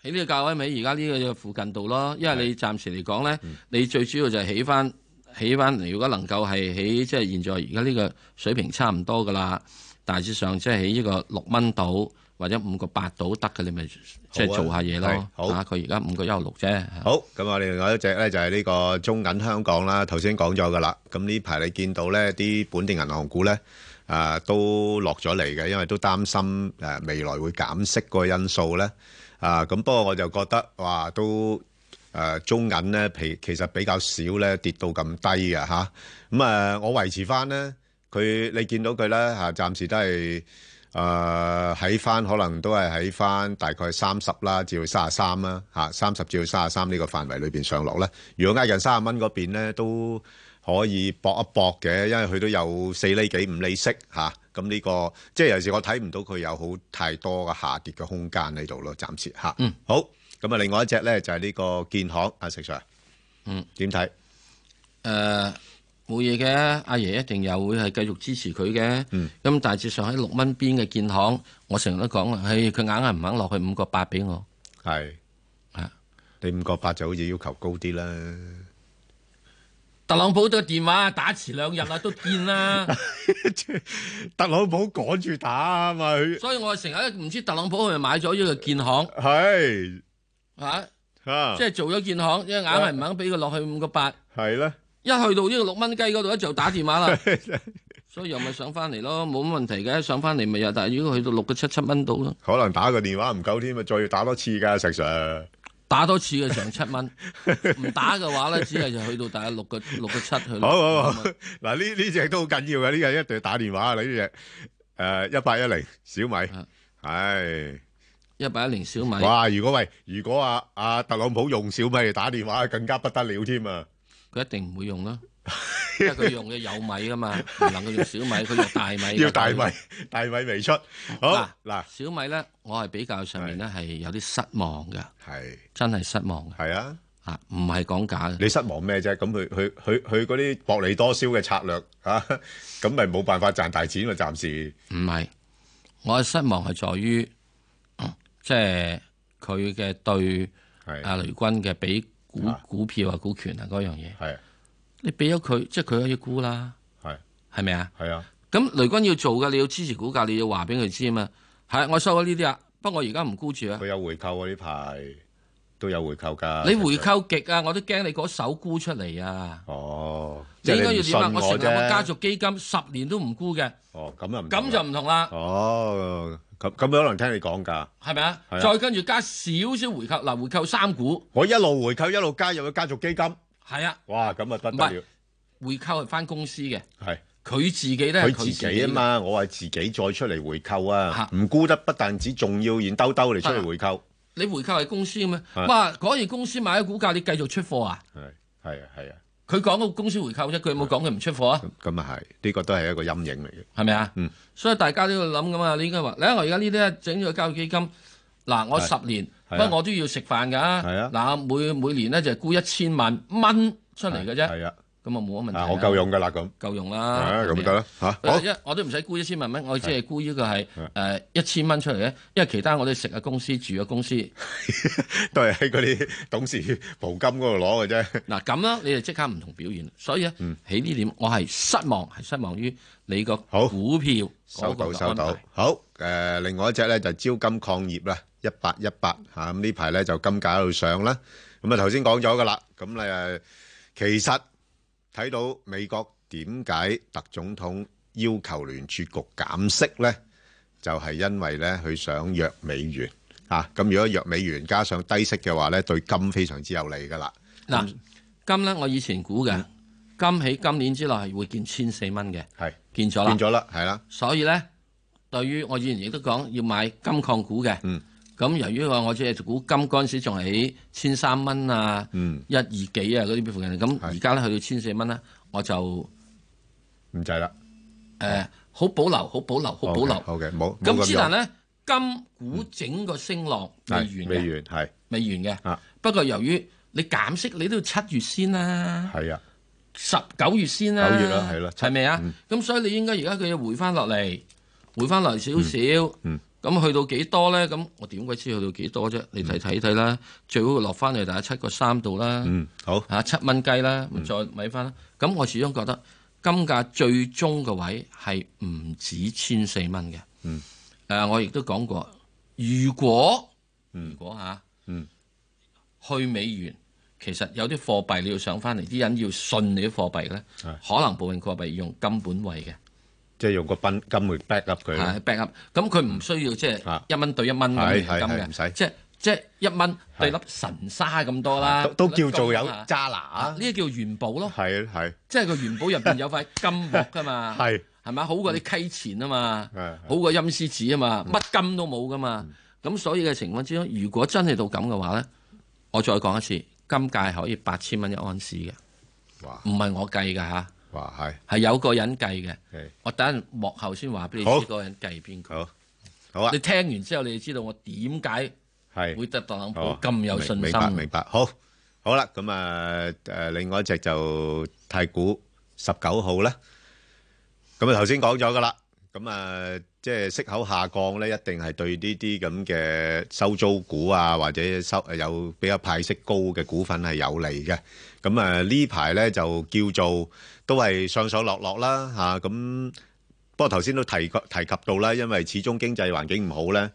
B: 喺呢個價位咪而家呢個附近度咯，因為你暫時嚟講咧，
A: 嗯
B: 你最主要就係起翻起翻，如果能夠係喺即係現在而家呢個水平差唔多噶啦，大致上即係喺呢個六蚊度或者五個八度得嘅，你咪即係做下嘢
A: 啊係
B: 咯。
A: 好
B: 啊佢而家五個一毫六啫。
A: 好，咁我哋另外一隻咧就係呢個中銀香港啦，頭先講咗噶啦。咁呢排你見到咧啲本地銀行股咧，啊都落咗嚟嘅，因為都擔心誒未來會減息個因素咧。啊，咁不過我就覺得哇，都誒中銀咧，其其實比較少咧跌到咁低嘅嚇。咁啊，我維持翻咧，佢你見到佢咧嚇，暫時都係。誒呃喺翻可能都係喺翻大概三十啦，至到三十三啦，嚇三十至到三十三呢個範圍裏邊上落咧。如果挨近三十蚊嗰邊咧，都可以搏一搏嘅，因為佢都有四厘幾五厘息嚇。咁、呢個即係有時我睇唔到佢有好太多嘅下跌嘅空間喺度咯，暫時嚇。
B: 嗯，
A: 好。咁啊，另外一隻咧就係呢個建行，阿石 Sir，
B: 嗯，
A: 點睇？
B: 誒、冇嘢嘅，阿爺一定又會係繼續支持佢嘅。咁、
A: 嗯
B: 大致上喺六蚊邊嘅建行，我成日都講啊啦，唉，佢硬係唔肯落去五個八俾我。
A: 係
B: 啊，
A: 你五個八就好似要求高啲啦。
B: 特朗普都電話打遲兩日啦，都 見啦。
A: 特朗普趕住打啊嘛，佢
B: 所以我成日都唔知特朗普係咪買咗呢個建 行
A: 係
B: 啊，
A: 啊
B: 即係做咗建行，因為硬係唔肯俾佢落去五個八。
A: 係啦，
B: 一去到呢個六蚊雞嗰度，一就打電話啦。 所以又咪上翻嚟咯，冇乜問題嘅，上翻嚟咪又，但係如果去到六個七七蚊到咯，
A: 可能打個電話唔夠添啊，再要打多次㗎，石 Sir。
B: 打多次嘅上七 蚊，唔打嘅話咧，只係就去到大概六個六個七去。
A: 好好
B: 啊
A: 好，嗱呢呢只都好緊要嘅，呢只一定要打電話啦，呢只誒一八一零小米，係
B: 啊一八一零小米。
A: 哇！如果喂，如果啊啊特朗普用小米嚟打電話，更加不得了添啊！
B: 佢一定唔會用啦，因為佢用嘅有米噶嘛，唔能夠用小米，佢用大米啊㗎。
A: 要大米，大米未出。好嗱，
B: 小米咧，我係比較上面咧係有啲失望嘅，
A: 係
B: 真係失望嘅。
A: 係啊，
B: 啊唔係講假嘅。
A: 你失望咩啫？咁佢佢佢佢嗰啲薄利多銷嘅策略啊， 咁咪冇辦法賺大錢喎，暫時。
B: 唔係，我嘅失望係在於，嗯即係佢嘅對阿雷軍嘅俾股股票啊、股權啊嗰樣嘢。
A: 係
B: 你俾咗佢，即係佢可以沽啦。
A: 係
B: 係咪啊？
A: 係啊。
B: 咁雷軍要做嘅，你要支持股價，你要話俾佢知啊嘛。係，我收咗呢啲啊，不過我而家唔沽住啊。
A: 佢有回購喎呢排都有回購㗎。
B: 你回購極啊，我都驚你嗰手沽出嚟啊！
A: 哦，
B: 你
A: 即係
B: 應該要
A: 唔
B: 點啊？
A: 信
B: 我成立
A: 啫
B: 我家族基金十年都唔沽嘅，
A: 哦，咁又唔
B: 咁就唔同啦，
A: 哦，咁咁可能聽你講㗎。
B: 係咪啊？
A: 係啊
B: 再跟住加少少回購，嗱，回購三股，
A: 我一路回購一路加入去家族基金，
B: 係啊，
A: 哇，咁啊不得
B: 唔
A: 了
B: 係。回購係翻公司嘅，
A: 係
B: 佢自己咧，
A: 佢自己啊嘛，我話自己再出嚟回購啊，唔沽得不但止，仲要現兜兜嚟出
B: 啊
A: 嚟回購，
B: 你回購係公司嘅咩？
A: 係
B: 哇！嗰日公司買咗股價，你繼續出貨啊？
A: 係係啊係啊，
B: 佢講個公司回購啫，佢有冇講佢唔出貨啊？
A: 咁啊係，呢個都係一個陰影嚟嘅，
B: 係咪啊？
A: 嗯，
B: 所以大家都要諗噶嘛。你應該話，你睇我而家呢啲咧整咗個交易基金，嗱，我十
A: 係
B: 年，
A: 係
B: 不
A: 啊
B: 過我都要食飯㗎。
A: 係啊
B: 嗱，每每年咧就沽一千萬蚊出嚟嘅啫。
A: 係啊，
B: 咁啊冇乜問題
A: 啊
B: 啊。
A: 我夠用㗎啦咁，
B: 夠用
A: 啊
B: 啦。
A: 咁得啦嚇，好
B: 因為我都唔使沽一千萬蚊，我只係沽呢個係誒一千蚊出嚟咧，因為其他我哋食啊公司住啊 公司，
A: 都係喺嗰啲董事袍金嗰度攞嘅啫，
B: 嗱咁啦，你哋即刻唔同表現啦。所以咧喺呢點，我係失望，係失望於你個股票
A: 收
B: 嗰個
A: 到
B: 嘅
A: 收
B: 安排
A: 到，好誒，另外一隻咧就招金礦業啦，一八一八嚇，咁呢排咧就金價喺度上啦，咁啊頭先講咗㗎啦，咁誒其實。睇到美國點解特總統要求聯儲局減息呢？就係、因為呢，佢想弱美元啊。咁如果弱美元加上低息嘅話呢，對金非常之有利噶啦。嗯
B: 嗱，金咧我以前估嘅，金喺今年之內係會見千四蚊嘅，
A: 係
B: 見咗啦，
A: 變咗啦，係啦，
B: 所以咧，對於我以前亦都講要買金礦股嘅，
A: 嗯，
B: 咁由於話我只係估金嗰陣時仲喺千三蚊啊，
A: 嗯，
B: 一二幾啊嗰啲附近，咁而家咧去到千四蚊咧，我就
A: 唔制啦，
B: 誒好保留，好保留，好保留。
A: 好嘅，冇冇
B: 咁之但
A: 樣
B: 咧，金股整個升浪未完
A: 係
B: 嘅，
A: 美元係
B: 未完嘅。
A: 啊
B: 不過由於你減息，你都要七月先啦，
A: 係啊，
B: 十九月先啦，
A: 九月嗯啦係啦七
B: 係咪啊？咁所以你應該而家佢要回翻落嚟，回翻落嚟少少。
A: 嗯
B: 咁去到幾多咧？咁我點鬼知去到幾多啫？你睇睇睇啦，最好落翻嚟大家七個三度啦。
A: 嗯，好嗯
B: 嚇七蚊雞啦，咁再買翻啦。咁我始終覺得金價最終嘅位係唔止千四蚊嘅。
A: 嗯。
B: 誒、呃我亦都講過，如果如果嚇、
A: 嗯，
B: 去美元，其實有啲貨幣你要上翻嚟，啲人要信你啲貨幣咧，可能部分貨幣要用金本位嘅。
A: 即係用個賓金去 back up 佢啦
B: 係 back up，咁佢唔需要即係一蚊對一蚊咁
A: 係
B: 樣
A: 係
B: 金
A: 係
B: 嘅，
A: 唔使
B: 即係即係一蚊對粒神沙咁多啦，
A: 都都叫做有渣拿
B: 啊，呢啲叫元寶咯，
A: 係係
B: 即係個元寶入邊有塊金箔噶 嘛，
A: 係嗯
B: 係咪好過啲溪錢啊嘛，好過陰絲紙啊嘛，乜金都冇噶嘛，咁所以嘅情況之中，如果真係到咁嘅話咧，我再講一次，金價係可以八千蚊一安士嘅，
A: 哇，
B: 唔係我計㗎嚇，
A: 哇係
B: 係有個人計嘅。
A: 係
B: 我等陣幕後先話俾你知
A: 好
B: 嗰個人計邊個。
A: 好，好啊
B: 你聽完之後，你就知道我點解
A: 係
B: 會得特朗普
A: 好啊
B: 咁有信
A: 明
B: 心。
A: 白明白，好好啦，咁啊誒，另外一隻就太古十九號咧，咁啊頭先講咗噶啦，咁啊即係息口下降咧，一定係對呢啲咁嘅收租股啊，或者收有比較派息高嘅股份係有利嘅。咁啊呢排咧就叫做都係上上落落啦嚇，咁、不過頭先都提及提及到啦，因為始終經濟環境唔好咧，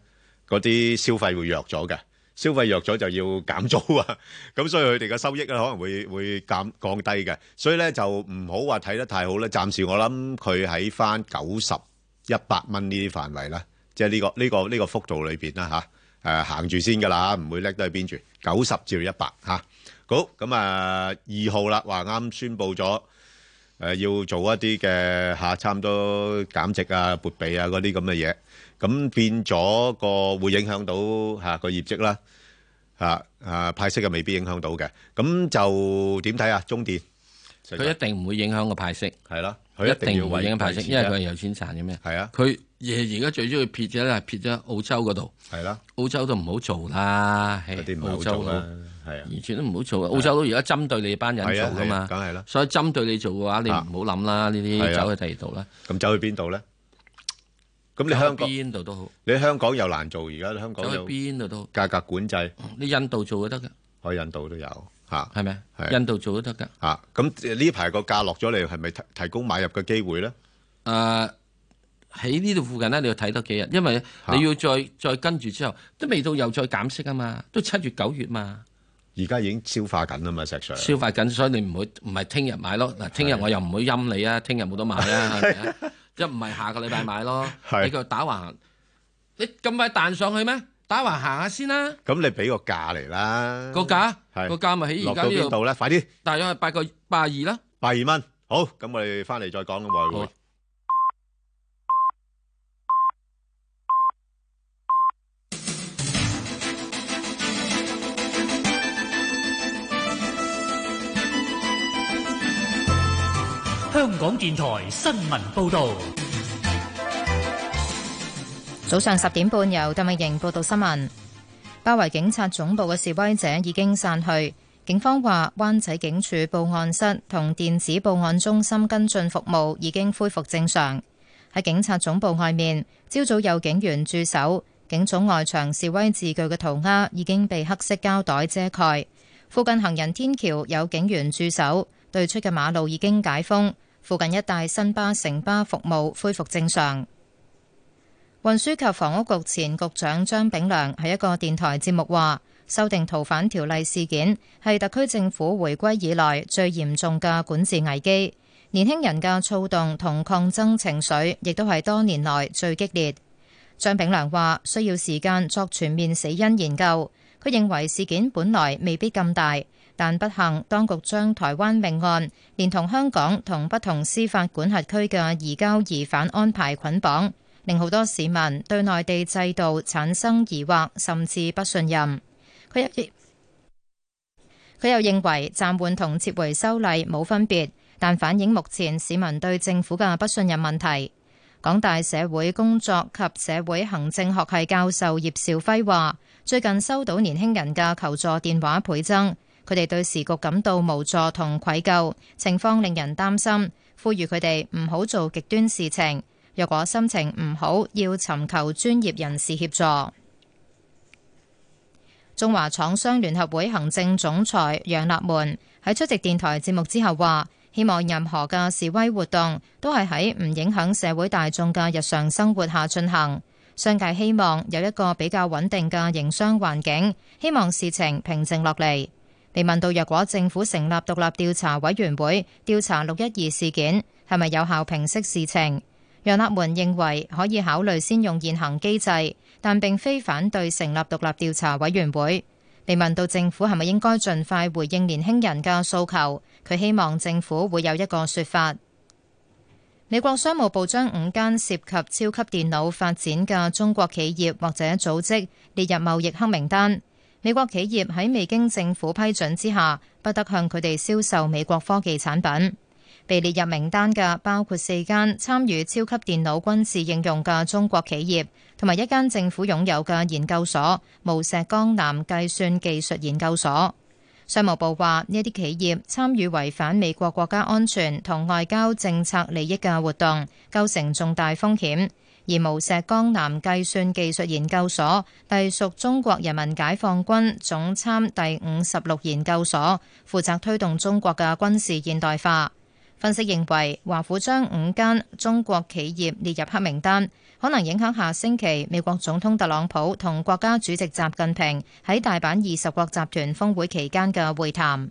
A: 嗰啲消費會弱咗嘅。消費弱咗就要減租啊， 咁所以佢哋嘅收益咧可能會會減降低嘅，所以咧就唔好話睇得太好啦。暫時我諗佢喺翻九十一百蚊呢啲範圍啦，即係呢個呢個呢個幅度裏邊啦吓，誒行住先㗎啦，唔會叻得去邊住。九十至到一百嚇，好咁啊二號啦，話啱宣布咗。誒、要做一啲嘅嚇，差唔多減值啊、撥備啊嗰啲咁嘅嘢，咁變咗個會影響到嚇個、業績啦，嚇啊派息嘅未必影響到嘅，咁就點睇啊？中電
B: 佢一定唔會影響個派息，
A: 係啦，佢
B: 佢
A: 一
B: 一定
A: 定
B: 唔
A: 要
B: 會影響派息，因為佢係
A: 係
B: 有錢賺嘅咩？
A: 係啊，
B: 佢而而家最主要撇咗咧，係撇咗澳洲嗰度。
A: 係啦，
B: 澳洲都唔好做啦，嗰
A: 啲唔係
B: 澳
A: 好做
B: 洲
A: 啦
B: 啦，
A: 係啊，
B: 完全都唔好做啊！澳洲都而家針對你班人
A: 係啊
B: 做
A: 係
B: 噶
A: 啊
B: 嘛，
A: 梗係啦。
B: 所以針對你做嘅話，你唔好諗啦，呢啲
A: 係啊
B: 走去第二度啦。
A: 咁走去邊度咧？咁你香港
B: 邊度都好，
A: 你香港又難做，而家香港
B: 走去
A: 有
B: 邊度都好，
A: 價格管制，
B: 你印度做都得㗎，
A: 去印度都有嚇，
B: 係咪？
A: 係
B: 印度做都得㗎。
A: 啊，咁呢排個價落咗嚟，係咪提提供買入嘅機會咧？
B: 誒喺呢度附近咧，你要睇多幾日，因為你要再再跟住之後，都未到又再減息啊嘛，都七月九月嘛，
A: 而家已經消化緊啦嘛，石 Sir。
B: 消化緊，所以你唔好唔係聽日買咯。嗱，聽日我又唔會陰你啊，聽日冇得買 啊，係咪啊？一唔係下個禮拜買咯，
A: 係
B: 你佢打橫行，你咁快彈上去咩？打橫行下先啦，
A: 咁你俾個價嚟啦，
B: 個價
A: 係
B: 個價咪喺而家
A: 落到邊
B: 呢
A: 度
B: 度，
A: 咧？快啲，
B: 大約係八個八二啦。
A: 八二蚊。好，咁我哋翻嚟再講嘅外匯。
D: 香港電台新聞報導，
E: 早上十點半，由鄧美瑩報道新聞。包圍警察總部嘅示威者已經散去，警方話灣仔警署報案室同電子報案中心跟進服務已經恢復正常。喺警察總部外面，朝早有警員駐守，警總外牆示威字句嘅塗鴉已經被黑色膠袋遮蓋。附近行人天橋有警員駐守，對出嘅馬路已經解封。附近一帶新巴、城巴服務恢復正常。運輸及房屋局前局長張炳良喺一個電台節目話：修訂逃犯條例事件係特區政府回歸以來最嚴重嘅管治危機，年輕人嘅躁動同抗爭情緒亦都係多年來最激烈。張炳良話：需要時間作全面死因研究。佢認為事件本來未必咁大，但不幸當局將台灣命案連同香港同不同司法管轄區嘅移交疑犯安排捆綁，令好多市民對內地制度產生疑惑，甚至不信任。佢又認佢又認為暫緩同撤回修例冇分別，但反映目前市民對政府嘅不信任問題。港大社會工作及社會行政學系教授葉兆輝話：最近收到年輕人嘅求助電話倍增，佢哋對時局感到無助同愧疚，情況令人擔心，呼籲佢哋唔好做極端事情。若果心情唔好，要尋求專業人士協助。中華廠商聯合會行政總裁楊立門喺出席電台節目之後話：希望任何嘅示威活動都係喺唔影響社會大眾嘅日常生活下進行。商界希望有一個比較穩定嘅營商環境，希望事情平靜落嚟。被問到若果政府成立獨立調查委員會調查六一二事件，係咪有效平息事情？楊立門認為可以考慮先用現行機制，但並非反對成立獨立調查委員會。被問到政府係咪應該盡快回應年輕人嘅訴求，佢希望政府會有一個說法。美國商務部將五間涉及超級電腦發展嘅中國企業或者組織列入貿易黑名單。美國企業喺未經政府批准之下，不得向佢哋銷售美國科技產品。被列入名單嘅包括四間參與超級電腦軍事應用嘅中國企業，同埋一間政府擁有嘅研究所——無錫江南計算技術研究所。商務部話：呢一啲企業參與違反美國國家安全同外交政策利益嘅活動，構成重大風險。而無錫江南計算技術研究所隸屬中國人民解放軍總參第五十六研究所，負責推動中國嘅軍事現代化。分析認為，華府將五間中國企業列入黑名單，可能影響下星期美國總統特朗普同國家主席習近平喺大阪二十國集團峰會期間嘅會談。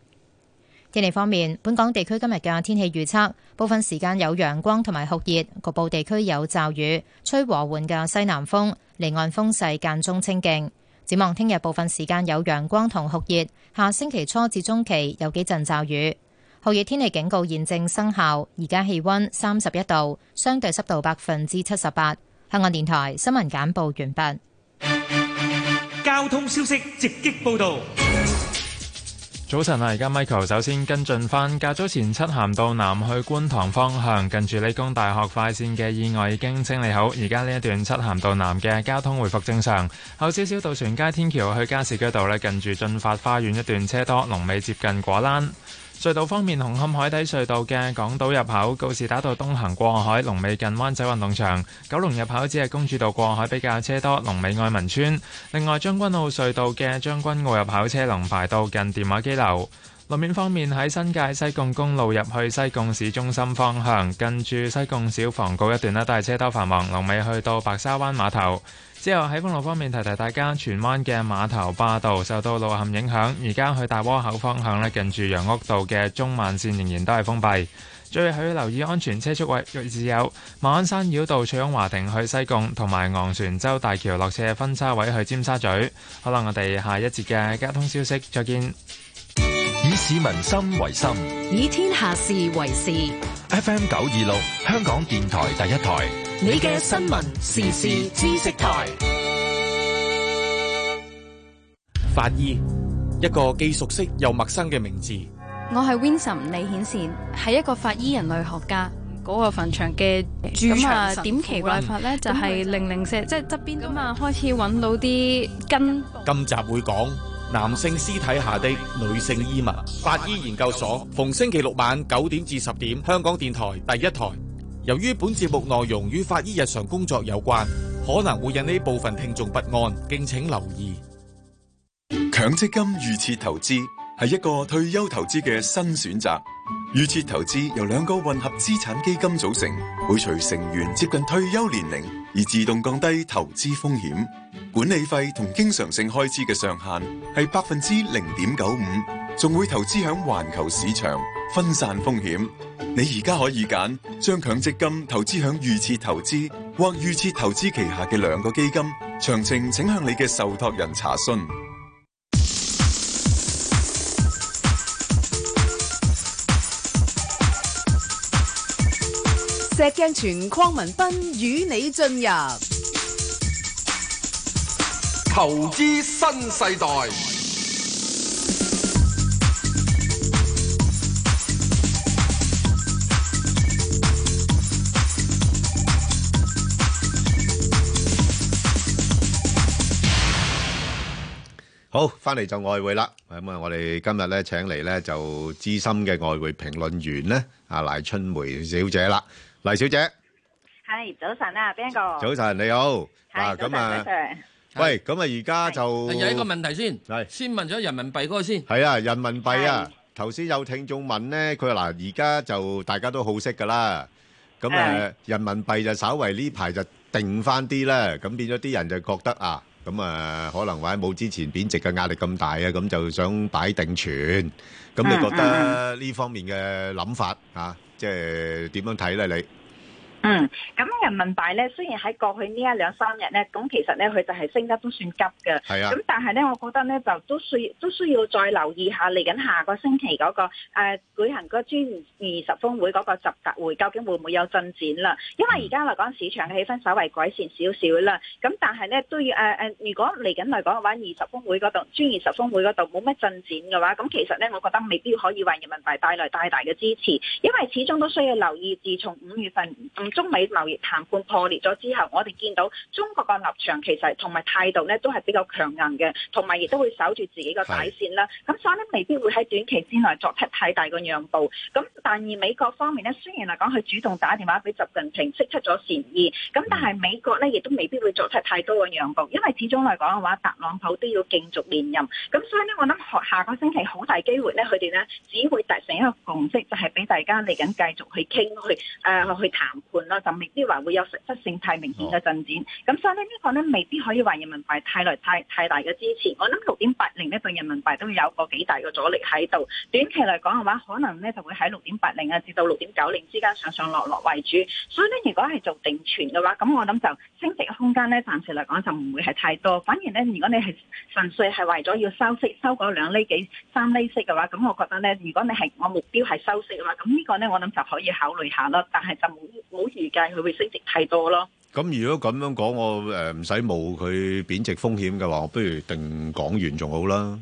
E: 天氣方面，本港地區今日嘅天氣預測，部分時間有陽光同埋酷熱，局部地區有驟雨，吹和緩嘅西南風，離岸風勢間中清勁。展望聽日部分時間有陽光同酷熱，下星期初至中期有幾陣驟雨。酷熱天氣警告現正生效，而家氣温三十一度，相對濕度百分之七十八。香港電台新聞簡報完畢。
D: 交通消息直擊報導。
F: 早晨啊，而家 Michael 首先跟進翻，較早前漆咸道南去觀塘方向，近住理工大學快線嘅意外已經清理好，而家呢一段漆咸道南嘅交通回復正常。後少少渡船街天橋去加士居道呢，近住進發花園一段車多，龍尾接近果欄。隧道方面，紅磡海底隧道嘅港島入口告士打道東行過海，龍尾近灣仔運動場；九龍入口只係公主道過海比較車多，龍尾愛民村。另外，將軍澳隧道嘅將軍澳入口車龍排到近電話機樓。路面方面，喺新界西貢公路入去西貢市中心方向，近住西貢小房局一段呢，都係車多繁忙，龍尾去到白沙灣碼頭。之後喺封路方面提提大家，荃灣嘅碼頭壩道受到路陷影響，而家去大窩口方向咧，近住楊屋道嘅中慢線仍然都係封閉。最後要留意安全車速位置有馬鞍山繞道翠擁華庭去西貢，同埋昂船洲大橋落斜分叉位去尖沙咀。好啦，我哋下一節嘅交通消息再見。
G: 以市民心為心，
H: 以天下事為事。
G: FM 九二六，香港電台第一台。
H: 你嘅新聞時事知識台。
L: 法醫，一個既熟悉又陌生嘅名字。
M: 我係 Winsome 李顯善，係一個法醫人類學家。嗰個墳場嘅駐咁場啊，神點奇怪法咧？就係零零舍，即係側邊咁啊，開始揾到啲根。
L: 今集會講男性屍體下的女性衣物。法醫研究所逢星期六晚九點至十點，香港電台第一台。由於本節目內容與法醫日常工作有關，可能會引起部分聽眾不安，敬請留意。
P: 強積金預設投資係一個退休投資嘅新選擇。預設投資由兩個混合資產基金組成，會隨成員接近退休年齡而自動降低投資風險。管理費同經常性開支嘅上限係百分之零點九五，仲會投資響環球市場，分散風險。你而家可以揀將強積金投資響預設投資或預設投資旗下嘅兩個基金。詳情請向你嘅受託人查詢。
N: 石鏡泉鄺民彬與你進入
O: 投資新世代，
A: 好，翻嚟就外匯啦。咁啊，我哋今日咧請嚟咧就資深嘅外匯評論員咧，阿賴春梅小姐啦。黎小姐，
X: 係早晨啊，Ben 哥，
A: 早晨你好。嗱
X: 係早晨
A: 咁啊，
X: ，Sir，
A: 喂，咁啊而家就
B: 有一個問題先，先問咗人民幣嗰個先。
A: 係啊，人民幣啊，頭先有聽眾問咧，佢話嗱，而家就大家都好識噶啦，咁
B: 係
A: 誒人民幣就稍為呢排就定翻啲啦，咁變咗啲人就覺得啊，咁啊可能或者冇之前貶值嘅壓力咁大啊，咁就想擺定存，咁
X: 嗯
A: 你覺得呢方面嘅諗法啊，即係點樣睇咧？你
X: 嗯，咁人民幣咧，雖然喺過去呢一兩三日咧，咁其實咧佢就係升得都算急嘅，
A: 係啊
X: 咁但係咧，我覺得咧就都需都需要再留意下嚟緊下個星期嗰、個誒、呃、舉行嗰 G 二十峰會嗰個習特會，究竟會唔會有進展啦？因為而家嚟講市場嘅氣氛稍為改善少少啦，咁但係咧都要誒誒、呃如果嚟緊嚟講嘅話，二十峰會嗰度 G 二十峰會嗰度冇乜進展嘅話，咁其實咧，我覺得未必可以為人民幣帶來太大嘅支持，因為始終都需要留意，自從五月份五嗯中美貿易談判破裂咗之後，我哋見到中國個立場其實同埋態度咧都係比較強硬嘅，同埋亦都會守住自己個底線啦。咁所以咧，未必會喺短期之內作出太大嘅讓步。咁但而美國方面咧，雖然嚟講佢主動打電話俾習近平，釋出咗善意，咁但係美國咧亦都未必會作出太多嘅讓步，因為始終嚟講嘅話，特朗普都要競逐連任。咁所以咧，我諗學下個星期好大機會咧，佢哋咧只會達成一個共識，就係、俾大家嚟緊繼續去傾去誒、呃去談判啦，就未必話會有實質性太明顯嘅進展。咁、所以咧，呢、個咧未必可以話人民幣太來太太大嘅支持。我諗六點八零呢對人民幣都有個幾大嘅阻力喺度。短期嚟講嘅話，可能咧就會喺六點八零啊至到六點九零之間上上落落為主。所以咧，如果係做定存嘅話，咁我諗就升值嘅空間咧，暫時嚟講就唔會係太多。反而咧，如果你係純粹係為咗要收息，收嗰兩厘幾、三厘息嘅話，咁我覺得咧，如果你係我目標係收息嘅話，咁呢個咧我諗就可以考慮下咯。但係就冇冇預計佢會升值太多咯。
A: 咁如果咁樣講，我誒唔使冇佢貶值風險嘅話，我不如定港元仲好啦。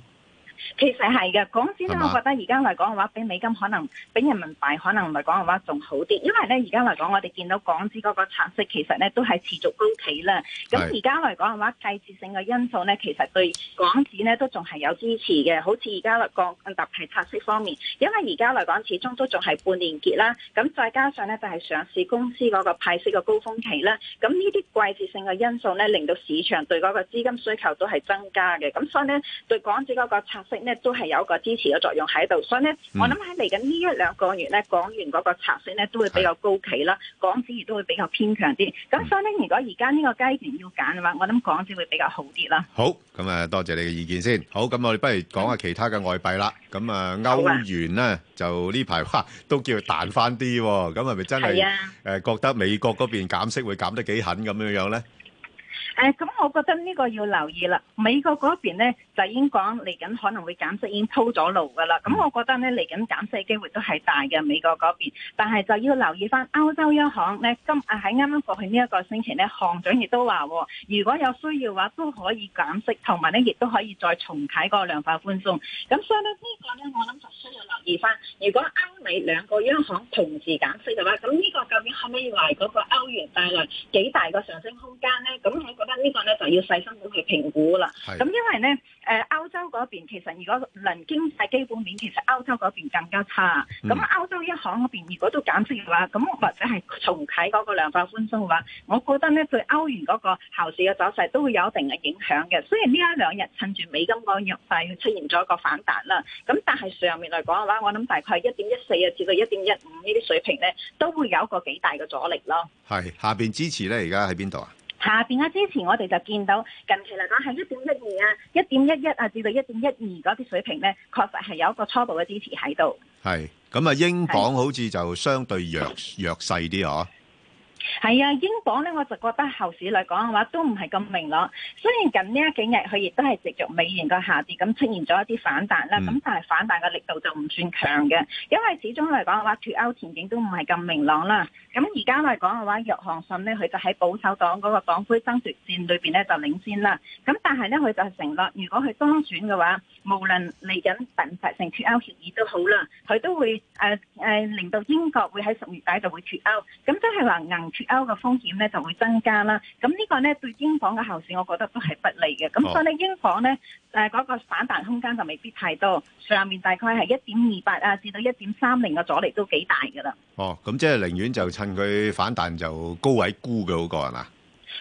X: 其實係嘅，港紙咧，
A: 係
X: 我
A: 嘛
X: 覺得而家嚟講嘅話，比美金可能比人民幣可能嚟講嘅話仲好啲，因為咧而家嚟講，我哋見到港紙嗰個拆息其實咧都係持續高企啦。咁
Q: 係
X: 而家嚟講嘅話，季節性嘅因素咧，其實對港紙咧都仲係有支持嘅。好似而家嚟講，嗯特別係拆息方面，因為而家嚟講始終都仲係半年結啦，咁再加上咧就係上市公司嗰個派息嘅高峰期啦，咁呢啲季節性嘅因素咧，令到市場對嗰個資金需求都係增加嘅，咁所以咧對港紙嗰個拆息咧都係有一個支持嘅作用喺度，所以咧
A: 嗯
X: 我諗喺嚟緊呢一兩個月咧，港元嗰個拆息咧都會比較高企啦，港紙亦都會比較偏強啲，咁所以咧如果而家呢個階段要揀嘅話，我諗港紙會比較好啲啦。
A: 好，咁啊，多謝你嘅意見先。好，咁我哋不如講下其他嘅外幣啦。咁啊， 歐元呢，就呢排，哇，都叫彈返啲喎。咁係咪真係，
X: 係啊。
A: 誒，覺得美國嗰邊減息會減得幾狠咁樣樣呢？係，
X: 誒，咁我覺得呢個要留意啦。美國嗰邊咧就已經講嚟緊可能會減息，已經鋪咗路噶啦。咁我覺得咧嚟緊減息嘅機會都係大嘅，美國嗰邊。但係就要留意翻歐洲央行咧，今啊喺啱啱過去呢一個星期咧，行長亦都話喎，如果有需要嘅話都可以減息，同埋咧亦都可以再重啟嗰個量化寬鬆。咁所以咧呢個咧我諗就需要留意翻，如果歐美兩個央行同時減息嘅話，咁呢個究竟可唔可以為嗰個歐元帶來幾大個上升空間咧？咁我覺得呢個咧就要細心咁去評估啦。
R: 係
X: 咁因為咧，誒、歐洲嗰邊其實如果論經濟基本面，其實歐洲嗰邊更加差。咁、
R: 嗯
X: 歐洲央行嗰邊如果都減息嘅話，咁或者係重啟嗰個量化寬鬆嘅話，我覺得咧對歐元嗰個後市嘅走勢都會有一定嘅影響嘅。雖然呢一兩日趁住美金個弱勢出現咗一個反彈啦，咁但係上面嚟講嘅話，我諗大概一點一四啊至到一點一五呢啲水平咧，都會有一個幾大嘅阻力咯。
A: 下邊支持呢，而家喺邊度啊？
X: 下邊嘅支持我哋就見到近期嚟講係一點一二啊、一點一一啊至到一點一二嗰啲水平咧，確實係有一個初步嘅支持喺度。
A: 係，咁啊，英鎊好似就相對弱-弱勢啲嗬？
X: 係啊，英鎊咧我就覺得後市嚟講嘅話都唔係咁明朗。雖然近呢一幾日佢亦都係藉住美元個下跌咁出現咗一啲反彈啦，咁、但係反彈嘅力度就唔算強嘅，因為始終嚟講嘅話脱歐前景都唔係咁明朗啦。咁而家嚟講嘅話，約翰遜咧佢就喺保守黨嗰個黨魁爭奪戰裏邊咧就領先啦。咁但係咧佢就係承諾，如果佢當選嘅話，無論嚟緊品達成脱歐協議都好啦，佢都會誒誒、呃呃令到英國會喺十月底就會脱歐，咁即係話硬脱歐嘅風險咧就會增加啦。咁呢個咧對英鎊嘅後市，我覺得都係不利嘅。咁
S: 哦
X: 所以咧，英鎊咧誒嗰個反彈空間就未必太多，上面大概係一點二八啊至到一點三零嘅阻力都幾大㗎啦。
A: 哦，咁即係寧願就趁佢反彈就高位沽嘅好過係嘛？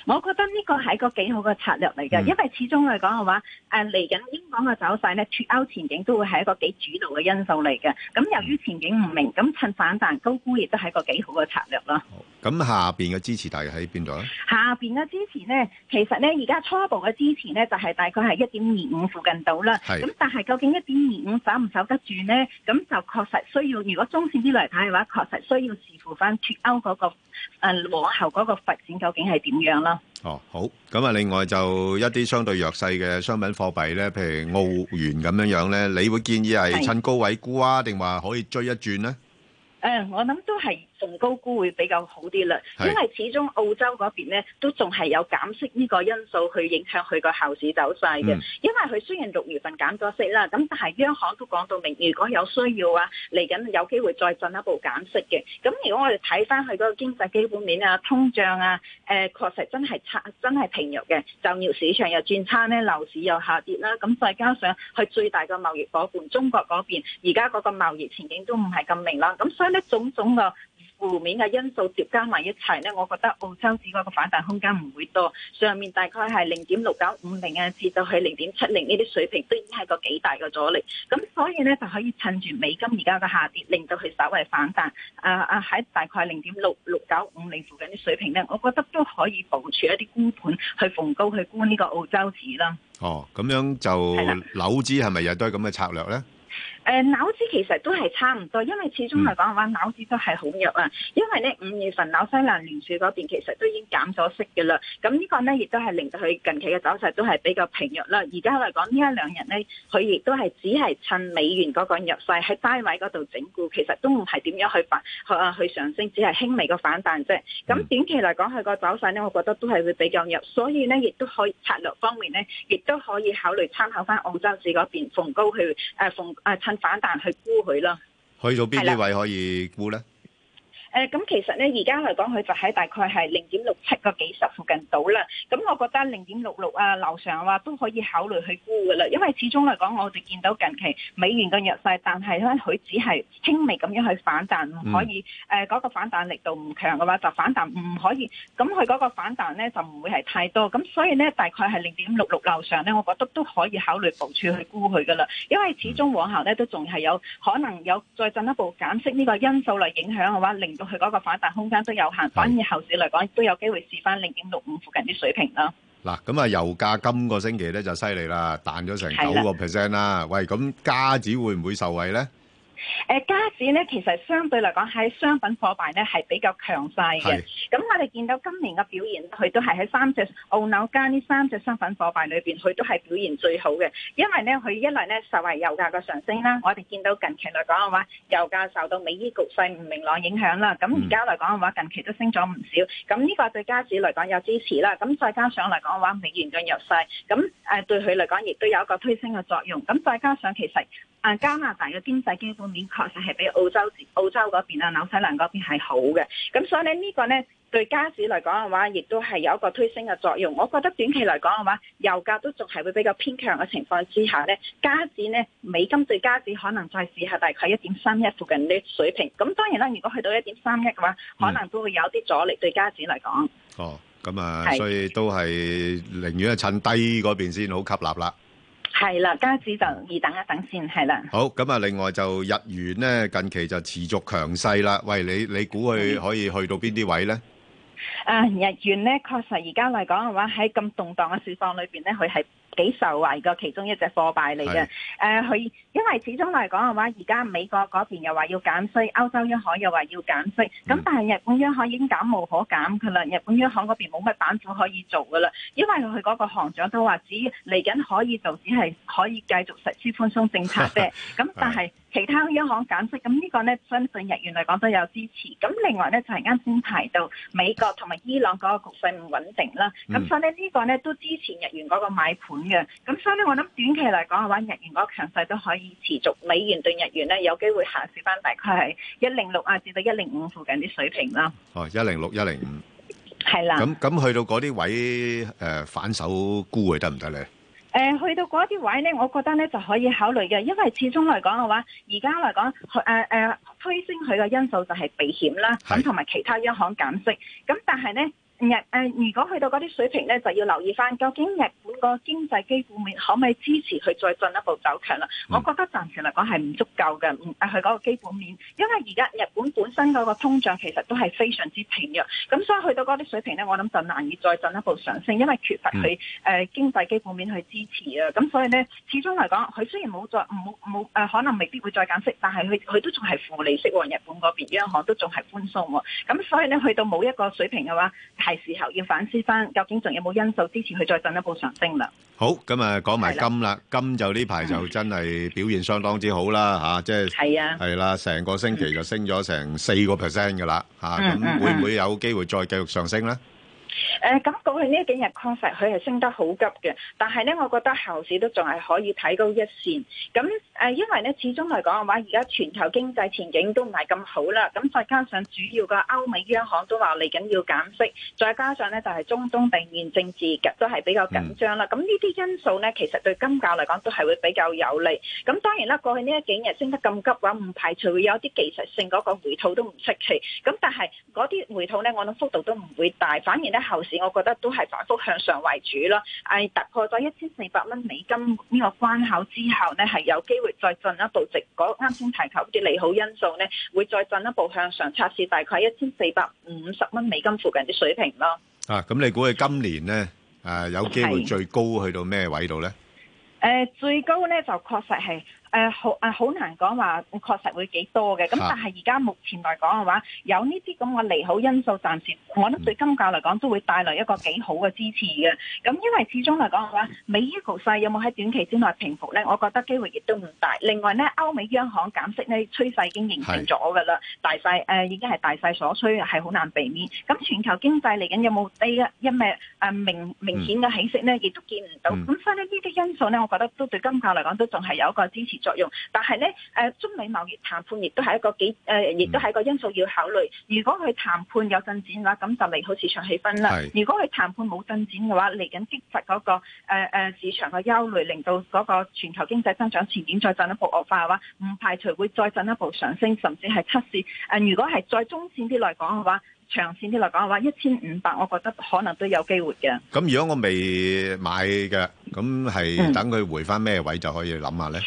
X: 我覺得呢個係一個幾好嘅策略嚟嘅，
A: 嗯
X: 因為始終嚟講嘅話，誒嚟緊英鎊嘅走勢咧，脱歐前景都會係一個幾主導嘅因素嚟嘅。咁由於前景唔明，咁趁反彈高估亦都係一個幾好嘅策略咯。
A: 咁下邊嘅支持大概喺邊度啊？
X: 下邊嘅支持呢，其實呢，而家初步嘅支持呢，就係、大概係一點二五附近到啦。
A: 係
X: 咁但係究竟一點二五守唔守得住呢？咁就確實需要，如果中線啲嚟睇嘅話，確實需要視乎翻脱歐嗰、個、誒往後嗰個發展究竟係點樣咯。
A: 哦，好。咁啊，另外就一啲相對弱勢嘅商品貨幣咧，譬如澳元咁樣樣咧，你會建議係
X: 係
A: 趁高位沽啊，定話可以追一轉咧？
X: 呃誒、我諗都係逢高估會比較好啲啦，因
A: 係
X: 為始終澳洲嗰邊咧都仲係有減息呢個因素去影響佢個後市走勢嘅。
Q: 嗯
X: 因為佢雖然六月份減咗息啦，咁但係央行都講到明，如果有需要啊，嚟緊有機會再進一步減息嘅。咁如果我哋睇翻佢嗰個經濟基本面啊、通脹啊，誒、確實真係差，真係平弱嘅，就業市場又轉差咧，樓市又下跌啦。咁再加上佢最大嘅貿易伙伴中國嗰邊，而家嗰個貿易前景都唔係咁明朗，咁所以咧種種嘅。負面嘅因素疊加埋一齊咧，我覺得澳洲指嗰個反彈空間唔會多，上面大概係零點六九五零啊，至到去零點七零呢啲水平都已經係個幾大嘅阻力。咁所以咧就可以趁住美金而家嘅下跌，令到佢稍為反彈。啊啊喺大概零點六六九五零附近啲水平咧，我覺得都可以部署一啲沽盤去逢高去沽呢個澳洲指啦。
A: 哦，咁樣就
X: 係啦
A: 樓指係咪又都係咁嘅策略咧？
X: 誒紐指其實都係差唔多，因為始終嚟講嘅話，紐指都係好弱啊。因為咧五月份紐西蘭聯儲嗰邊其實都已經減咗息嘅啦，咁呢個咧亦都係令到佢近期嘅走勢都係比較平弱啦。而家嚟講呢一兩日咧，佢亦都係只係趁美元嗰個弱勢喺低位嗰度整固，其實都唔係點樣去反去啊去上升，只係輕微嘅反彈啫。咁短期嚟講，佢個走勢咧，我覺得都係會比較弱，所以咧亦都可以策略方面咧，亦都可以考慮參考翻澳洲市嗰邊逢高去誒逢誒趁反彈去沽佢啦。
A: 去到邊
X: 係啦
A: 啲位可以估咧？
X: 誒呃咁、其實咧，而家嚟講，佢就喺大概係零點六七個幾十附近到啦。咁我覺得零點六六啊，樓上啊都可以考慮去沽噶啦。因為始終嚟講，我哋見到近期美元嘅弱勢，但係咧佢只係輕微咁樣去反彈，唔可以誒嗰、個反彈力度唔強嘅話，就反彈唔可以。咁佢嗰個反彈咧就唔會係太多。咁所以咧，大概係零點六六樓上咧，我覺得都可以考慮部署去沽佢噶啦。因為始終往後咧都仲係有可能有再進一步減息呢個因素嚟影響嘅話，令到佢嗰個反彈空間都有限，反而後市嚟講都有機會試翻零點六五附近啲水平啦。
A: 嗱，咁啊，油價今個星期咧就犀利啦，彈咗成
X: 係
A: 九
X: 啦
A: 個 percent 啦。喂，咁加指會唔會受惠咧？
X: 誒加指咧，其實相對嚟講喺商品貨幣咧係比較強勢嘅
A: 係。
X: 咁我哋見到今年嘅表現，佢都係喺三隻澳紐加呢三隻商品貨幣裏邊，佢都係表現最好嘅。因為咧，佢一嚟咧受惠油價嘅上升啦，我哋見到近期嚟講嘅話，油價受到美伊局勢唔明朗影響啦。咁而家嚟講嘅話，近期都升咗唔少。咁呢個對加指嚟講有支持啦。咁再加上嚟講嘅話，美元嘅弱勢，咁誒對佢嚟講亦都有一個推升嘅作用。咁再加上其實啊，加拿大嘅經濟基本面確實係比澳洲澳洲嗰邊啊、紐西蘭嗰邊係好嘅，咁所以咧呢個咧對加指嚟講嘅話，亦都係有一個推升嘅作用。我覺得短期嚟講嘅話，油價都仲係會比較偏強嘅情況之下咧，加指咧美金對加指可能再試下大概一點三一附近啲水平。咁當然啦，如果去到一點三一嘅話，可能都會有啲阻力對加指嚟講。
A: 哦，咁啊，
X: 係
A: 所以都係寧願係趁低嗰邊先好吸納啦。
X: 係啦，加指就二等一等先，係啦。
A: 好，咁啊，另外就日元咧，近期就持續強勢啦。喂，你你估佢可以去到邊啲位咧？
X: 啊，日元咧確實而家嚟講嘅話，喺咁動盪嘅市況裏邊咧，佢係幾受惠嘅其中一隻貨幣嚟嘅
R: 係。
X: 誒，佢、因為始終嚟講嘅話，而家美國嗰邊又話要減息，歐洲央行又話要減息，咁嗯但係日本央行已經減無可減㗎啦。日本央行嗰邊冇乜板斧可以做㗎啦，因為佢嗰個行長都話，只嚟緊可以做，只係可以繼續實施寬鬆政策啫。 咁但係其他央行減息，咁呢個呢，相信日元嚟講都有支持。咁另外呢，就係啱先提到美國同埋伊朗嗰個局勢唔穩定啦，咁、
Q: 嗯
X: 所以呢，呢個呢都支持日元嗰個買盤嘅。咁所以呢，我諗短期嚟講嘅話，日元嗰個強勢都可以持續，美元對日元呢，有機會下試翻大概係一零六啊至到一零五附近啲水平啦，
A: 哦，一零六一零五。
X: 係啦。
A: 咁咁去到嗰啲位誒反手沽佢得唔得咧？
X: 誒、呃去到嗰啲位咧，我覺得咧就可以考慮嘅，因為始終嚟講嘅話，而家嚟講，佢誒誒推升佢嘅因素就係避險啦，咁同埋其他央行減息，咁但係咧。日誒、如果去到嗰啲水平咧，就要留意翻究竟日本個經濟基本面可唔可以支持佢再進一步走強啦？我覺得暫時嚟講係唔足夠嘅，唔誒佢嗰個基本面，因為而家日本本身嗰個通脹其實都係非常之平弱，咁所以去到嗰啲水平咧，我諗就難以再進一步上升，因為缺乏佢誒、呃、經濟基本面去支持啊。咁所以咧，始終嚟講，佢雖然冇再冇冇誒，可能未必會再減息，但係佢佢都仲係負利息喎。日本嗰邊央行都仲係寬鬆喎。咁所以咧，去到冇一個水平嘅話，係係時候要反思翻，究竟仲有冇因素支持佢再進一步上升啦。
A: 好，咁啊，講埋
X: 係啦。
A: 金啦。金就呢排就真係表現相當之好啦，吓，即係-
X: 係啊。
A: 係啦，成個星期就升咗成4%㗎啦，吓，
X: 嗯，
A: 咁
X: 嗯，
A: 會唔
X: 嗯。
A: 會有機會再繼續上升呢？
X: 誒咁過去呢幾日確實佢係升得好急嘅，但係咧，我覺得後市都仲係可以睇高一線。咁誒、呃因為咧始終嚟講嘅話，而家全球經濟前景都唔係咁好啦。咁再加上主要嘅歐美央行都話嚟緊要減息，再加上咧就係、中東地緣政治嘅都係比較緊張啦。咁呢啲因素咧，其實對金價嚟講都係會比較有利。咁當然啦，過去呢一幾日升得咁急嘅話，唔排除會有啲技術性嗰個回吐都唔出奇。咁但係嗰啲回吐咧，我諗幅度都唔會大，反而咧後市我覺得都係反覆向上為主咯。誒突破咗一千四百蚊美金呢個關口之後咧，係有機會再進一步直嗰啱先提及啲利好因素咧，會再進一步向上測試大概一千四百五十蚊美金附近啲水平咯。
A: 啊，咁你估佢今年呢，誒，有機會
X: 係。
A: 最高去到咩位度呢？
X: 誒、呃最高咧就確實係誒、呃好誒好難講話確實會幾多嘅，咁
A: 嚇
X: 但係而家目前嚟講嘅話，有呢啲咁嘅利好因素，暫時我覺得對金價嚟講都會帶來一個幾好嘅支持嘅。咁因為始終嚟講嘅話，美伊局勢有冇喺短期之內平復咧？我覺得機會亦都唔大。另外咧，歐美央行減息呢趨勢已經形成咗㗎啦，大勢誒、已經係大勢所趨，係好難避免。咁全球經濟嚟緊有冇低啊一一咩誒明明顯嘅起色咧？亦都見唔到。咁、所以呢，呢啲因素咧，我覺得都對金價嚟講都仲係有一個支持作用。但係咧誒，中美貿易談判亦都係一個幾誒，亦、都係一個因素要考慮。如果佢談判有進展嘅話，咁就利好市場氣氛啦
Q: 係。
X: 如果佢談判冇進展嘅話，嚟緊激發嗰、個誒、呃、市場嘅憂慮，令到嗰個全球經濟增長前景再進一步惡化嘅話，唔排除會再進一步上升，甚至係測試誒、呃如果係再中線啲嚟講嘅話，長線啲嚟講嘅話，一千五百，我覺得可能都有機會嘅。
A: 咁如果我未買嘅，咁係
X: 嗯。
A: 等佢回返咩位就可以諗下呢？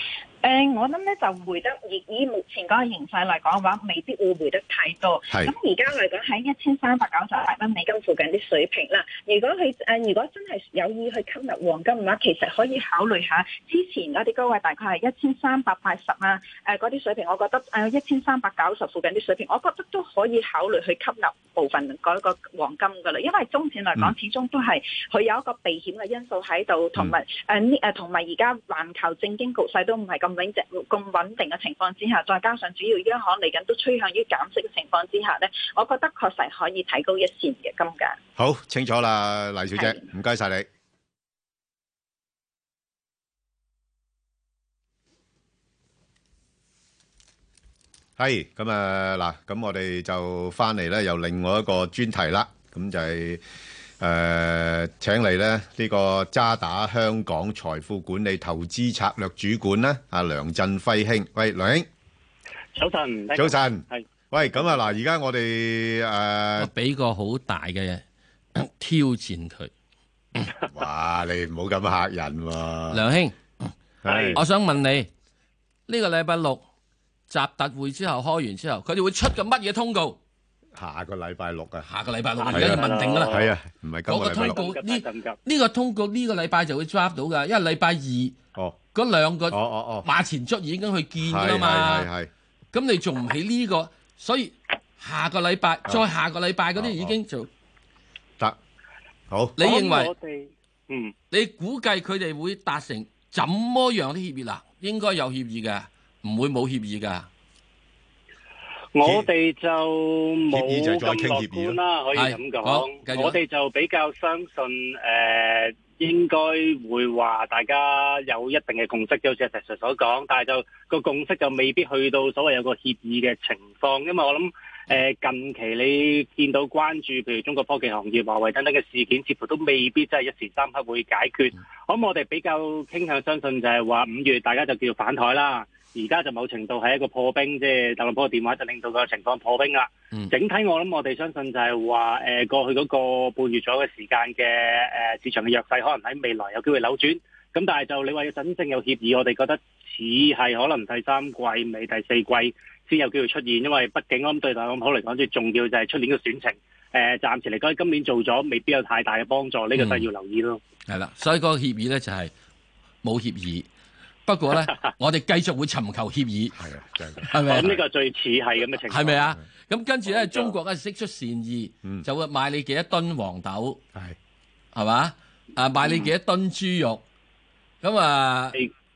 X: 誒、呃我諗咧就回得以以目前嗰個形勢嚟講嘅話，未必會回得太多。
A: 係
X: 咁而家嚟講喺一千三百九十八蚊美金附近啲水平啦。如果佢誒、呃如果真係有意去吸納黃金嘅話，其實可以考慮下之前嗰啲高位大概係一千三百八十啊，誒嗰啲水平，我覺得誒一千三百九十附近啲水平，我覺得都可以考慮去吸納部分嗰個黃金㗎啦。因為中線嚟講，始終都係佢有一個避險嘅因素喺度，同埋誒呢誒同埋而家環球政經局勢都唔係咁穩定咁穩定嘅情況之下，再加上主要央行嚟緊都趨向於減息嘅情況之下咧，我覺得確實可以提高一線嘅金價。
A: 好，清楚啦，黎小姐，唔該晒你。系咁啊嗱，咁我哋就翻嚟咧，有另外一個專題啦。咁就係、誒、請嚟咧呢、呢個渣打香港財富管理投資策略主管咧，阿梁振輝兄。喂，梁兄，
R: 早晨，
A: 早晨。
R: 系
A: 喂，咁啊嗱，而家我哋誒，我
B: 俾個好大嘅 挑戰佢。
A: 哇！你唔好咁嚇人喎，
B: 梁兄
A: 係。
B: 我想問你，呢個禮拜六集特會之後開完之後，佢哋會出嘅乜嘢通告？
A: 下個禮拜六啊，
B: 下個禮拜六而家就問定㗎啦。
A: 係啊，唔係今個
B: 嗰個
A: 禮拜
B: 通
A: 六
B: 告呢呢個通告呢個禮拜就會 drop 到㗎，因為禮拜二
A: 哦
B: 嗰兩個馬前卒已經去見㗎啦
A: 係
B: 嘛
A: 係係。
B: 咁你仲唔起呢個？所以下個禮拜再下個禮拜嗰啲已經做
A: 得好。
B: 你認
R: 咁
B: 為
R: 我？哋嗯
B: 你估計佢哋會達成怎麼樣的協議啦？應該有協議嘅，唔會冇協議嘅。
R: 我哋就冇
B: 協議就再
R: 咁
B: 傾協
R: 樂
B: 議咯
R: 觀啦，可以咁
B: 係好繼
R: 講。
B: 續
R: 我哋就比較相信誒、呃，應該會話大家有一定嘅共識，就好似阿石 Sir 所講，但係就個共識就未必去到所謂有個協議嘅情況，因為我諗。誒、呃近期你見到關注，譬如中國科技行業、華為等等嘅事件，似乎都未必真係一時三刻會解決。咁我哋比較傾向相信就係話五月大家就叫反台啦，而家就某程度係一個破冰，即係特朗普嘅電話就令到個情況破冰啦。
B: 嗯
R: 整體我諗我哋相信就係話誒過去嗰個半月左右嘅時間嘅誒、呃市場嘅弱勢，可能喺未來有機會扭轉。咁但係就你話要真正有協議，我哋覺得似係可能第三季尾、第四季先有機會出現，因為畢竟我諗對特朗普嚟講最重要就係出年嘅選情。誒、暫時嚟講，今年做咗未必有太大嘅幫助，呢、個都係要留意咯。
B: 係啦，所以個協議咧就係冇協議。不過咧，我哋繼續會尋求協議。係
A: 啊，
B: 係咪啊
R: 咁呢個最似係咁嘅情況。
B: 係咪啊？咁跟住咧，中國咧釋出善意，就會買你幾多噸黃豆，
A: 嗯係
B: 係嘛？啊，買你幾多噸豬肉？咁啊，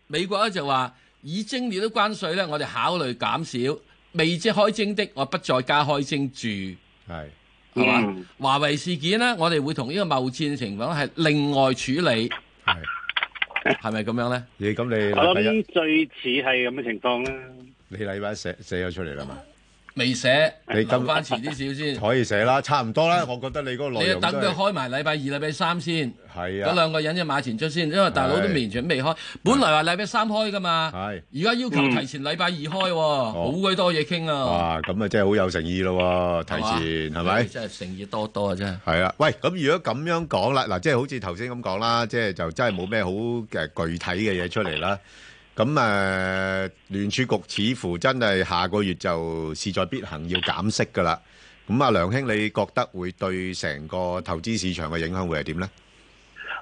B: 美國咧就話已徵列啲關税咧，我哋考慮減少，未即開徵的，我不再加開徵住。
A: 係嗯
B: 係嘛？華為事件咧，我哋會同呢個貿戰情況係另外處理。
A: 係
B: 係咪咁樣咧？
A: 你咁你
R: 我
A: 禮拜一
R: 諗最似係咁嘅情況啦。
A: 你禮拜一寫寫咗出嚟啦嘛？
B: 未寫，
A: 你今
B: 留翻遲啲少先。
A: 可以寫啦，差唔多啦。我覺得你嗰個內
B: 你要
A: 容
B: 等
A: 都
B: 佢
A: 係
B: 開埋禮拜二、禮拜三先。
A: 係
B: 嗰
A: 啊，
B: 兩個人一馬前出先，因為大佬都
A: 係
B: 完全未開。本來話禮拜三開噶嘛，而家要求
A: 嗯
B: 提前禮拜二開喎，好鬼多嘢傾啊！
A: 哦哇，咁啊真係好有誠意咯喎，提前係咪？
B: 真係誠意多多啊！真係。
A: 係啦，喂，咁如果咁樣講啦，嗱，即係好似頭先咁講啦，即係就真係冇咩好嘅具體嘅嘢出嚟啦。咁誒、呃、聯儲局似乎真係下個月就勢在必行要減息噶啦。咁啊，梁兄，你覺得會對成個投資市場嘅影響會係點呢？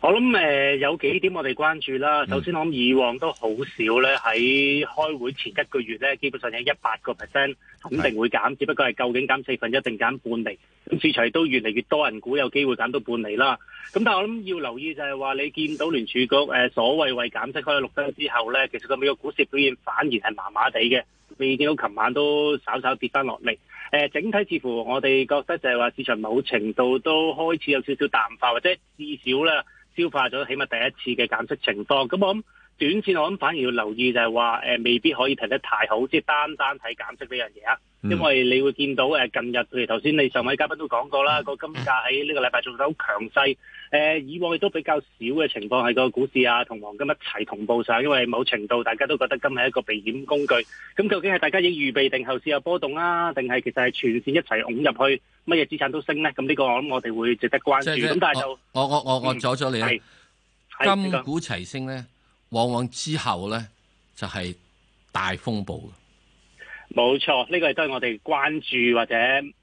R: 我諗誒、呃有幾點我哋關注啦。首先，我諗以往都好少咧喺開會前一個月咧，基本上有一百個 percent 肯定會減，只不過係究竟減四分一定減半厘。咁市場都越嚟越多人估有機會減到半厘啦。咁但係我諗要留意就係話，你見到聯儲局誒、呃所謂為減息開咗綠燈之後咧，其實個美國股市表現反而係麻麻地嘅。你見到琴晚都稍稍跌翻落嚟。誒、呃整體似乎我哋覺得就係話市場某程度都開始有少少淡化，或者至少咧消化咗起碼第一次嘅減息情況。咁我諗短線我諗反而要留意就係話誒，未必可以睇得太好，即係單單睇減息呢樣嘢啊。
Q: 嗯
R: 因為你會見到誒近日，譬如頭先你上位嘉賓都講過啦，個金價喺呢個禮拜做得好強勢。誒、以往亦都比較少嘅情況係個股市啊同黃金一齊同步上，因為某程度大家都覺得金係一個避險工具。咁究竟係大家已經預備定後市有波動啊，定係其實係全線一齊拱入去，乜嘢資產都升咧？咁呢個我諗我哋會值得關注。
B: 即係
R: 咁但係就
B: 我我我我
R: 嗯
B: 阻咗你啦
R: 係。係你
B: 金
R: 講
B: 股齊升咧，往往之後咧就係大風暴啊嘅。
R: 冇錯，呢個亦都係我哋關注或者誒、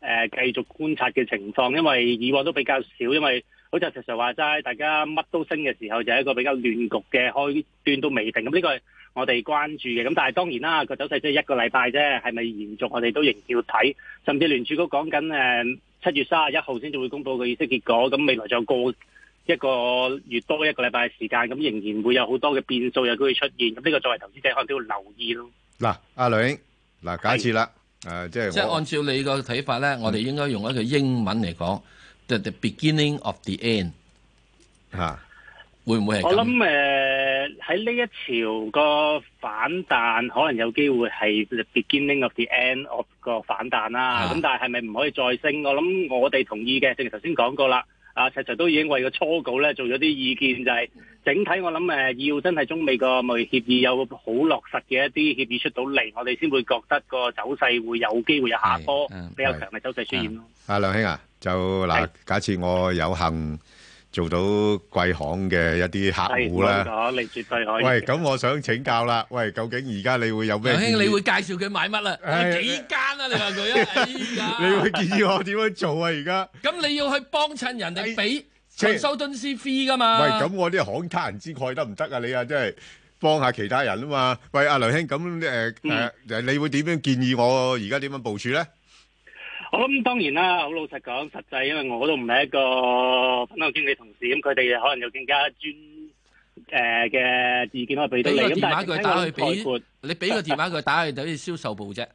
R: 呃、繼續觀察嘅情況，因為以往都比較少，因為好似石 Sir 話齋，大家乜都升嘅時候就係一個比較亂局嘅開端都未定，咁呢個係我哋關注嘅。咁但係當然啦，個走勢即係一個禮拜啫，係咪延續我哋都仍要睇，甚至聯儲局講緊誒七月三十一號先至會公佈個議息結果，咁未來仲有個一個月多一個禮拜嘅時間，咁仍然會有好多嘅變數有機會出現，咁呢個作為投資者可能都要留意咯。
A: 嗱，阿梁兄，嗱，假設啦，誒，即
B: 即
A: 係
B: 係
A: 我
B: 按照你個睇法咧，我哋應該用一個英文嚟講，the the beginning of the end
A: 嗯嚇，
B: 會唔會係
R: 我諗
B: 咁？
R: 誒喺呢一潮個反彈，可能有機會係 the beginning of the end of 個反彈啦。
B: 啊
R: 咁、但係係咪唔可以再升？我諗我哋同意嘅，正如頭先講過啦。啊，齊齊都已經為個初稿咧做咗啲意見，就係、整體我諗誒、呃要真係中美個貿易協議有好落實嘅一啲協議出到嚟，我哋先會覺得個走勢會有機會有下波
B: 嗯
R: 比較強嘅走勢出現咯。
A: 阿梁兄啊，就嗱，假設我有幸做到貴行嘅一啲客
R: 係，
A: 戶啦。
R: 我講啊你絕對可以。
A: 喂，咁我想請教啦，喂，究竟而家你會有咩
B: 梁
A: 建
B: 兄，
A: 議？
B: 你會介紹佢買乜啊？
A: 唉
B: 有幾間啊？你話佢 啊？哎
A: 你
B: 呀
A: 會建議我點樣做啊？而家
B: 咁你要去幫襯人哋俾
A: 即係
B: 陳修敦斯 fee 噶嘛？
A: 喂，咁我啲行他人之慨得唔得啊？你啊，真係幫下其他人啊嘛。喂，阿梁兄，咁誒誒，你會點樣建議我而家點樣部署咧？
R: 我諗當然啦，好老實講，實際因為我都唔係一個分享經理同事，咁佢哋可能有更加專誒嘅意見可以俾到
B: 俾
R: 你。
B: 個
R: 咁
B: 電
R: 但
B: 話
R: 係整
B: 佢
R: 體
B: 打
R: 我
B: 去
R: 諗概
B: 俾
R: 括，
B: 你俾個電話佢打去等於銷售部啫。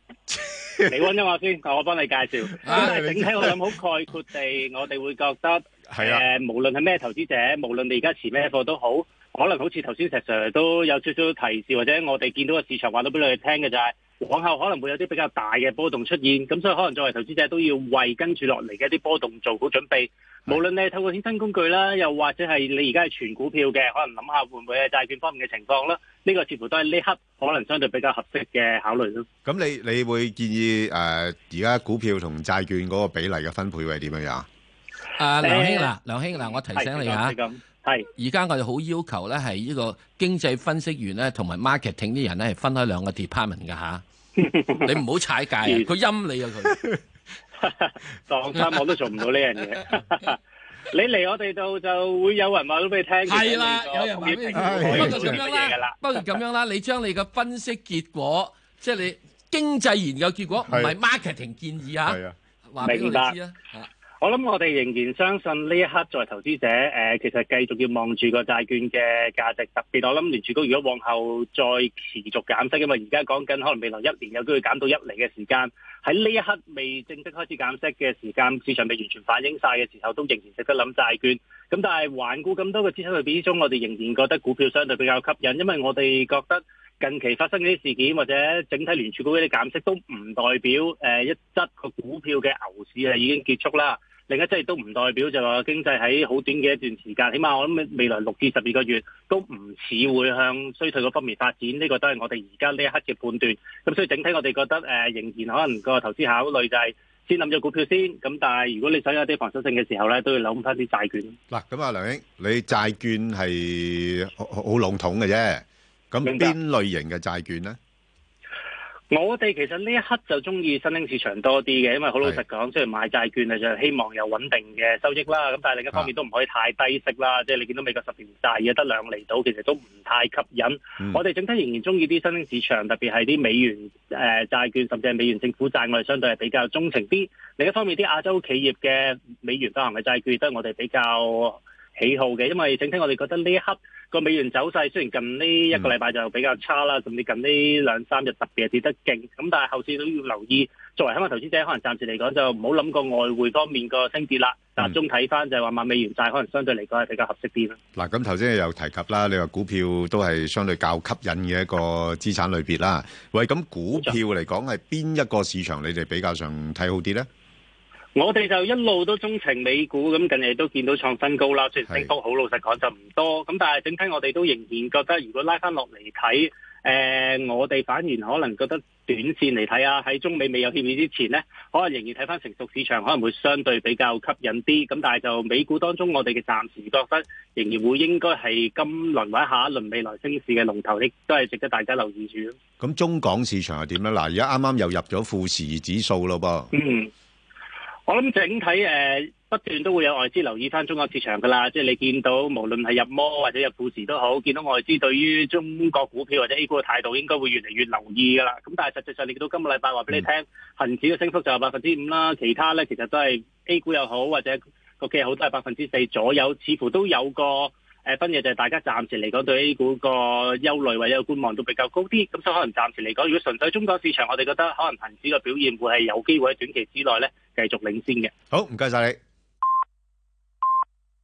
R: 你温咗我先，我幫你介紹。咁但係整體我諗好概括地，我哋會覺得
A: 係啊
R: 誒，無論係咩投資者，無論你而家持咩貨都好，可能好似頭先石 Sir 都有少少提示，或者我哋見到個市場話到俾你哋聽嘅就係、往後可能會有啲比較大嘅波動出現，咁所以可能作為投資者都要為跟住落嚟嘅一啲波動做好準備。無論你係透過衍生工具啦，又或者係你而家係全股票嘅，可能諗下會唔會係債券方面嘅情況啦。呢、個似乎都係呢刻可能相對比較合適嘅考慮咯。
A: 咁你你會建議誒而家股票同債券嗰個比例嘅分配會係點樣樣啊？
B: 啊，梁兄
A: 誒
B: 嗱，梁兄嗱，我提醒
A: 係
B: 你嚇，
A: 你講
B: 係而家我哋好要求咧，係呢個經濟分析員咧，同埋 marketing 啲人咧，係分開兩個 department 嘅嚇。你唔好踩界啊！佢陰你啊！佢
R: 放心，我都做唔到呢樣嘢。你嚟我哋度就會有人話到俾你聽，
B: 係啦，
R: 其實
B: 有人話俾
R: 你
B: 你
R: 個
B: 聽。不過
R: 股票
B: 咁
R: 係
B: 樣
R: 乜嘢㗎啦
B: 啦，不過咁樣啦，你將你嘅分析結果，即係你經濟研究結果，唔
R: 係
B: 係 marketing 建議啊。話俾我
R: 明白
B: 哋知啊。嚇
R: 我諗我哋仍然相信呢一刻作為投資者，誒、其實繼續要望住個債券嘅價值，特別我諗聯儲局如果往後再持續減息，因為而家講緊可能未來一年有機會減到一厘嘅時間，喺呢一刻未正式開始減息嘅時間，市場未完全反映晒嘅時候，都仍然值得諗債券。咁但係環顧咁多個資產類別之中，我哋仍然覺得股票相對比較吸引，因為我哋覺得。近期發生嗰啲事件或者整體聯儲局嗰啲減息都唔代表誒、呃一則個股票嘅牛市係已經結束啦，另一則亦都唔代表就話經濟喺好短嘅一段時間，起碼我諗未來六至十二個月都唔似會向衰退嗰方面發展，呢、個都係我哋而家呢一刻嘅判斷。咁所以整體我哋覺得誒、呃仍然可能個投資考慮就係先諗咗股票先，咁但係如果你想有啲防守性嘅時候咧，都要諗翻啲債券。
A: 嗱，咁啊，梁兄，你債券係好-好-好籠統嘅啫。咁邊類型嘅債券呢？
R: 我哋其實呢一刻就中意新興市場多啲嘅，因為好老實講，雖然買債券啊，就希望有穩定嘅收益啦。咁但係另一方面都唔可以太低息啦，即係你見到美國十年債而啊家得兩厘到，其實都唔太吸引。
Q: 嗯
R: 我哋整體仍然中意啲新興市場，特別係啲美元誒、呃、債券，甚至係美元政府債，我哋相對係比較鍾情啲。另一方面，啲亞洲企業嘅美元發行嘅債券都係我哋比較喜好嘅，因為整體我哋覺得呢一刻個美元走勢雖然近呢一個禮拜就比較差啦，甚至近呢兩三日特別係跌得勁，咁但係後市都要留意。作為香港投資者，可能暫時嚟講就唔好諗個外匯方面個升跌啦，集中睇翻就係話買美元債可能相對嚟講係比較合適啲啦。
A: 嗱，咁頭先你又提及啦，你話股票都係相對較吸引嘅一個資產類別啦。喂，咁股票嚟講，係邊一個市場你哋比較上睇好啲呢？
R: 我哋就一路都鍾情美股，咁近日都見到創新高啦。雖然升幅好老實講就唔多，咁但係整體我哋都仍然覺得，如果拉翻落嚟睇，誒、我哋反而可能覺得短線嚟睇啊，喺中美未有協議之前呢，可能仍然睇翻成熟市場可能會相對比較吸引啲。咁但係就美股當中，我哋嘅暫時覺得仍然會應該係今輪或者下一輪未來升市嘅龍頭，亦都係值得大家留意住咯。
A: 咁中港市場係點咧？嗱，而家啱啱又入咗富時指數咯噃。
R: 嗯，我諗整體誒、呃不斷都會有外資留意翻中國市場㗎啦，即係你見到無論係入摩或者入富時都好，見到外資對於中國股票或者 A 股嘅態度應該會越嚟越留意㗎啦。咁但係實際上你見到今個禮拜話俾你聽，恒指嘅升幅就係百分之五啦，其他咧其實都係 A 股又好或者個期好都係百分之四左右，似乎都有個。誒呃分嘢就係大家暫時嚟講對 A 股個憂慮或者個觀望都比較高啲，咁所以可能暫時嚟講，如果純粹中國市場，我哋覺得可能恒指嘅表現會係有機會喺短期之內咧繼續領先嘅。
A: 好，唔該晒你。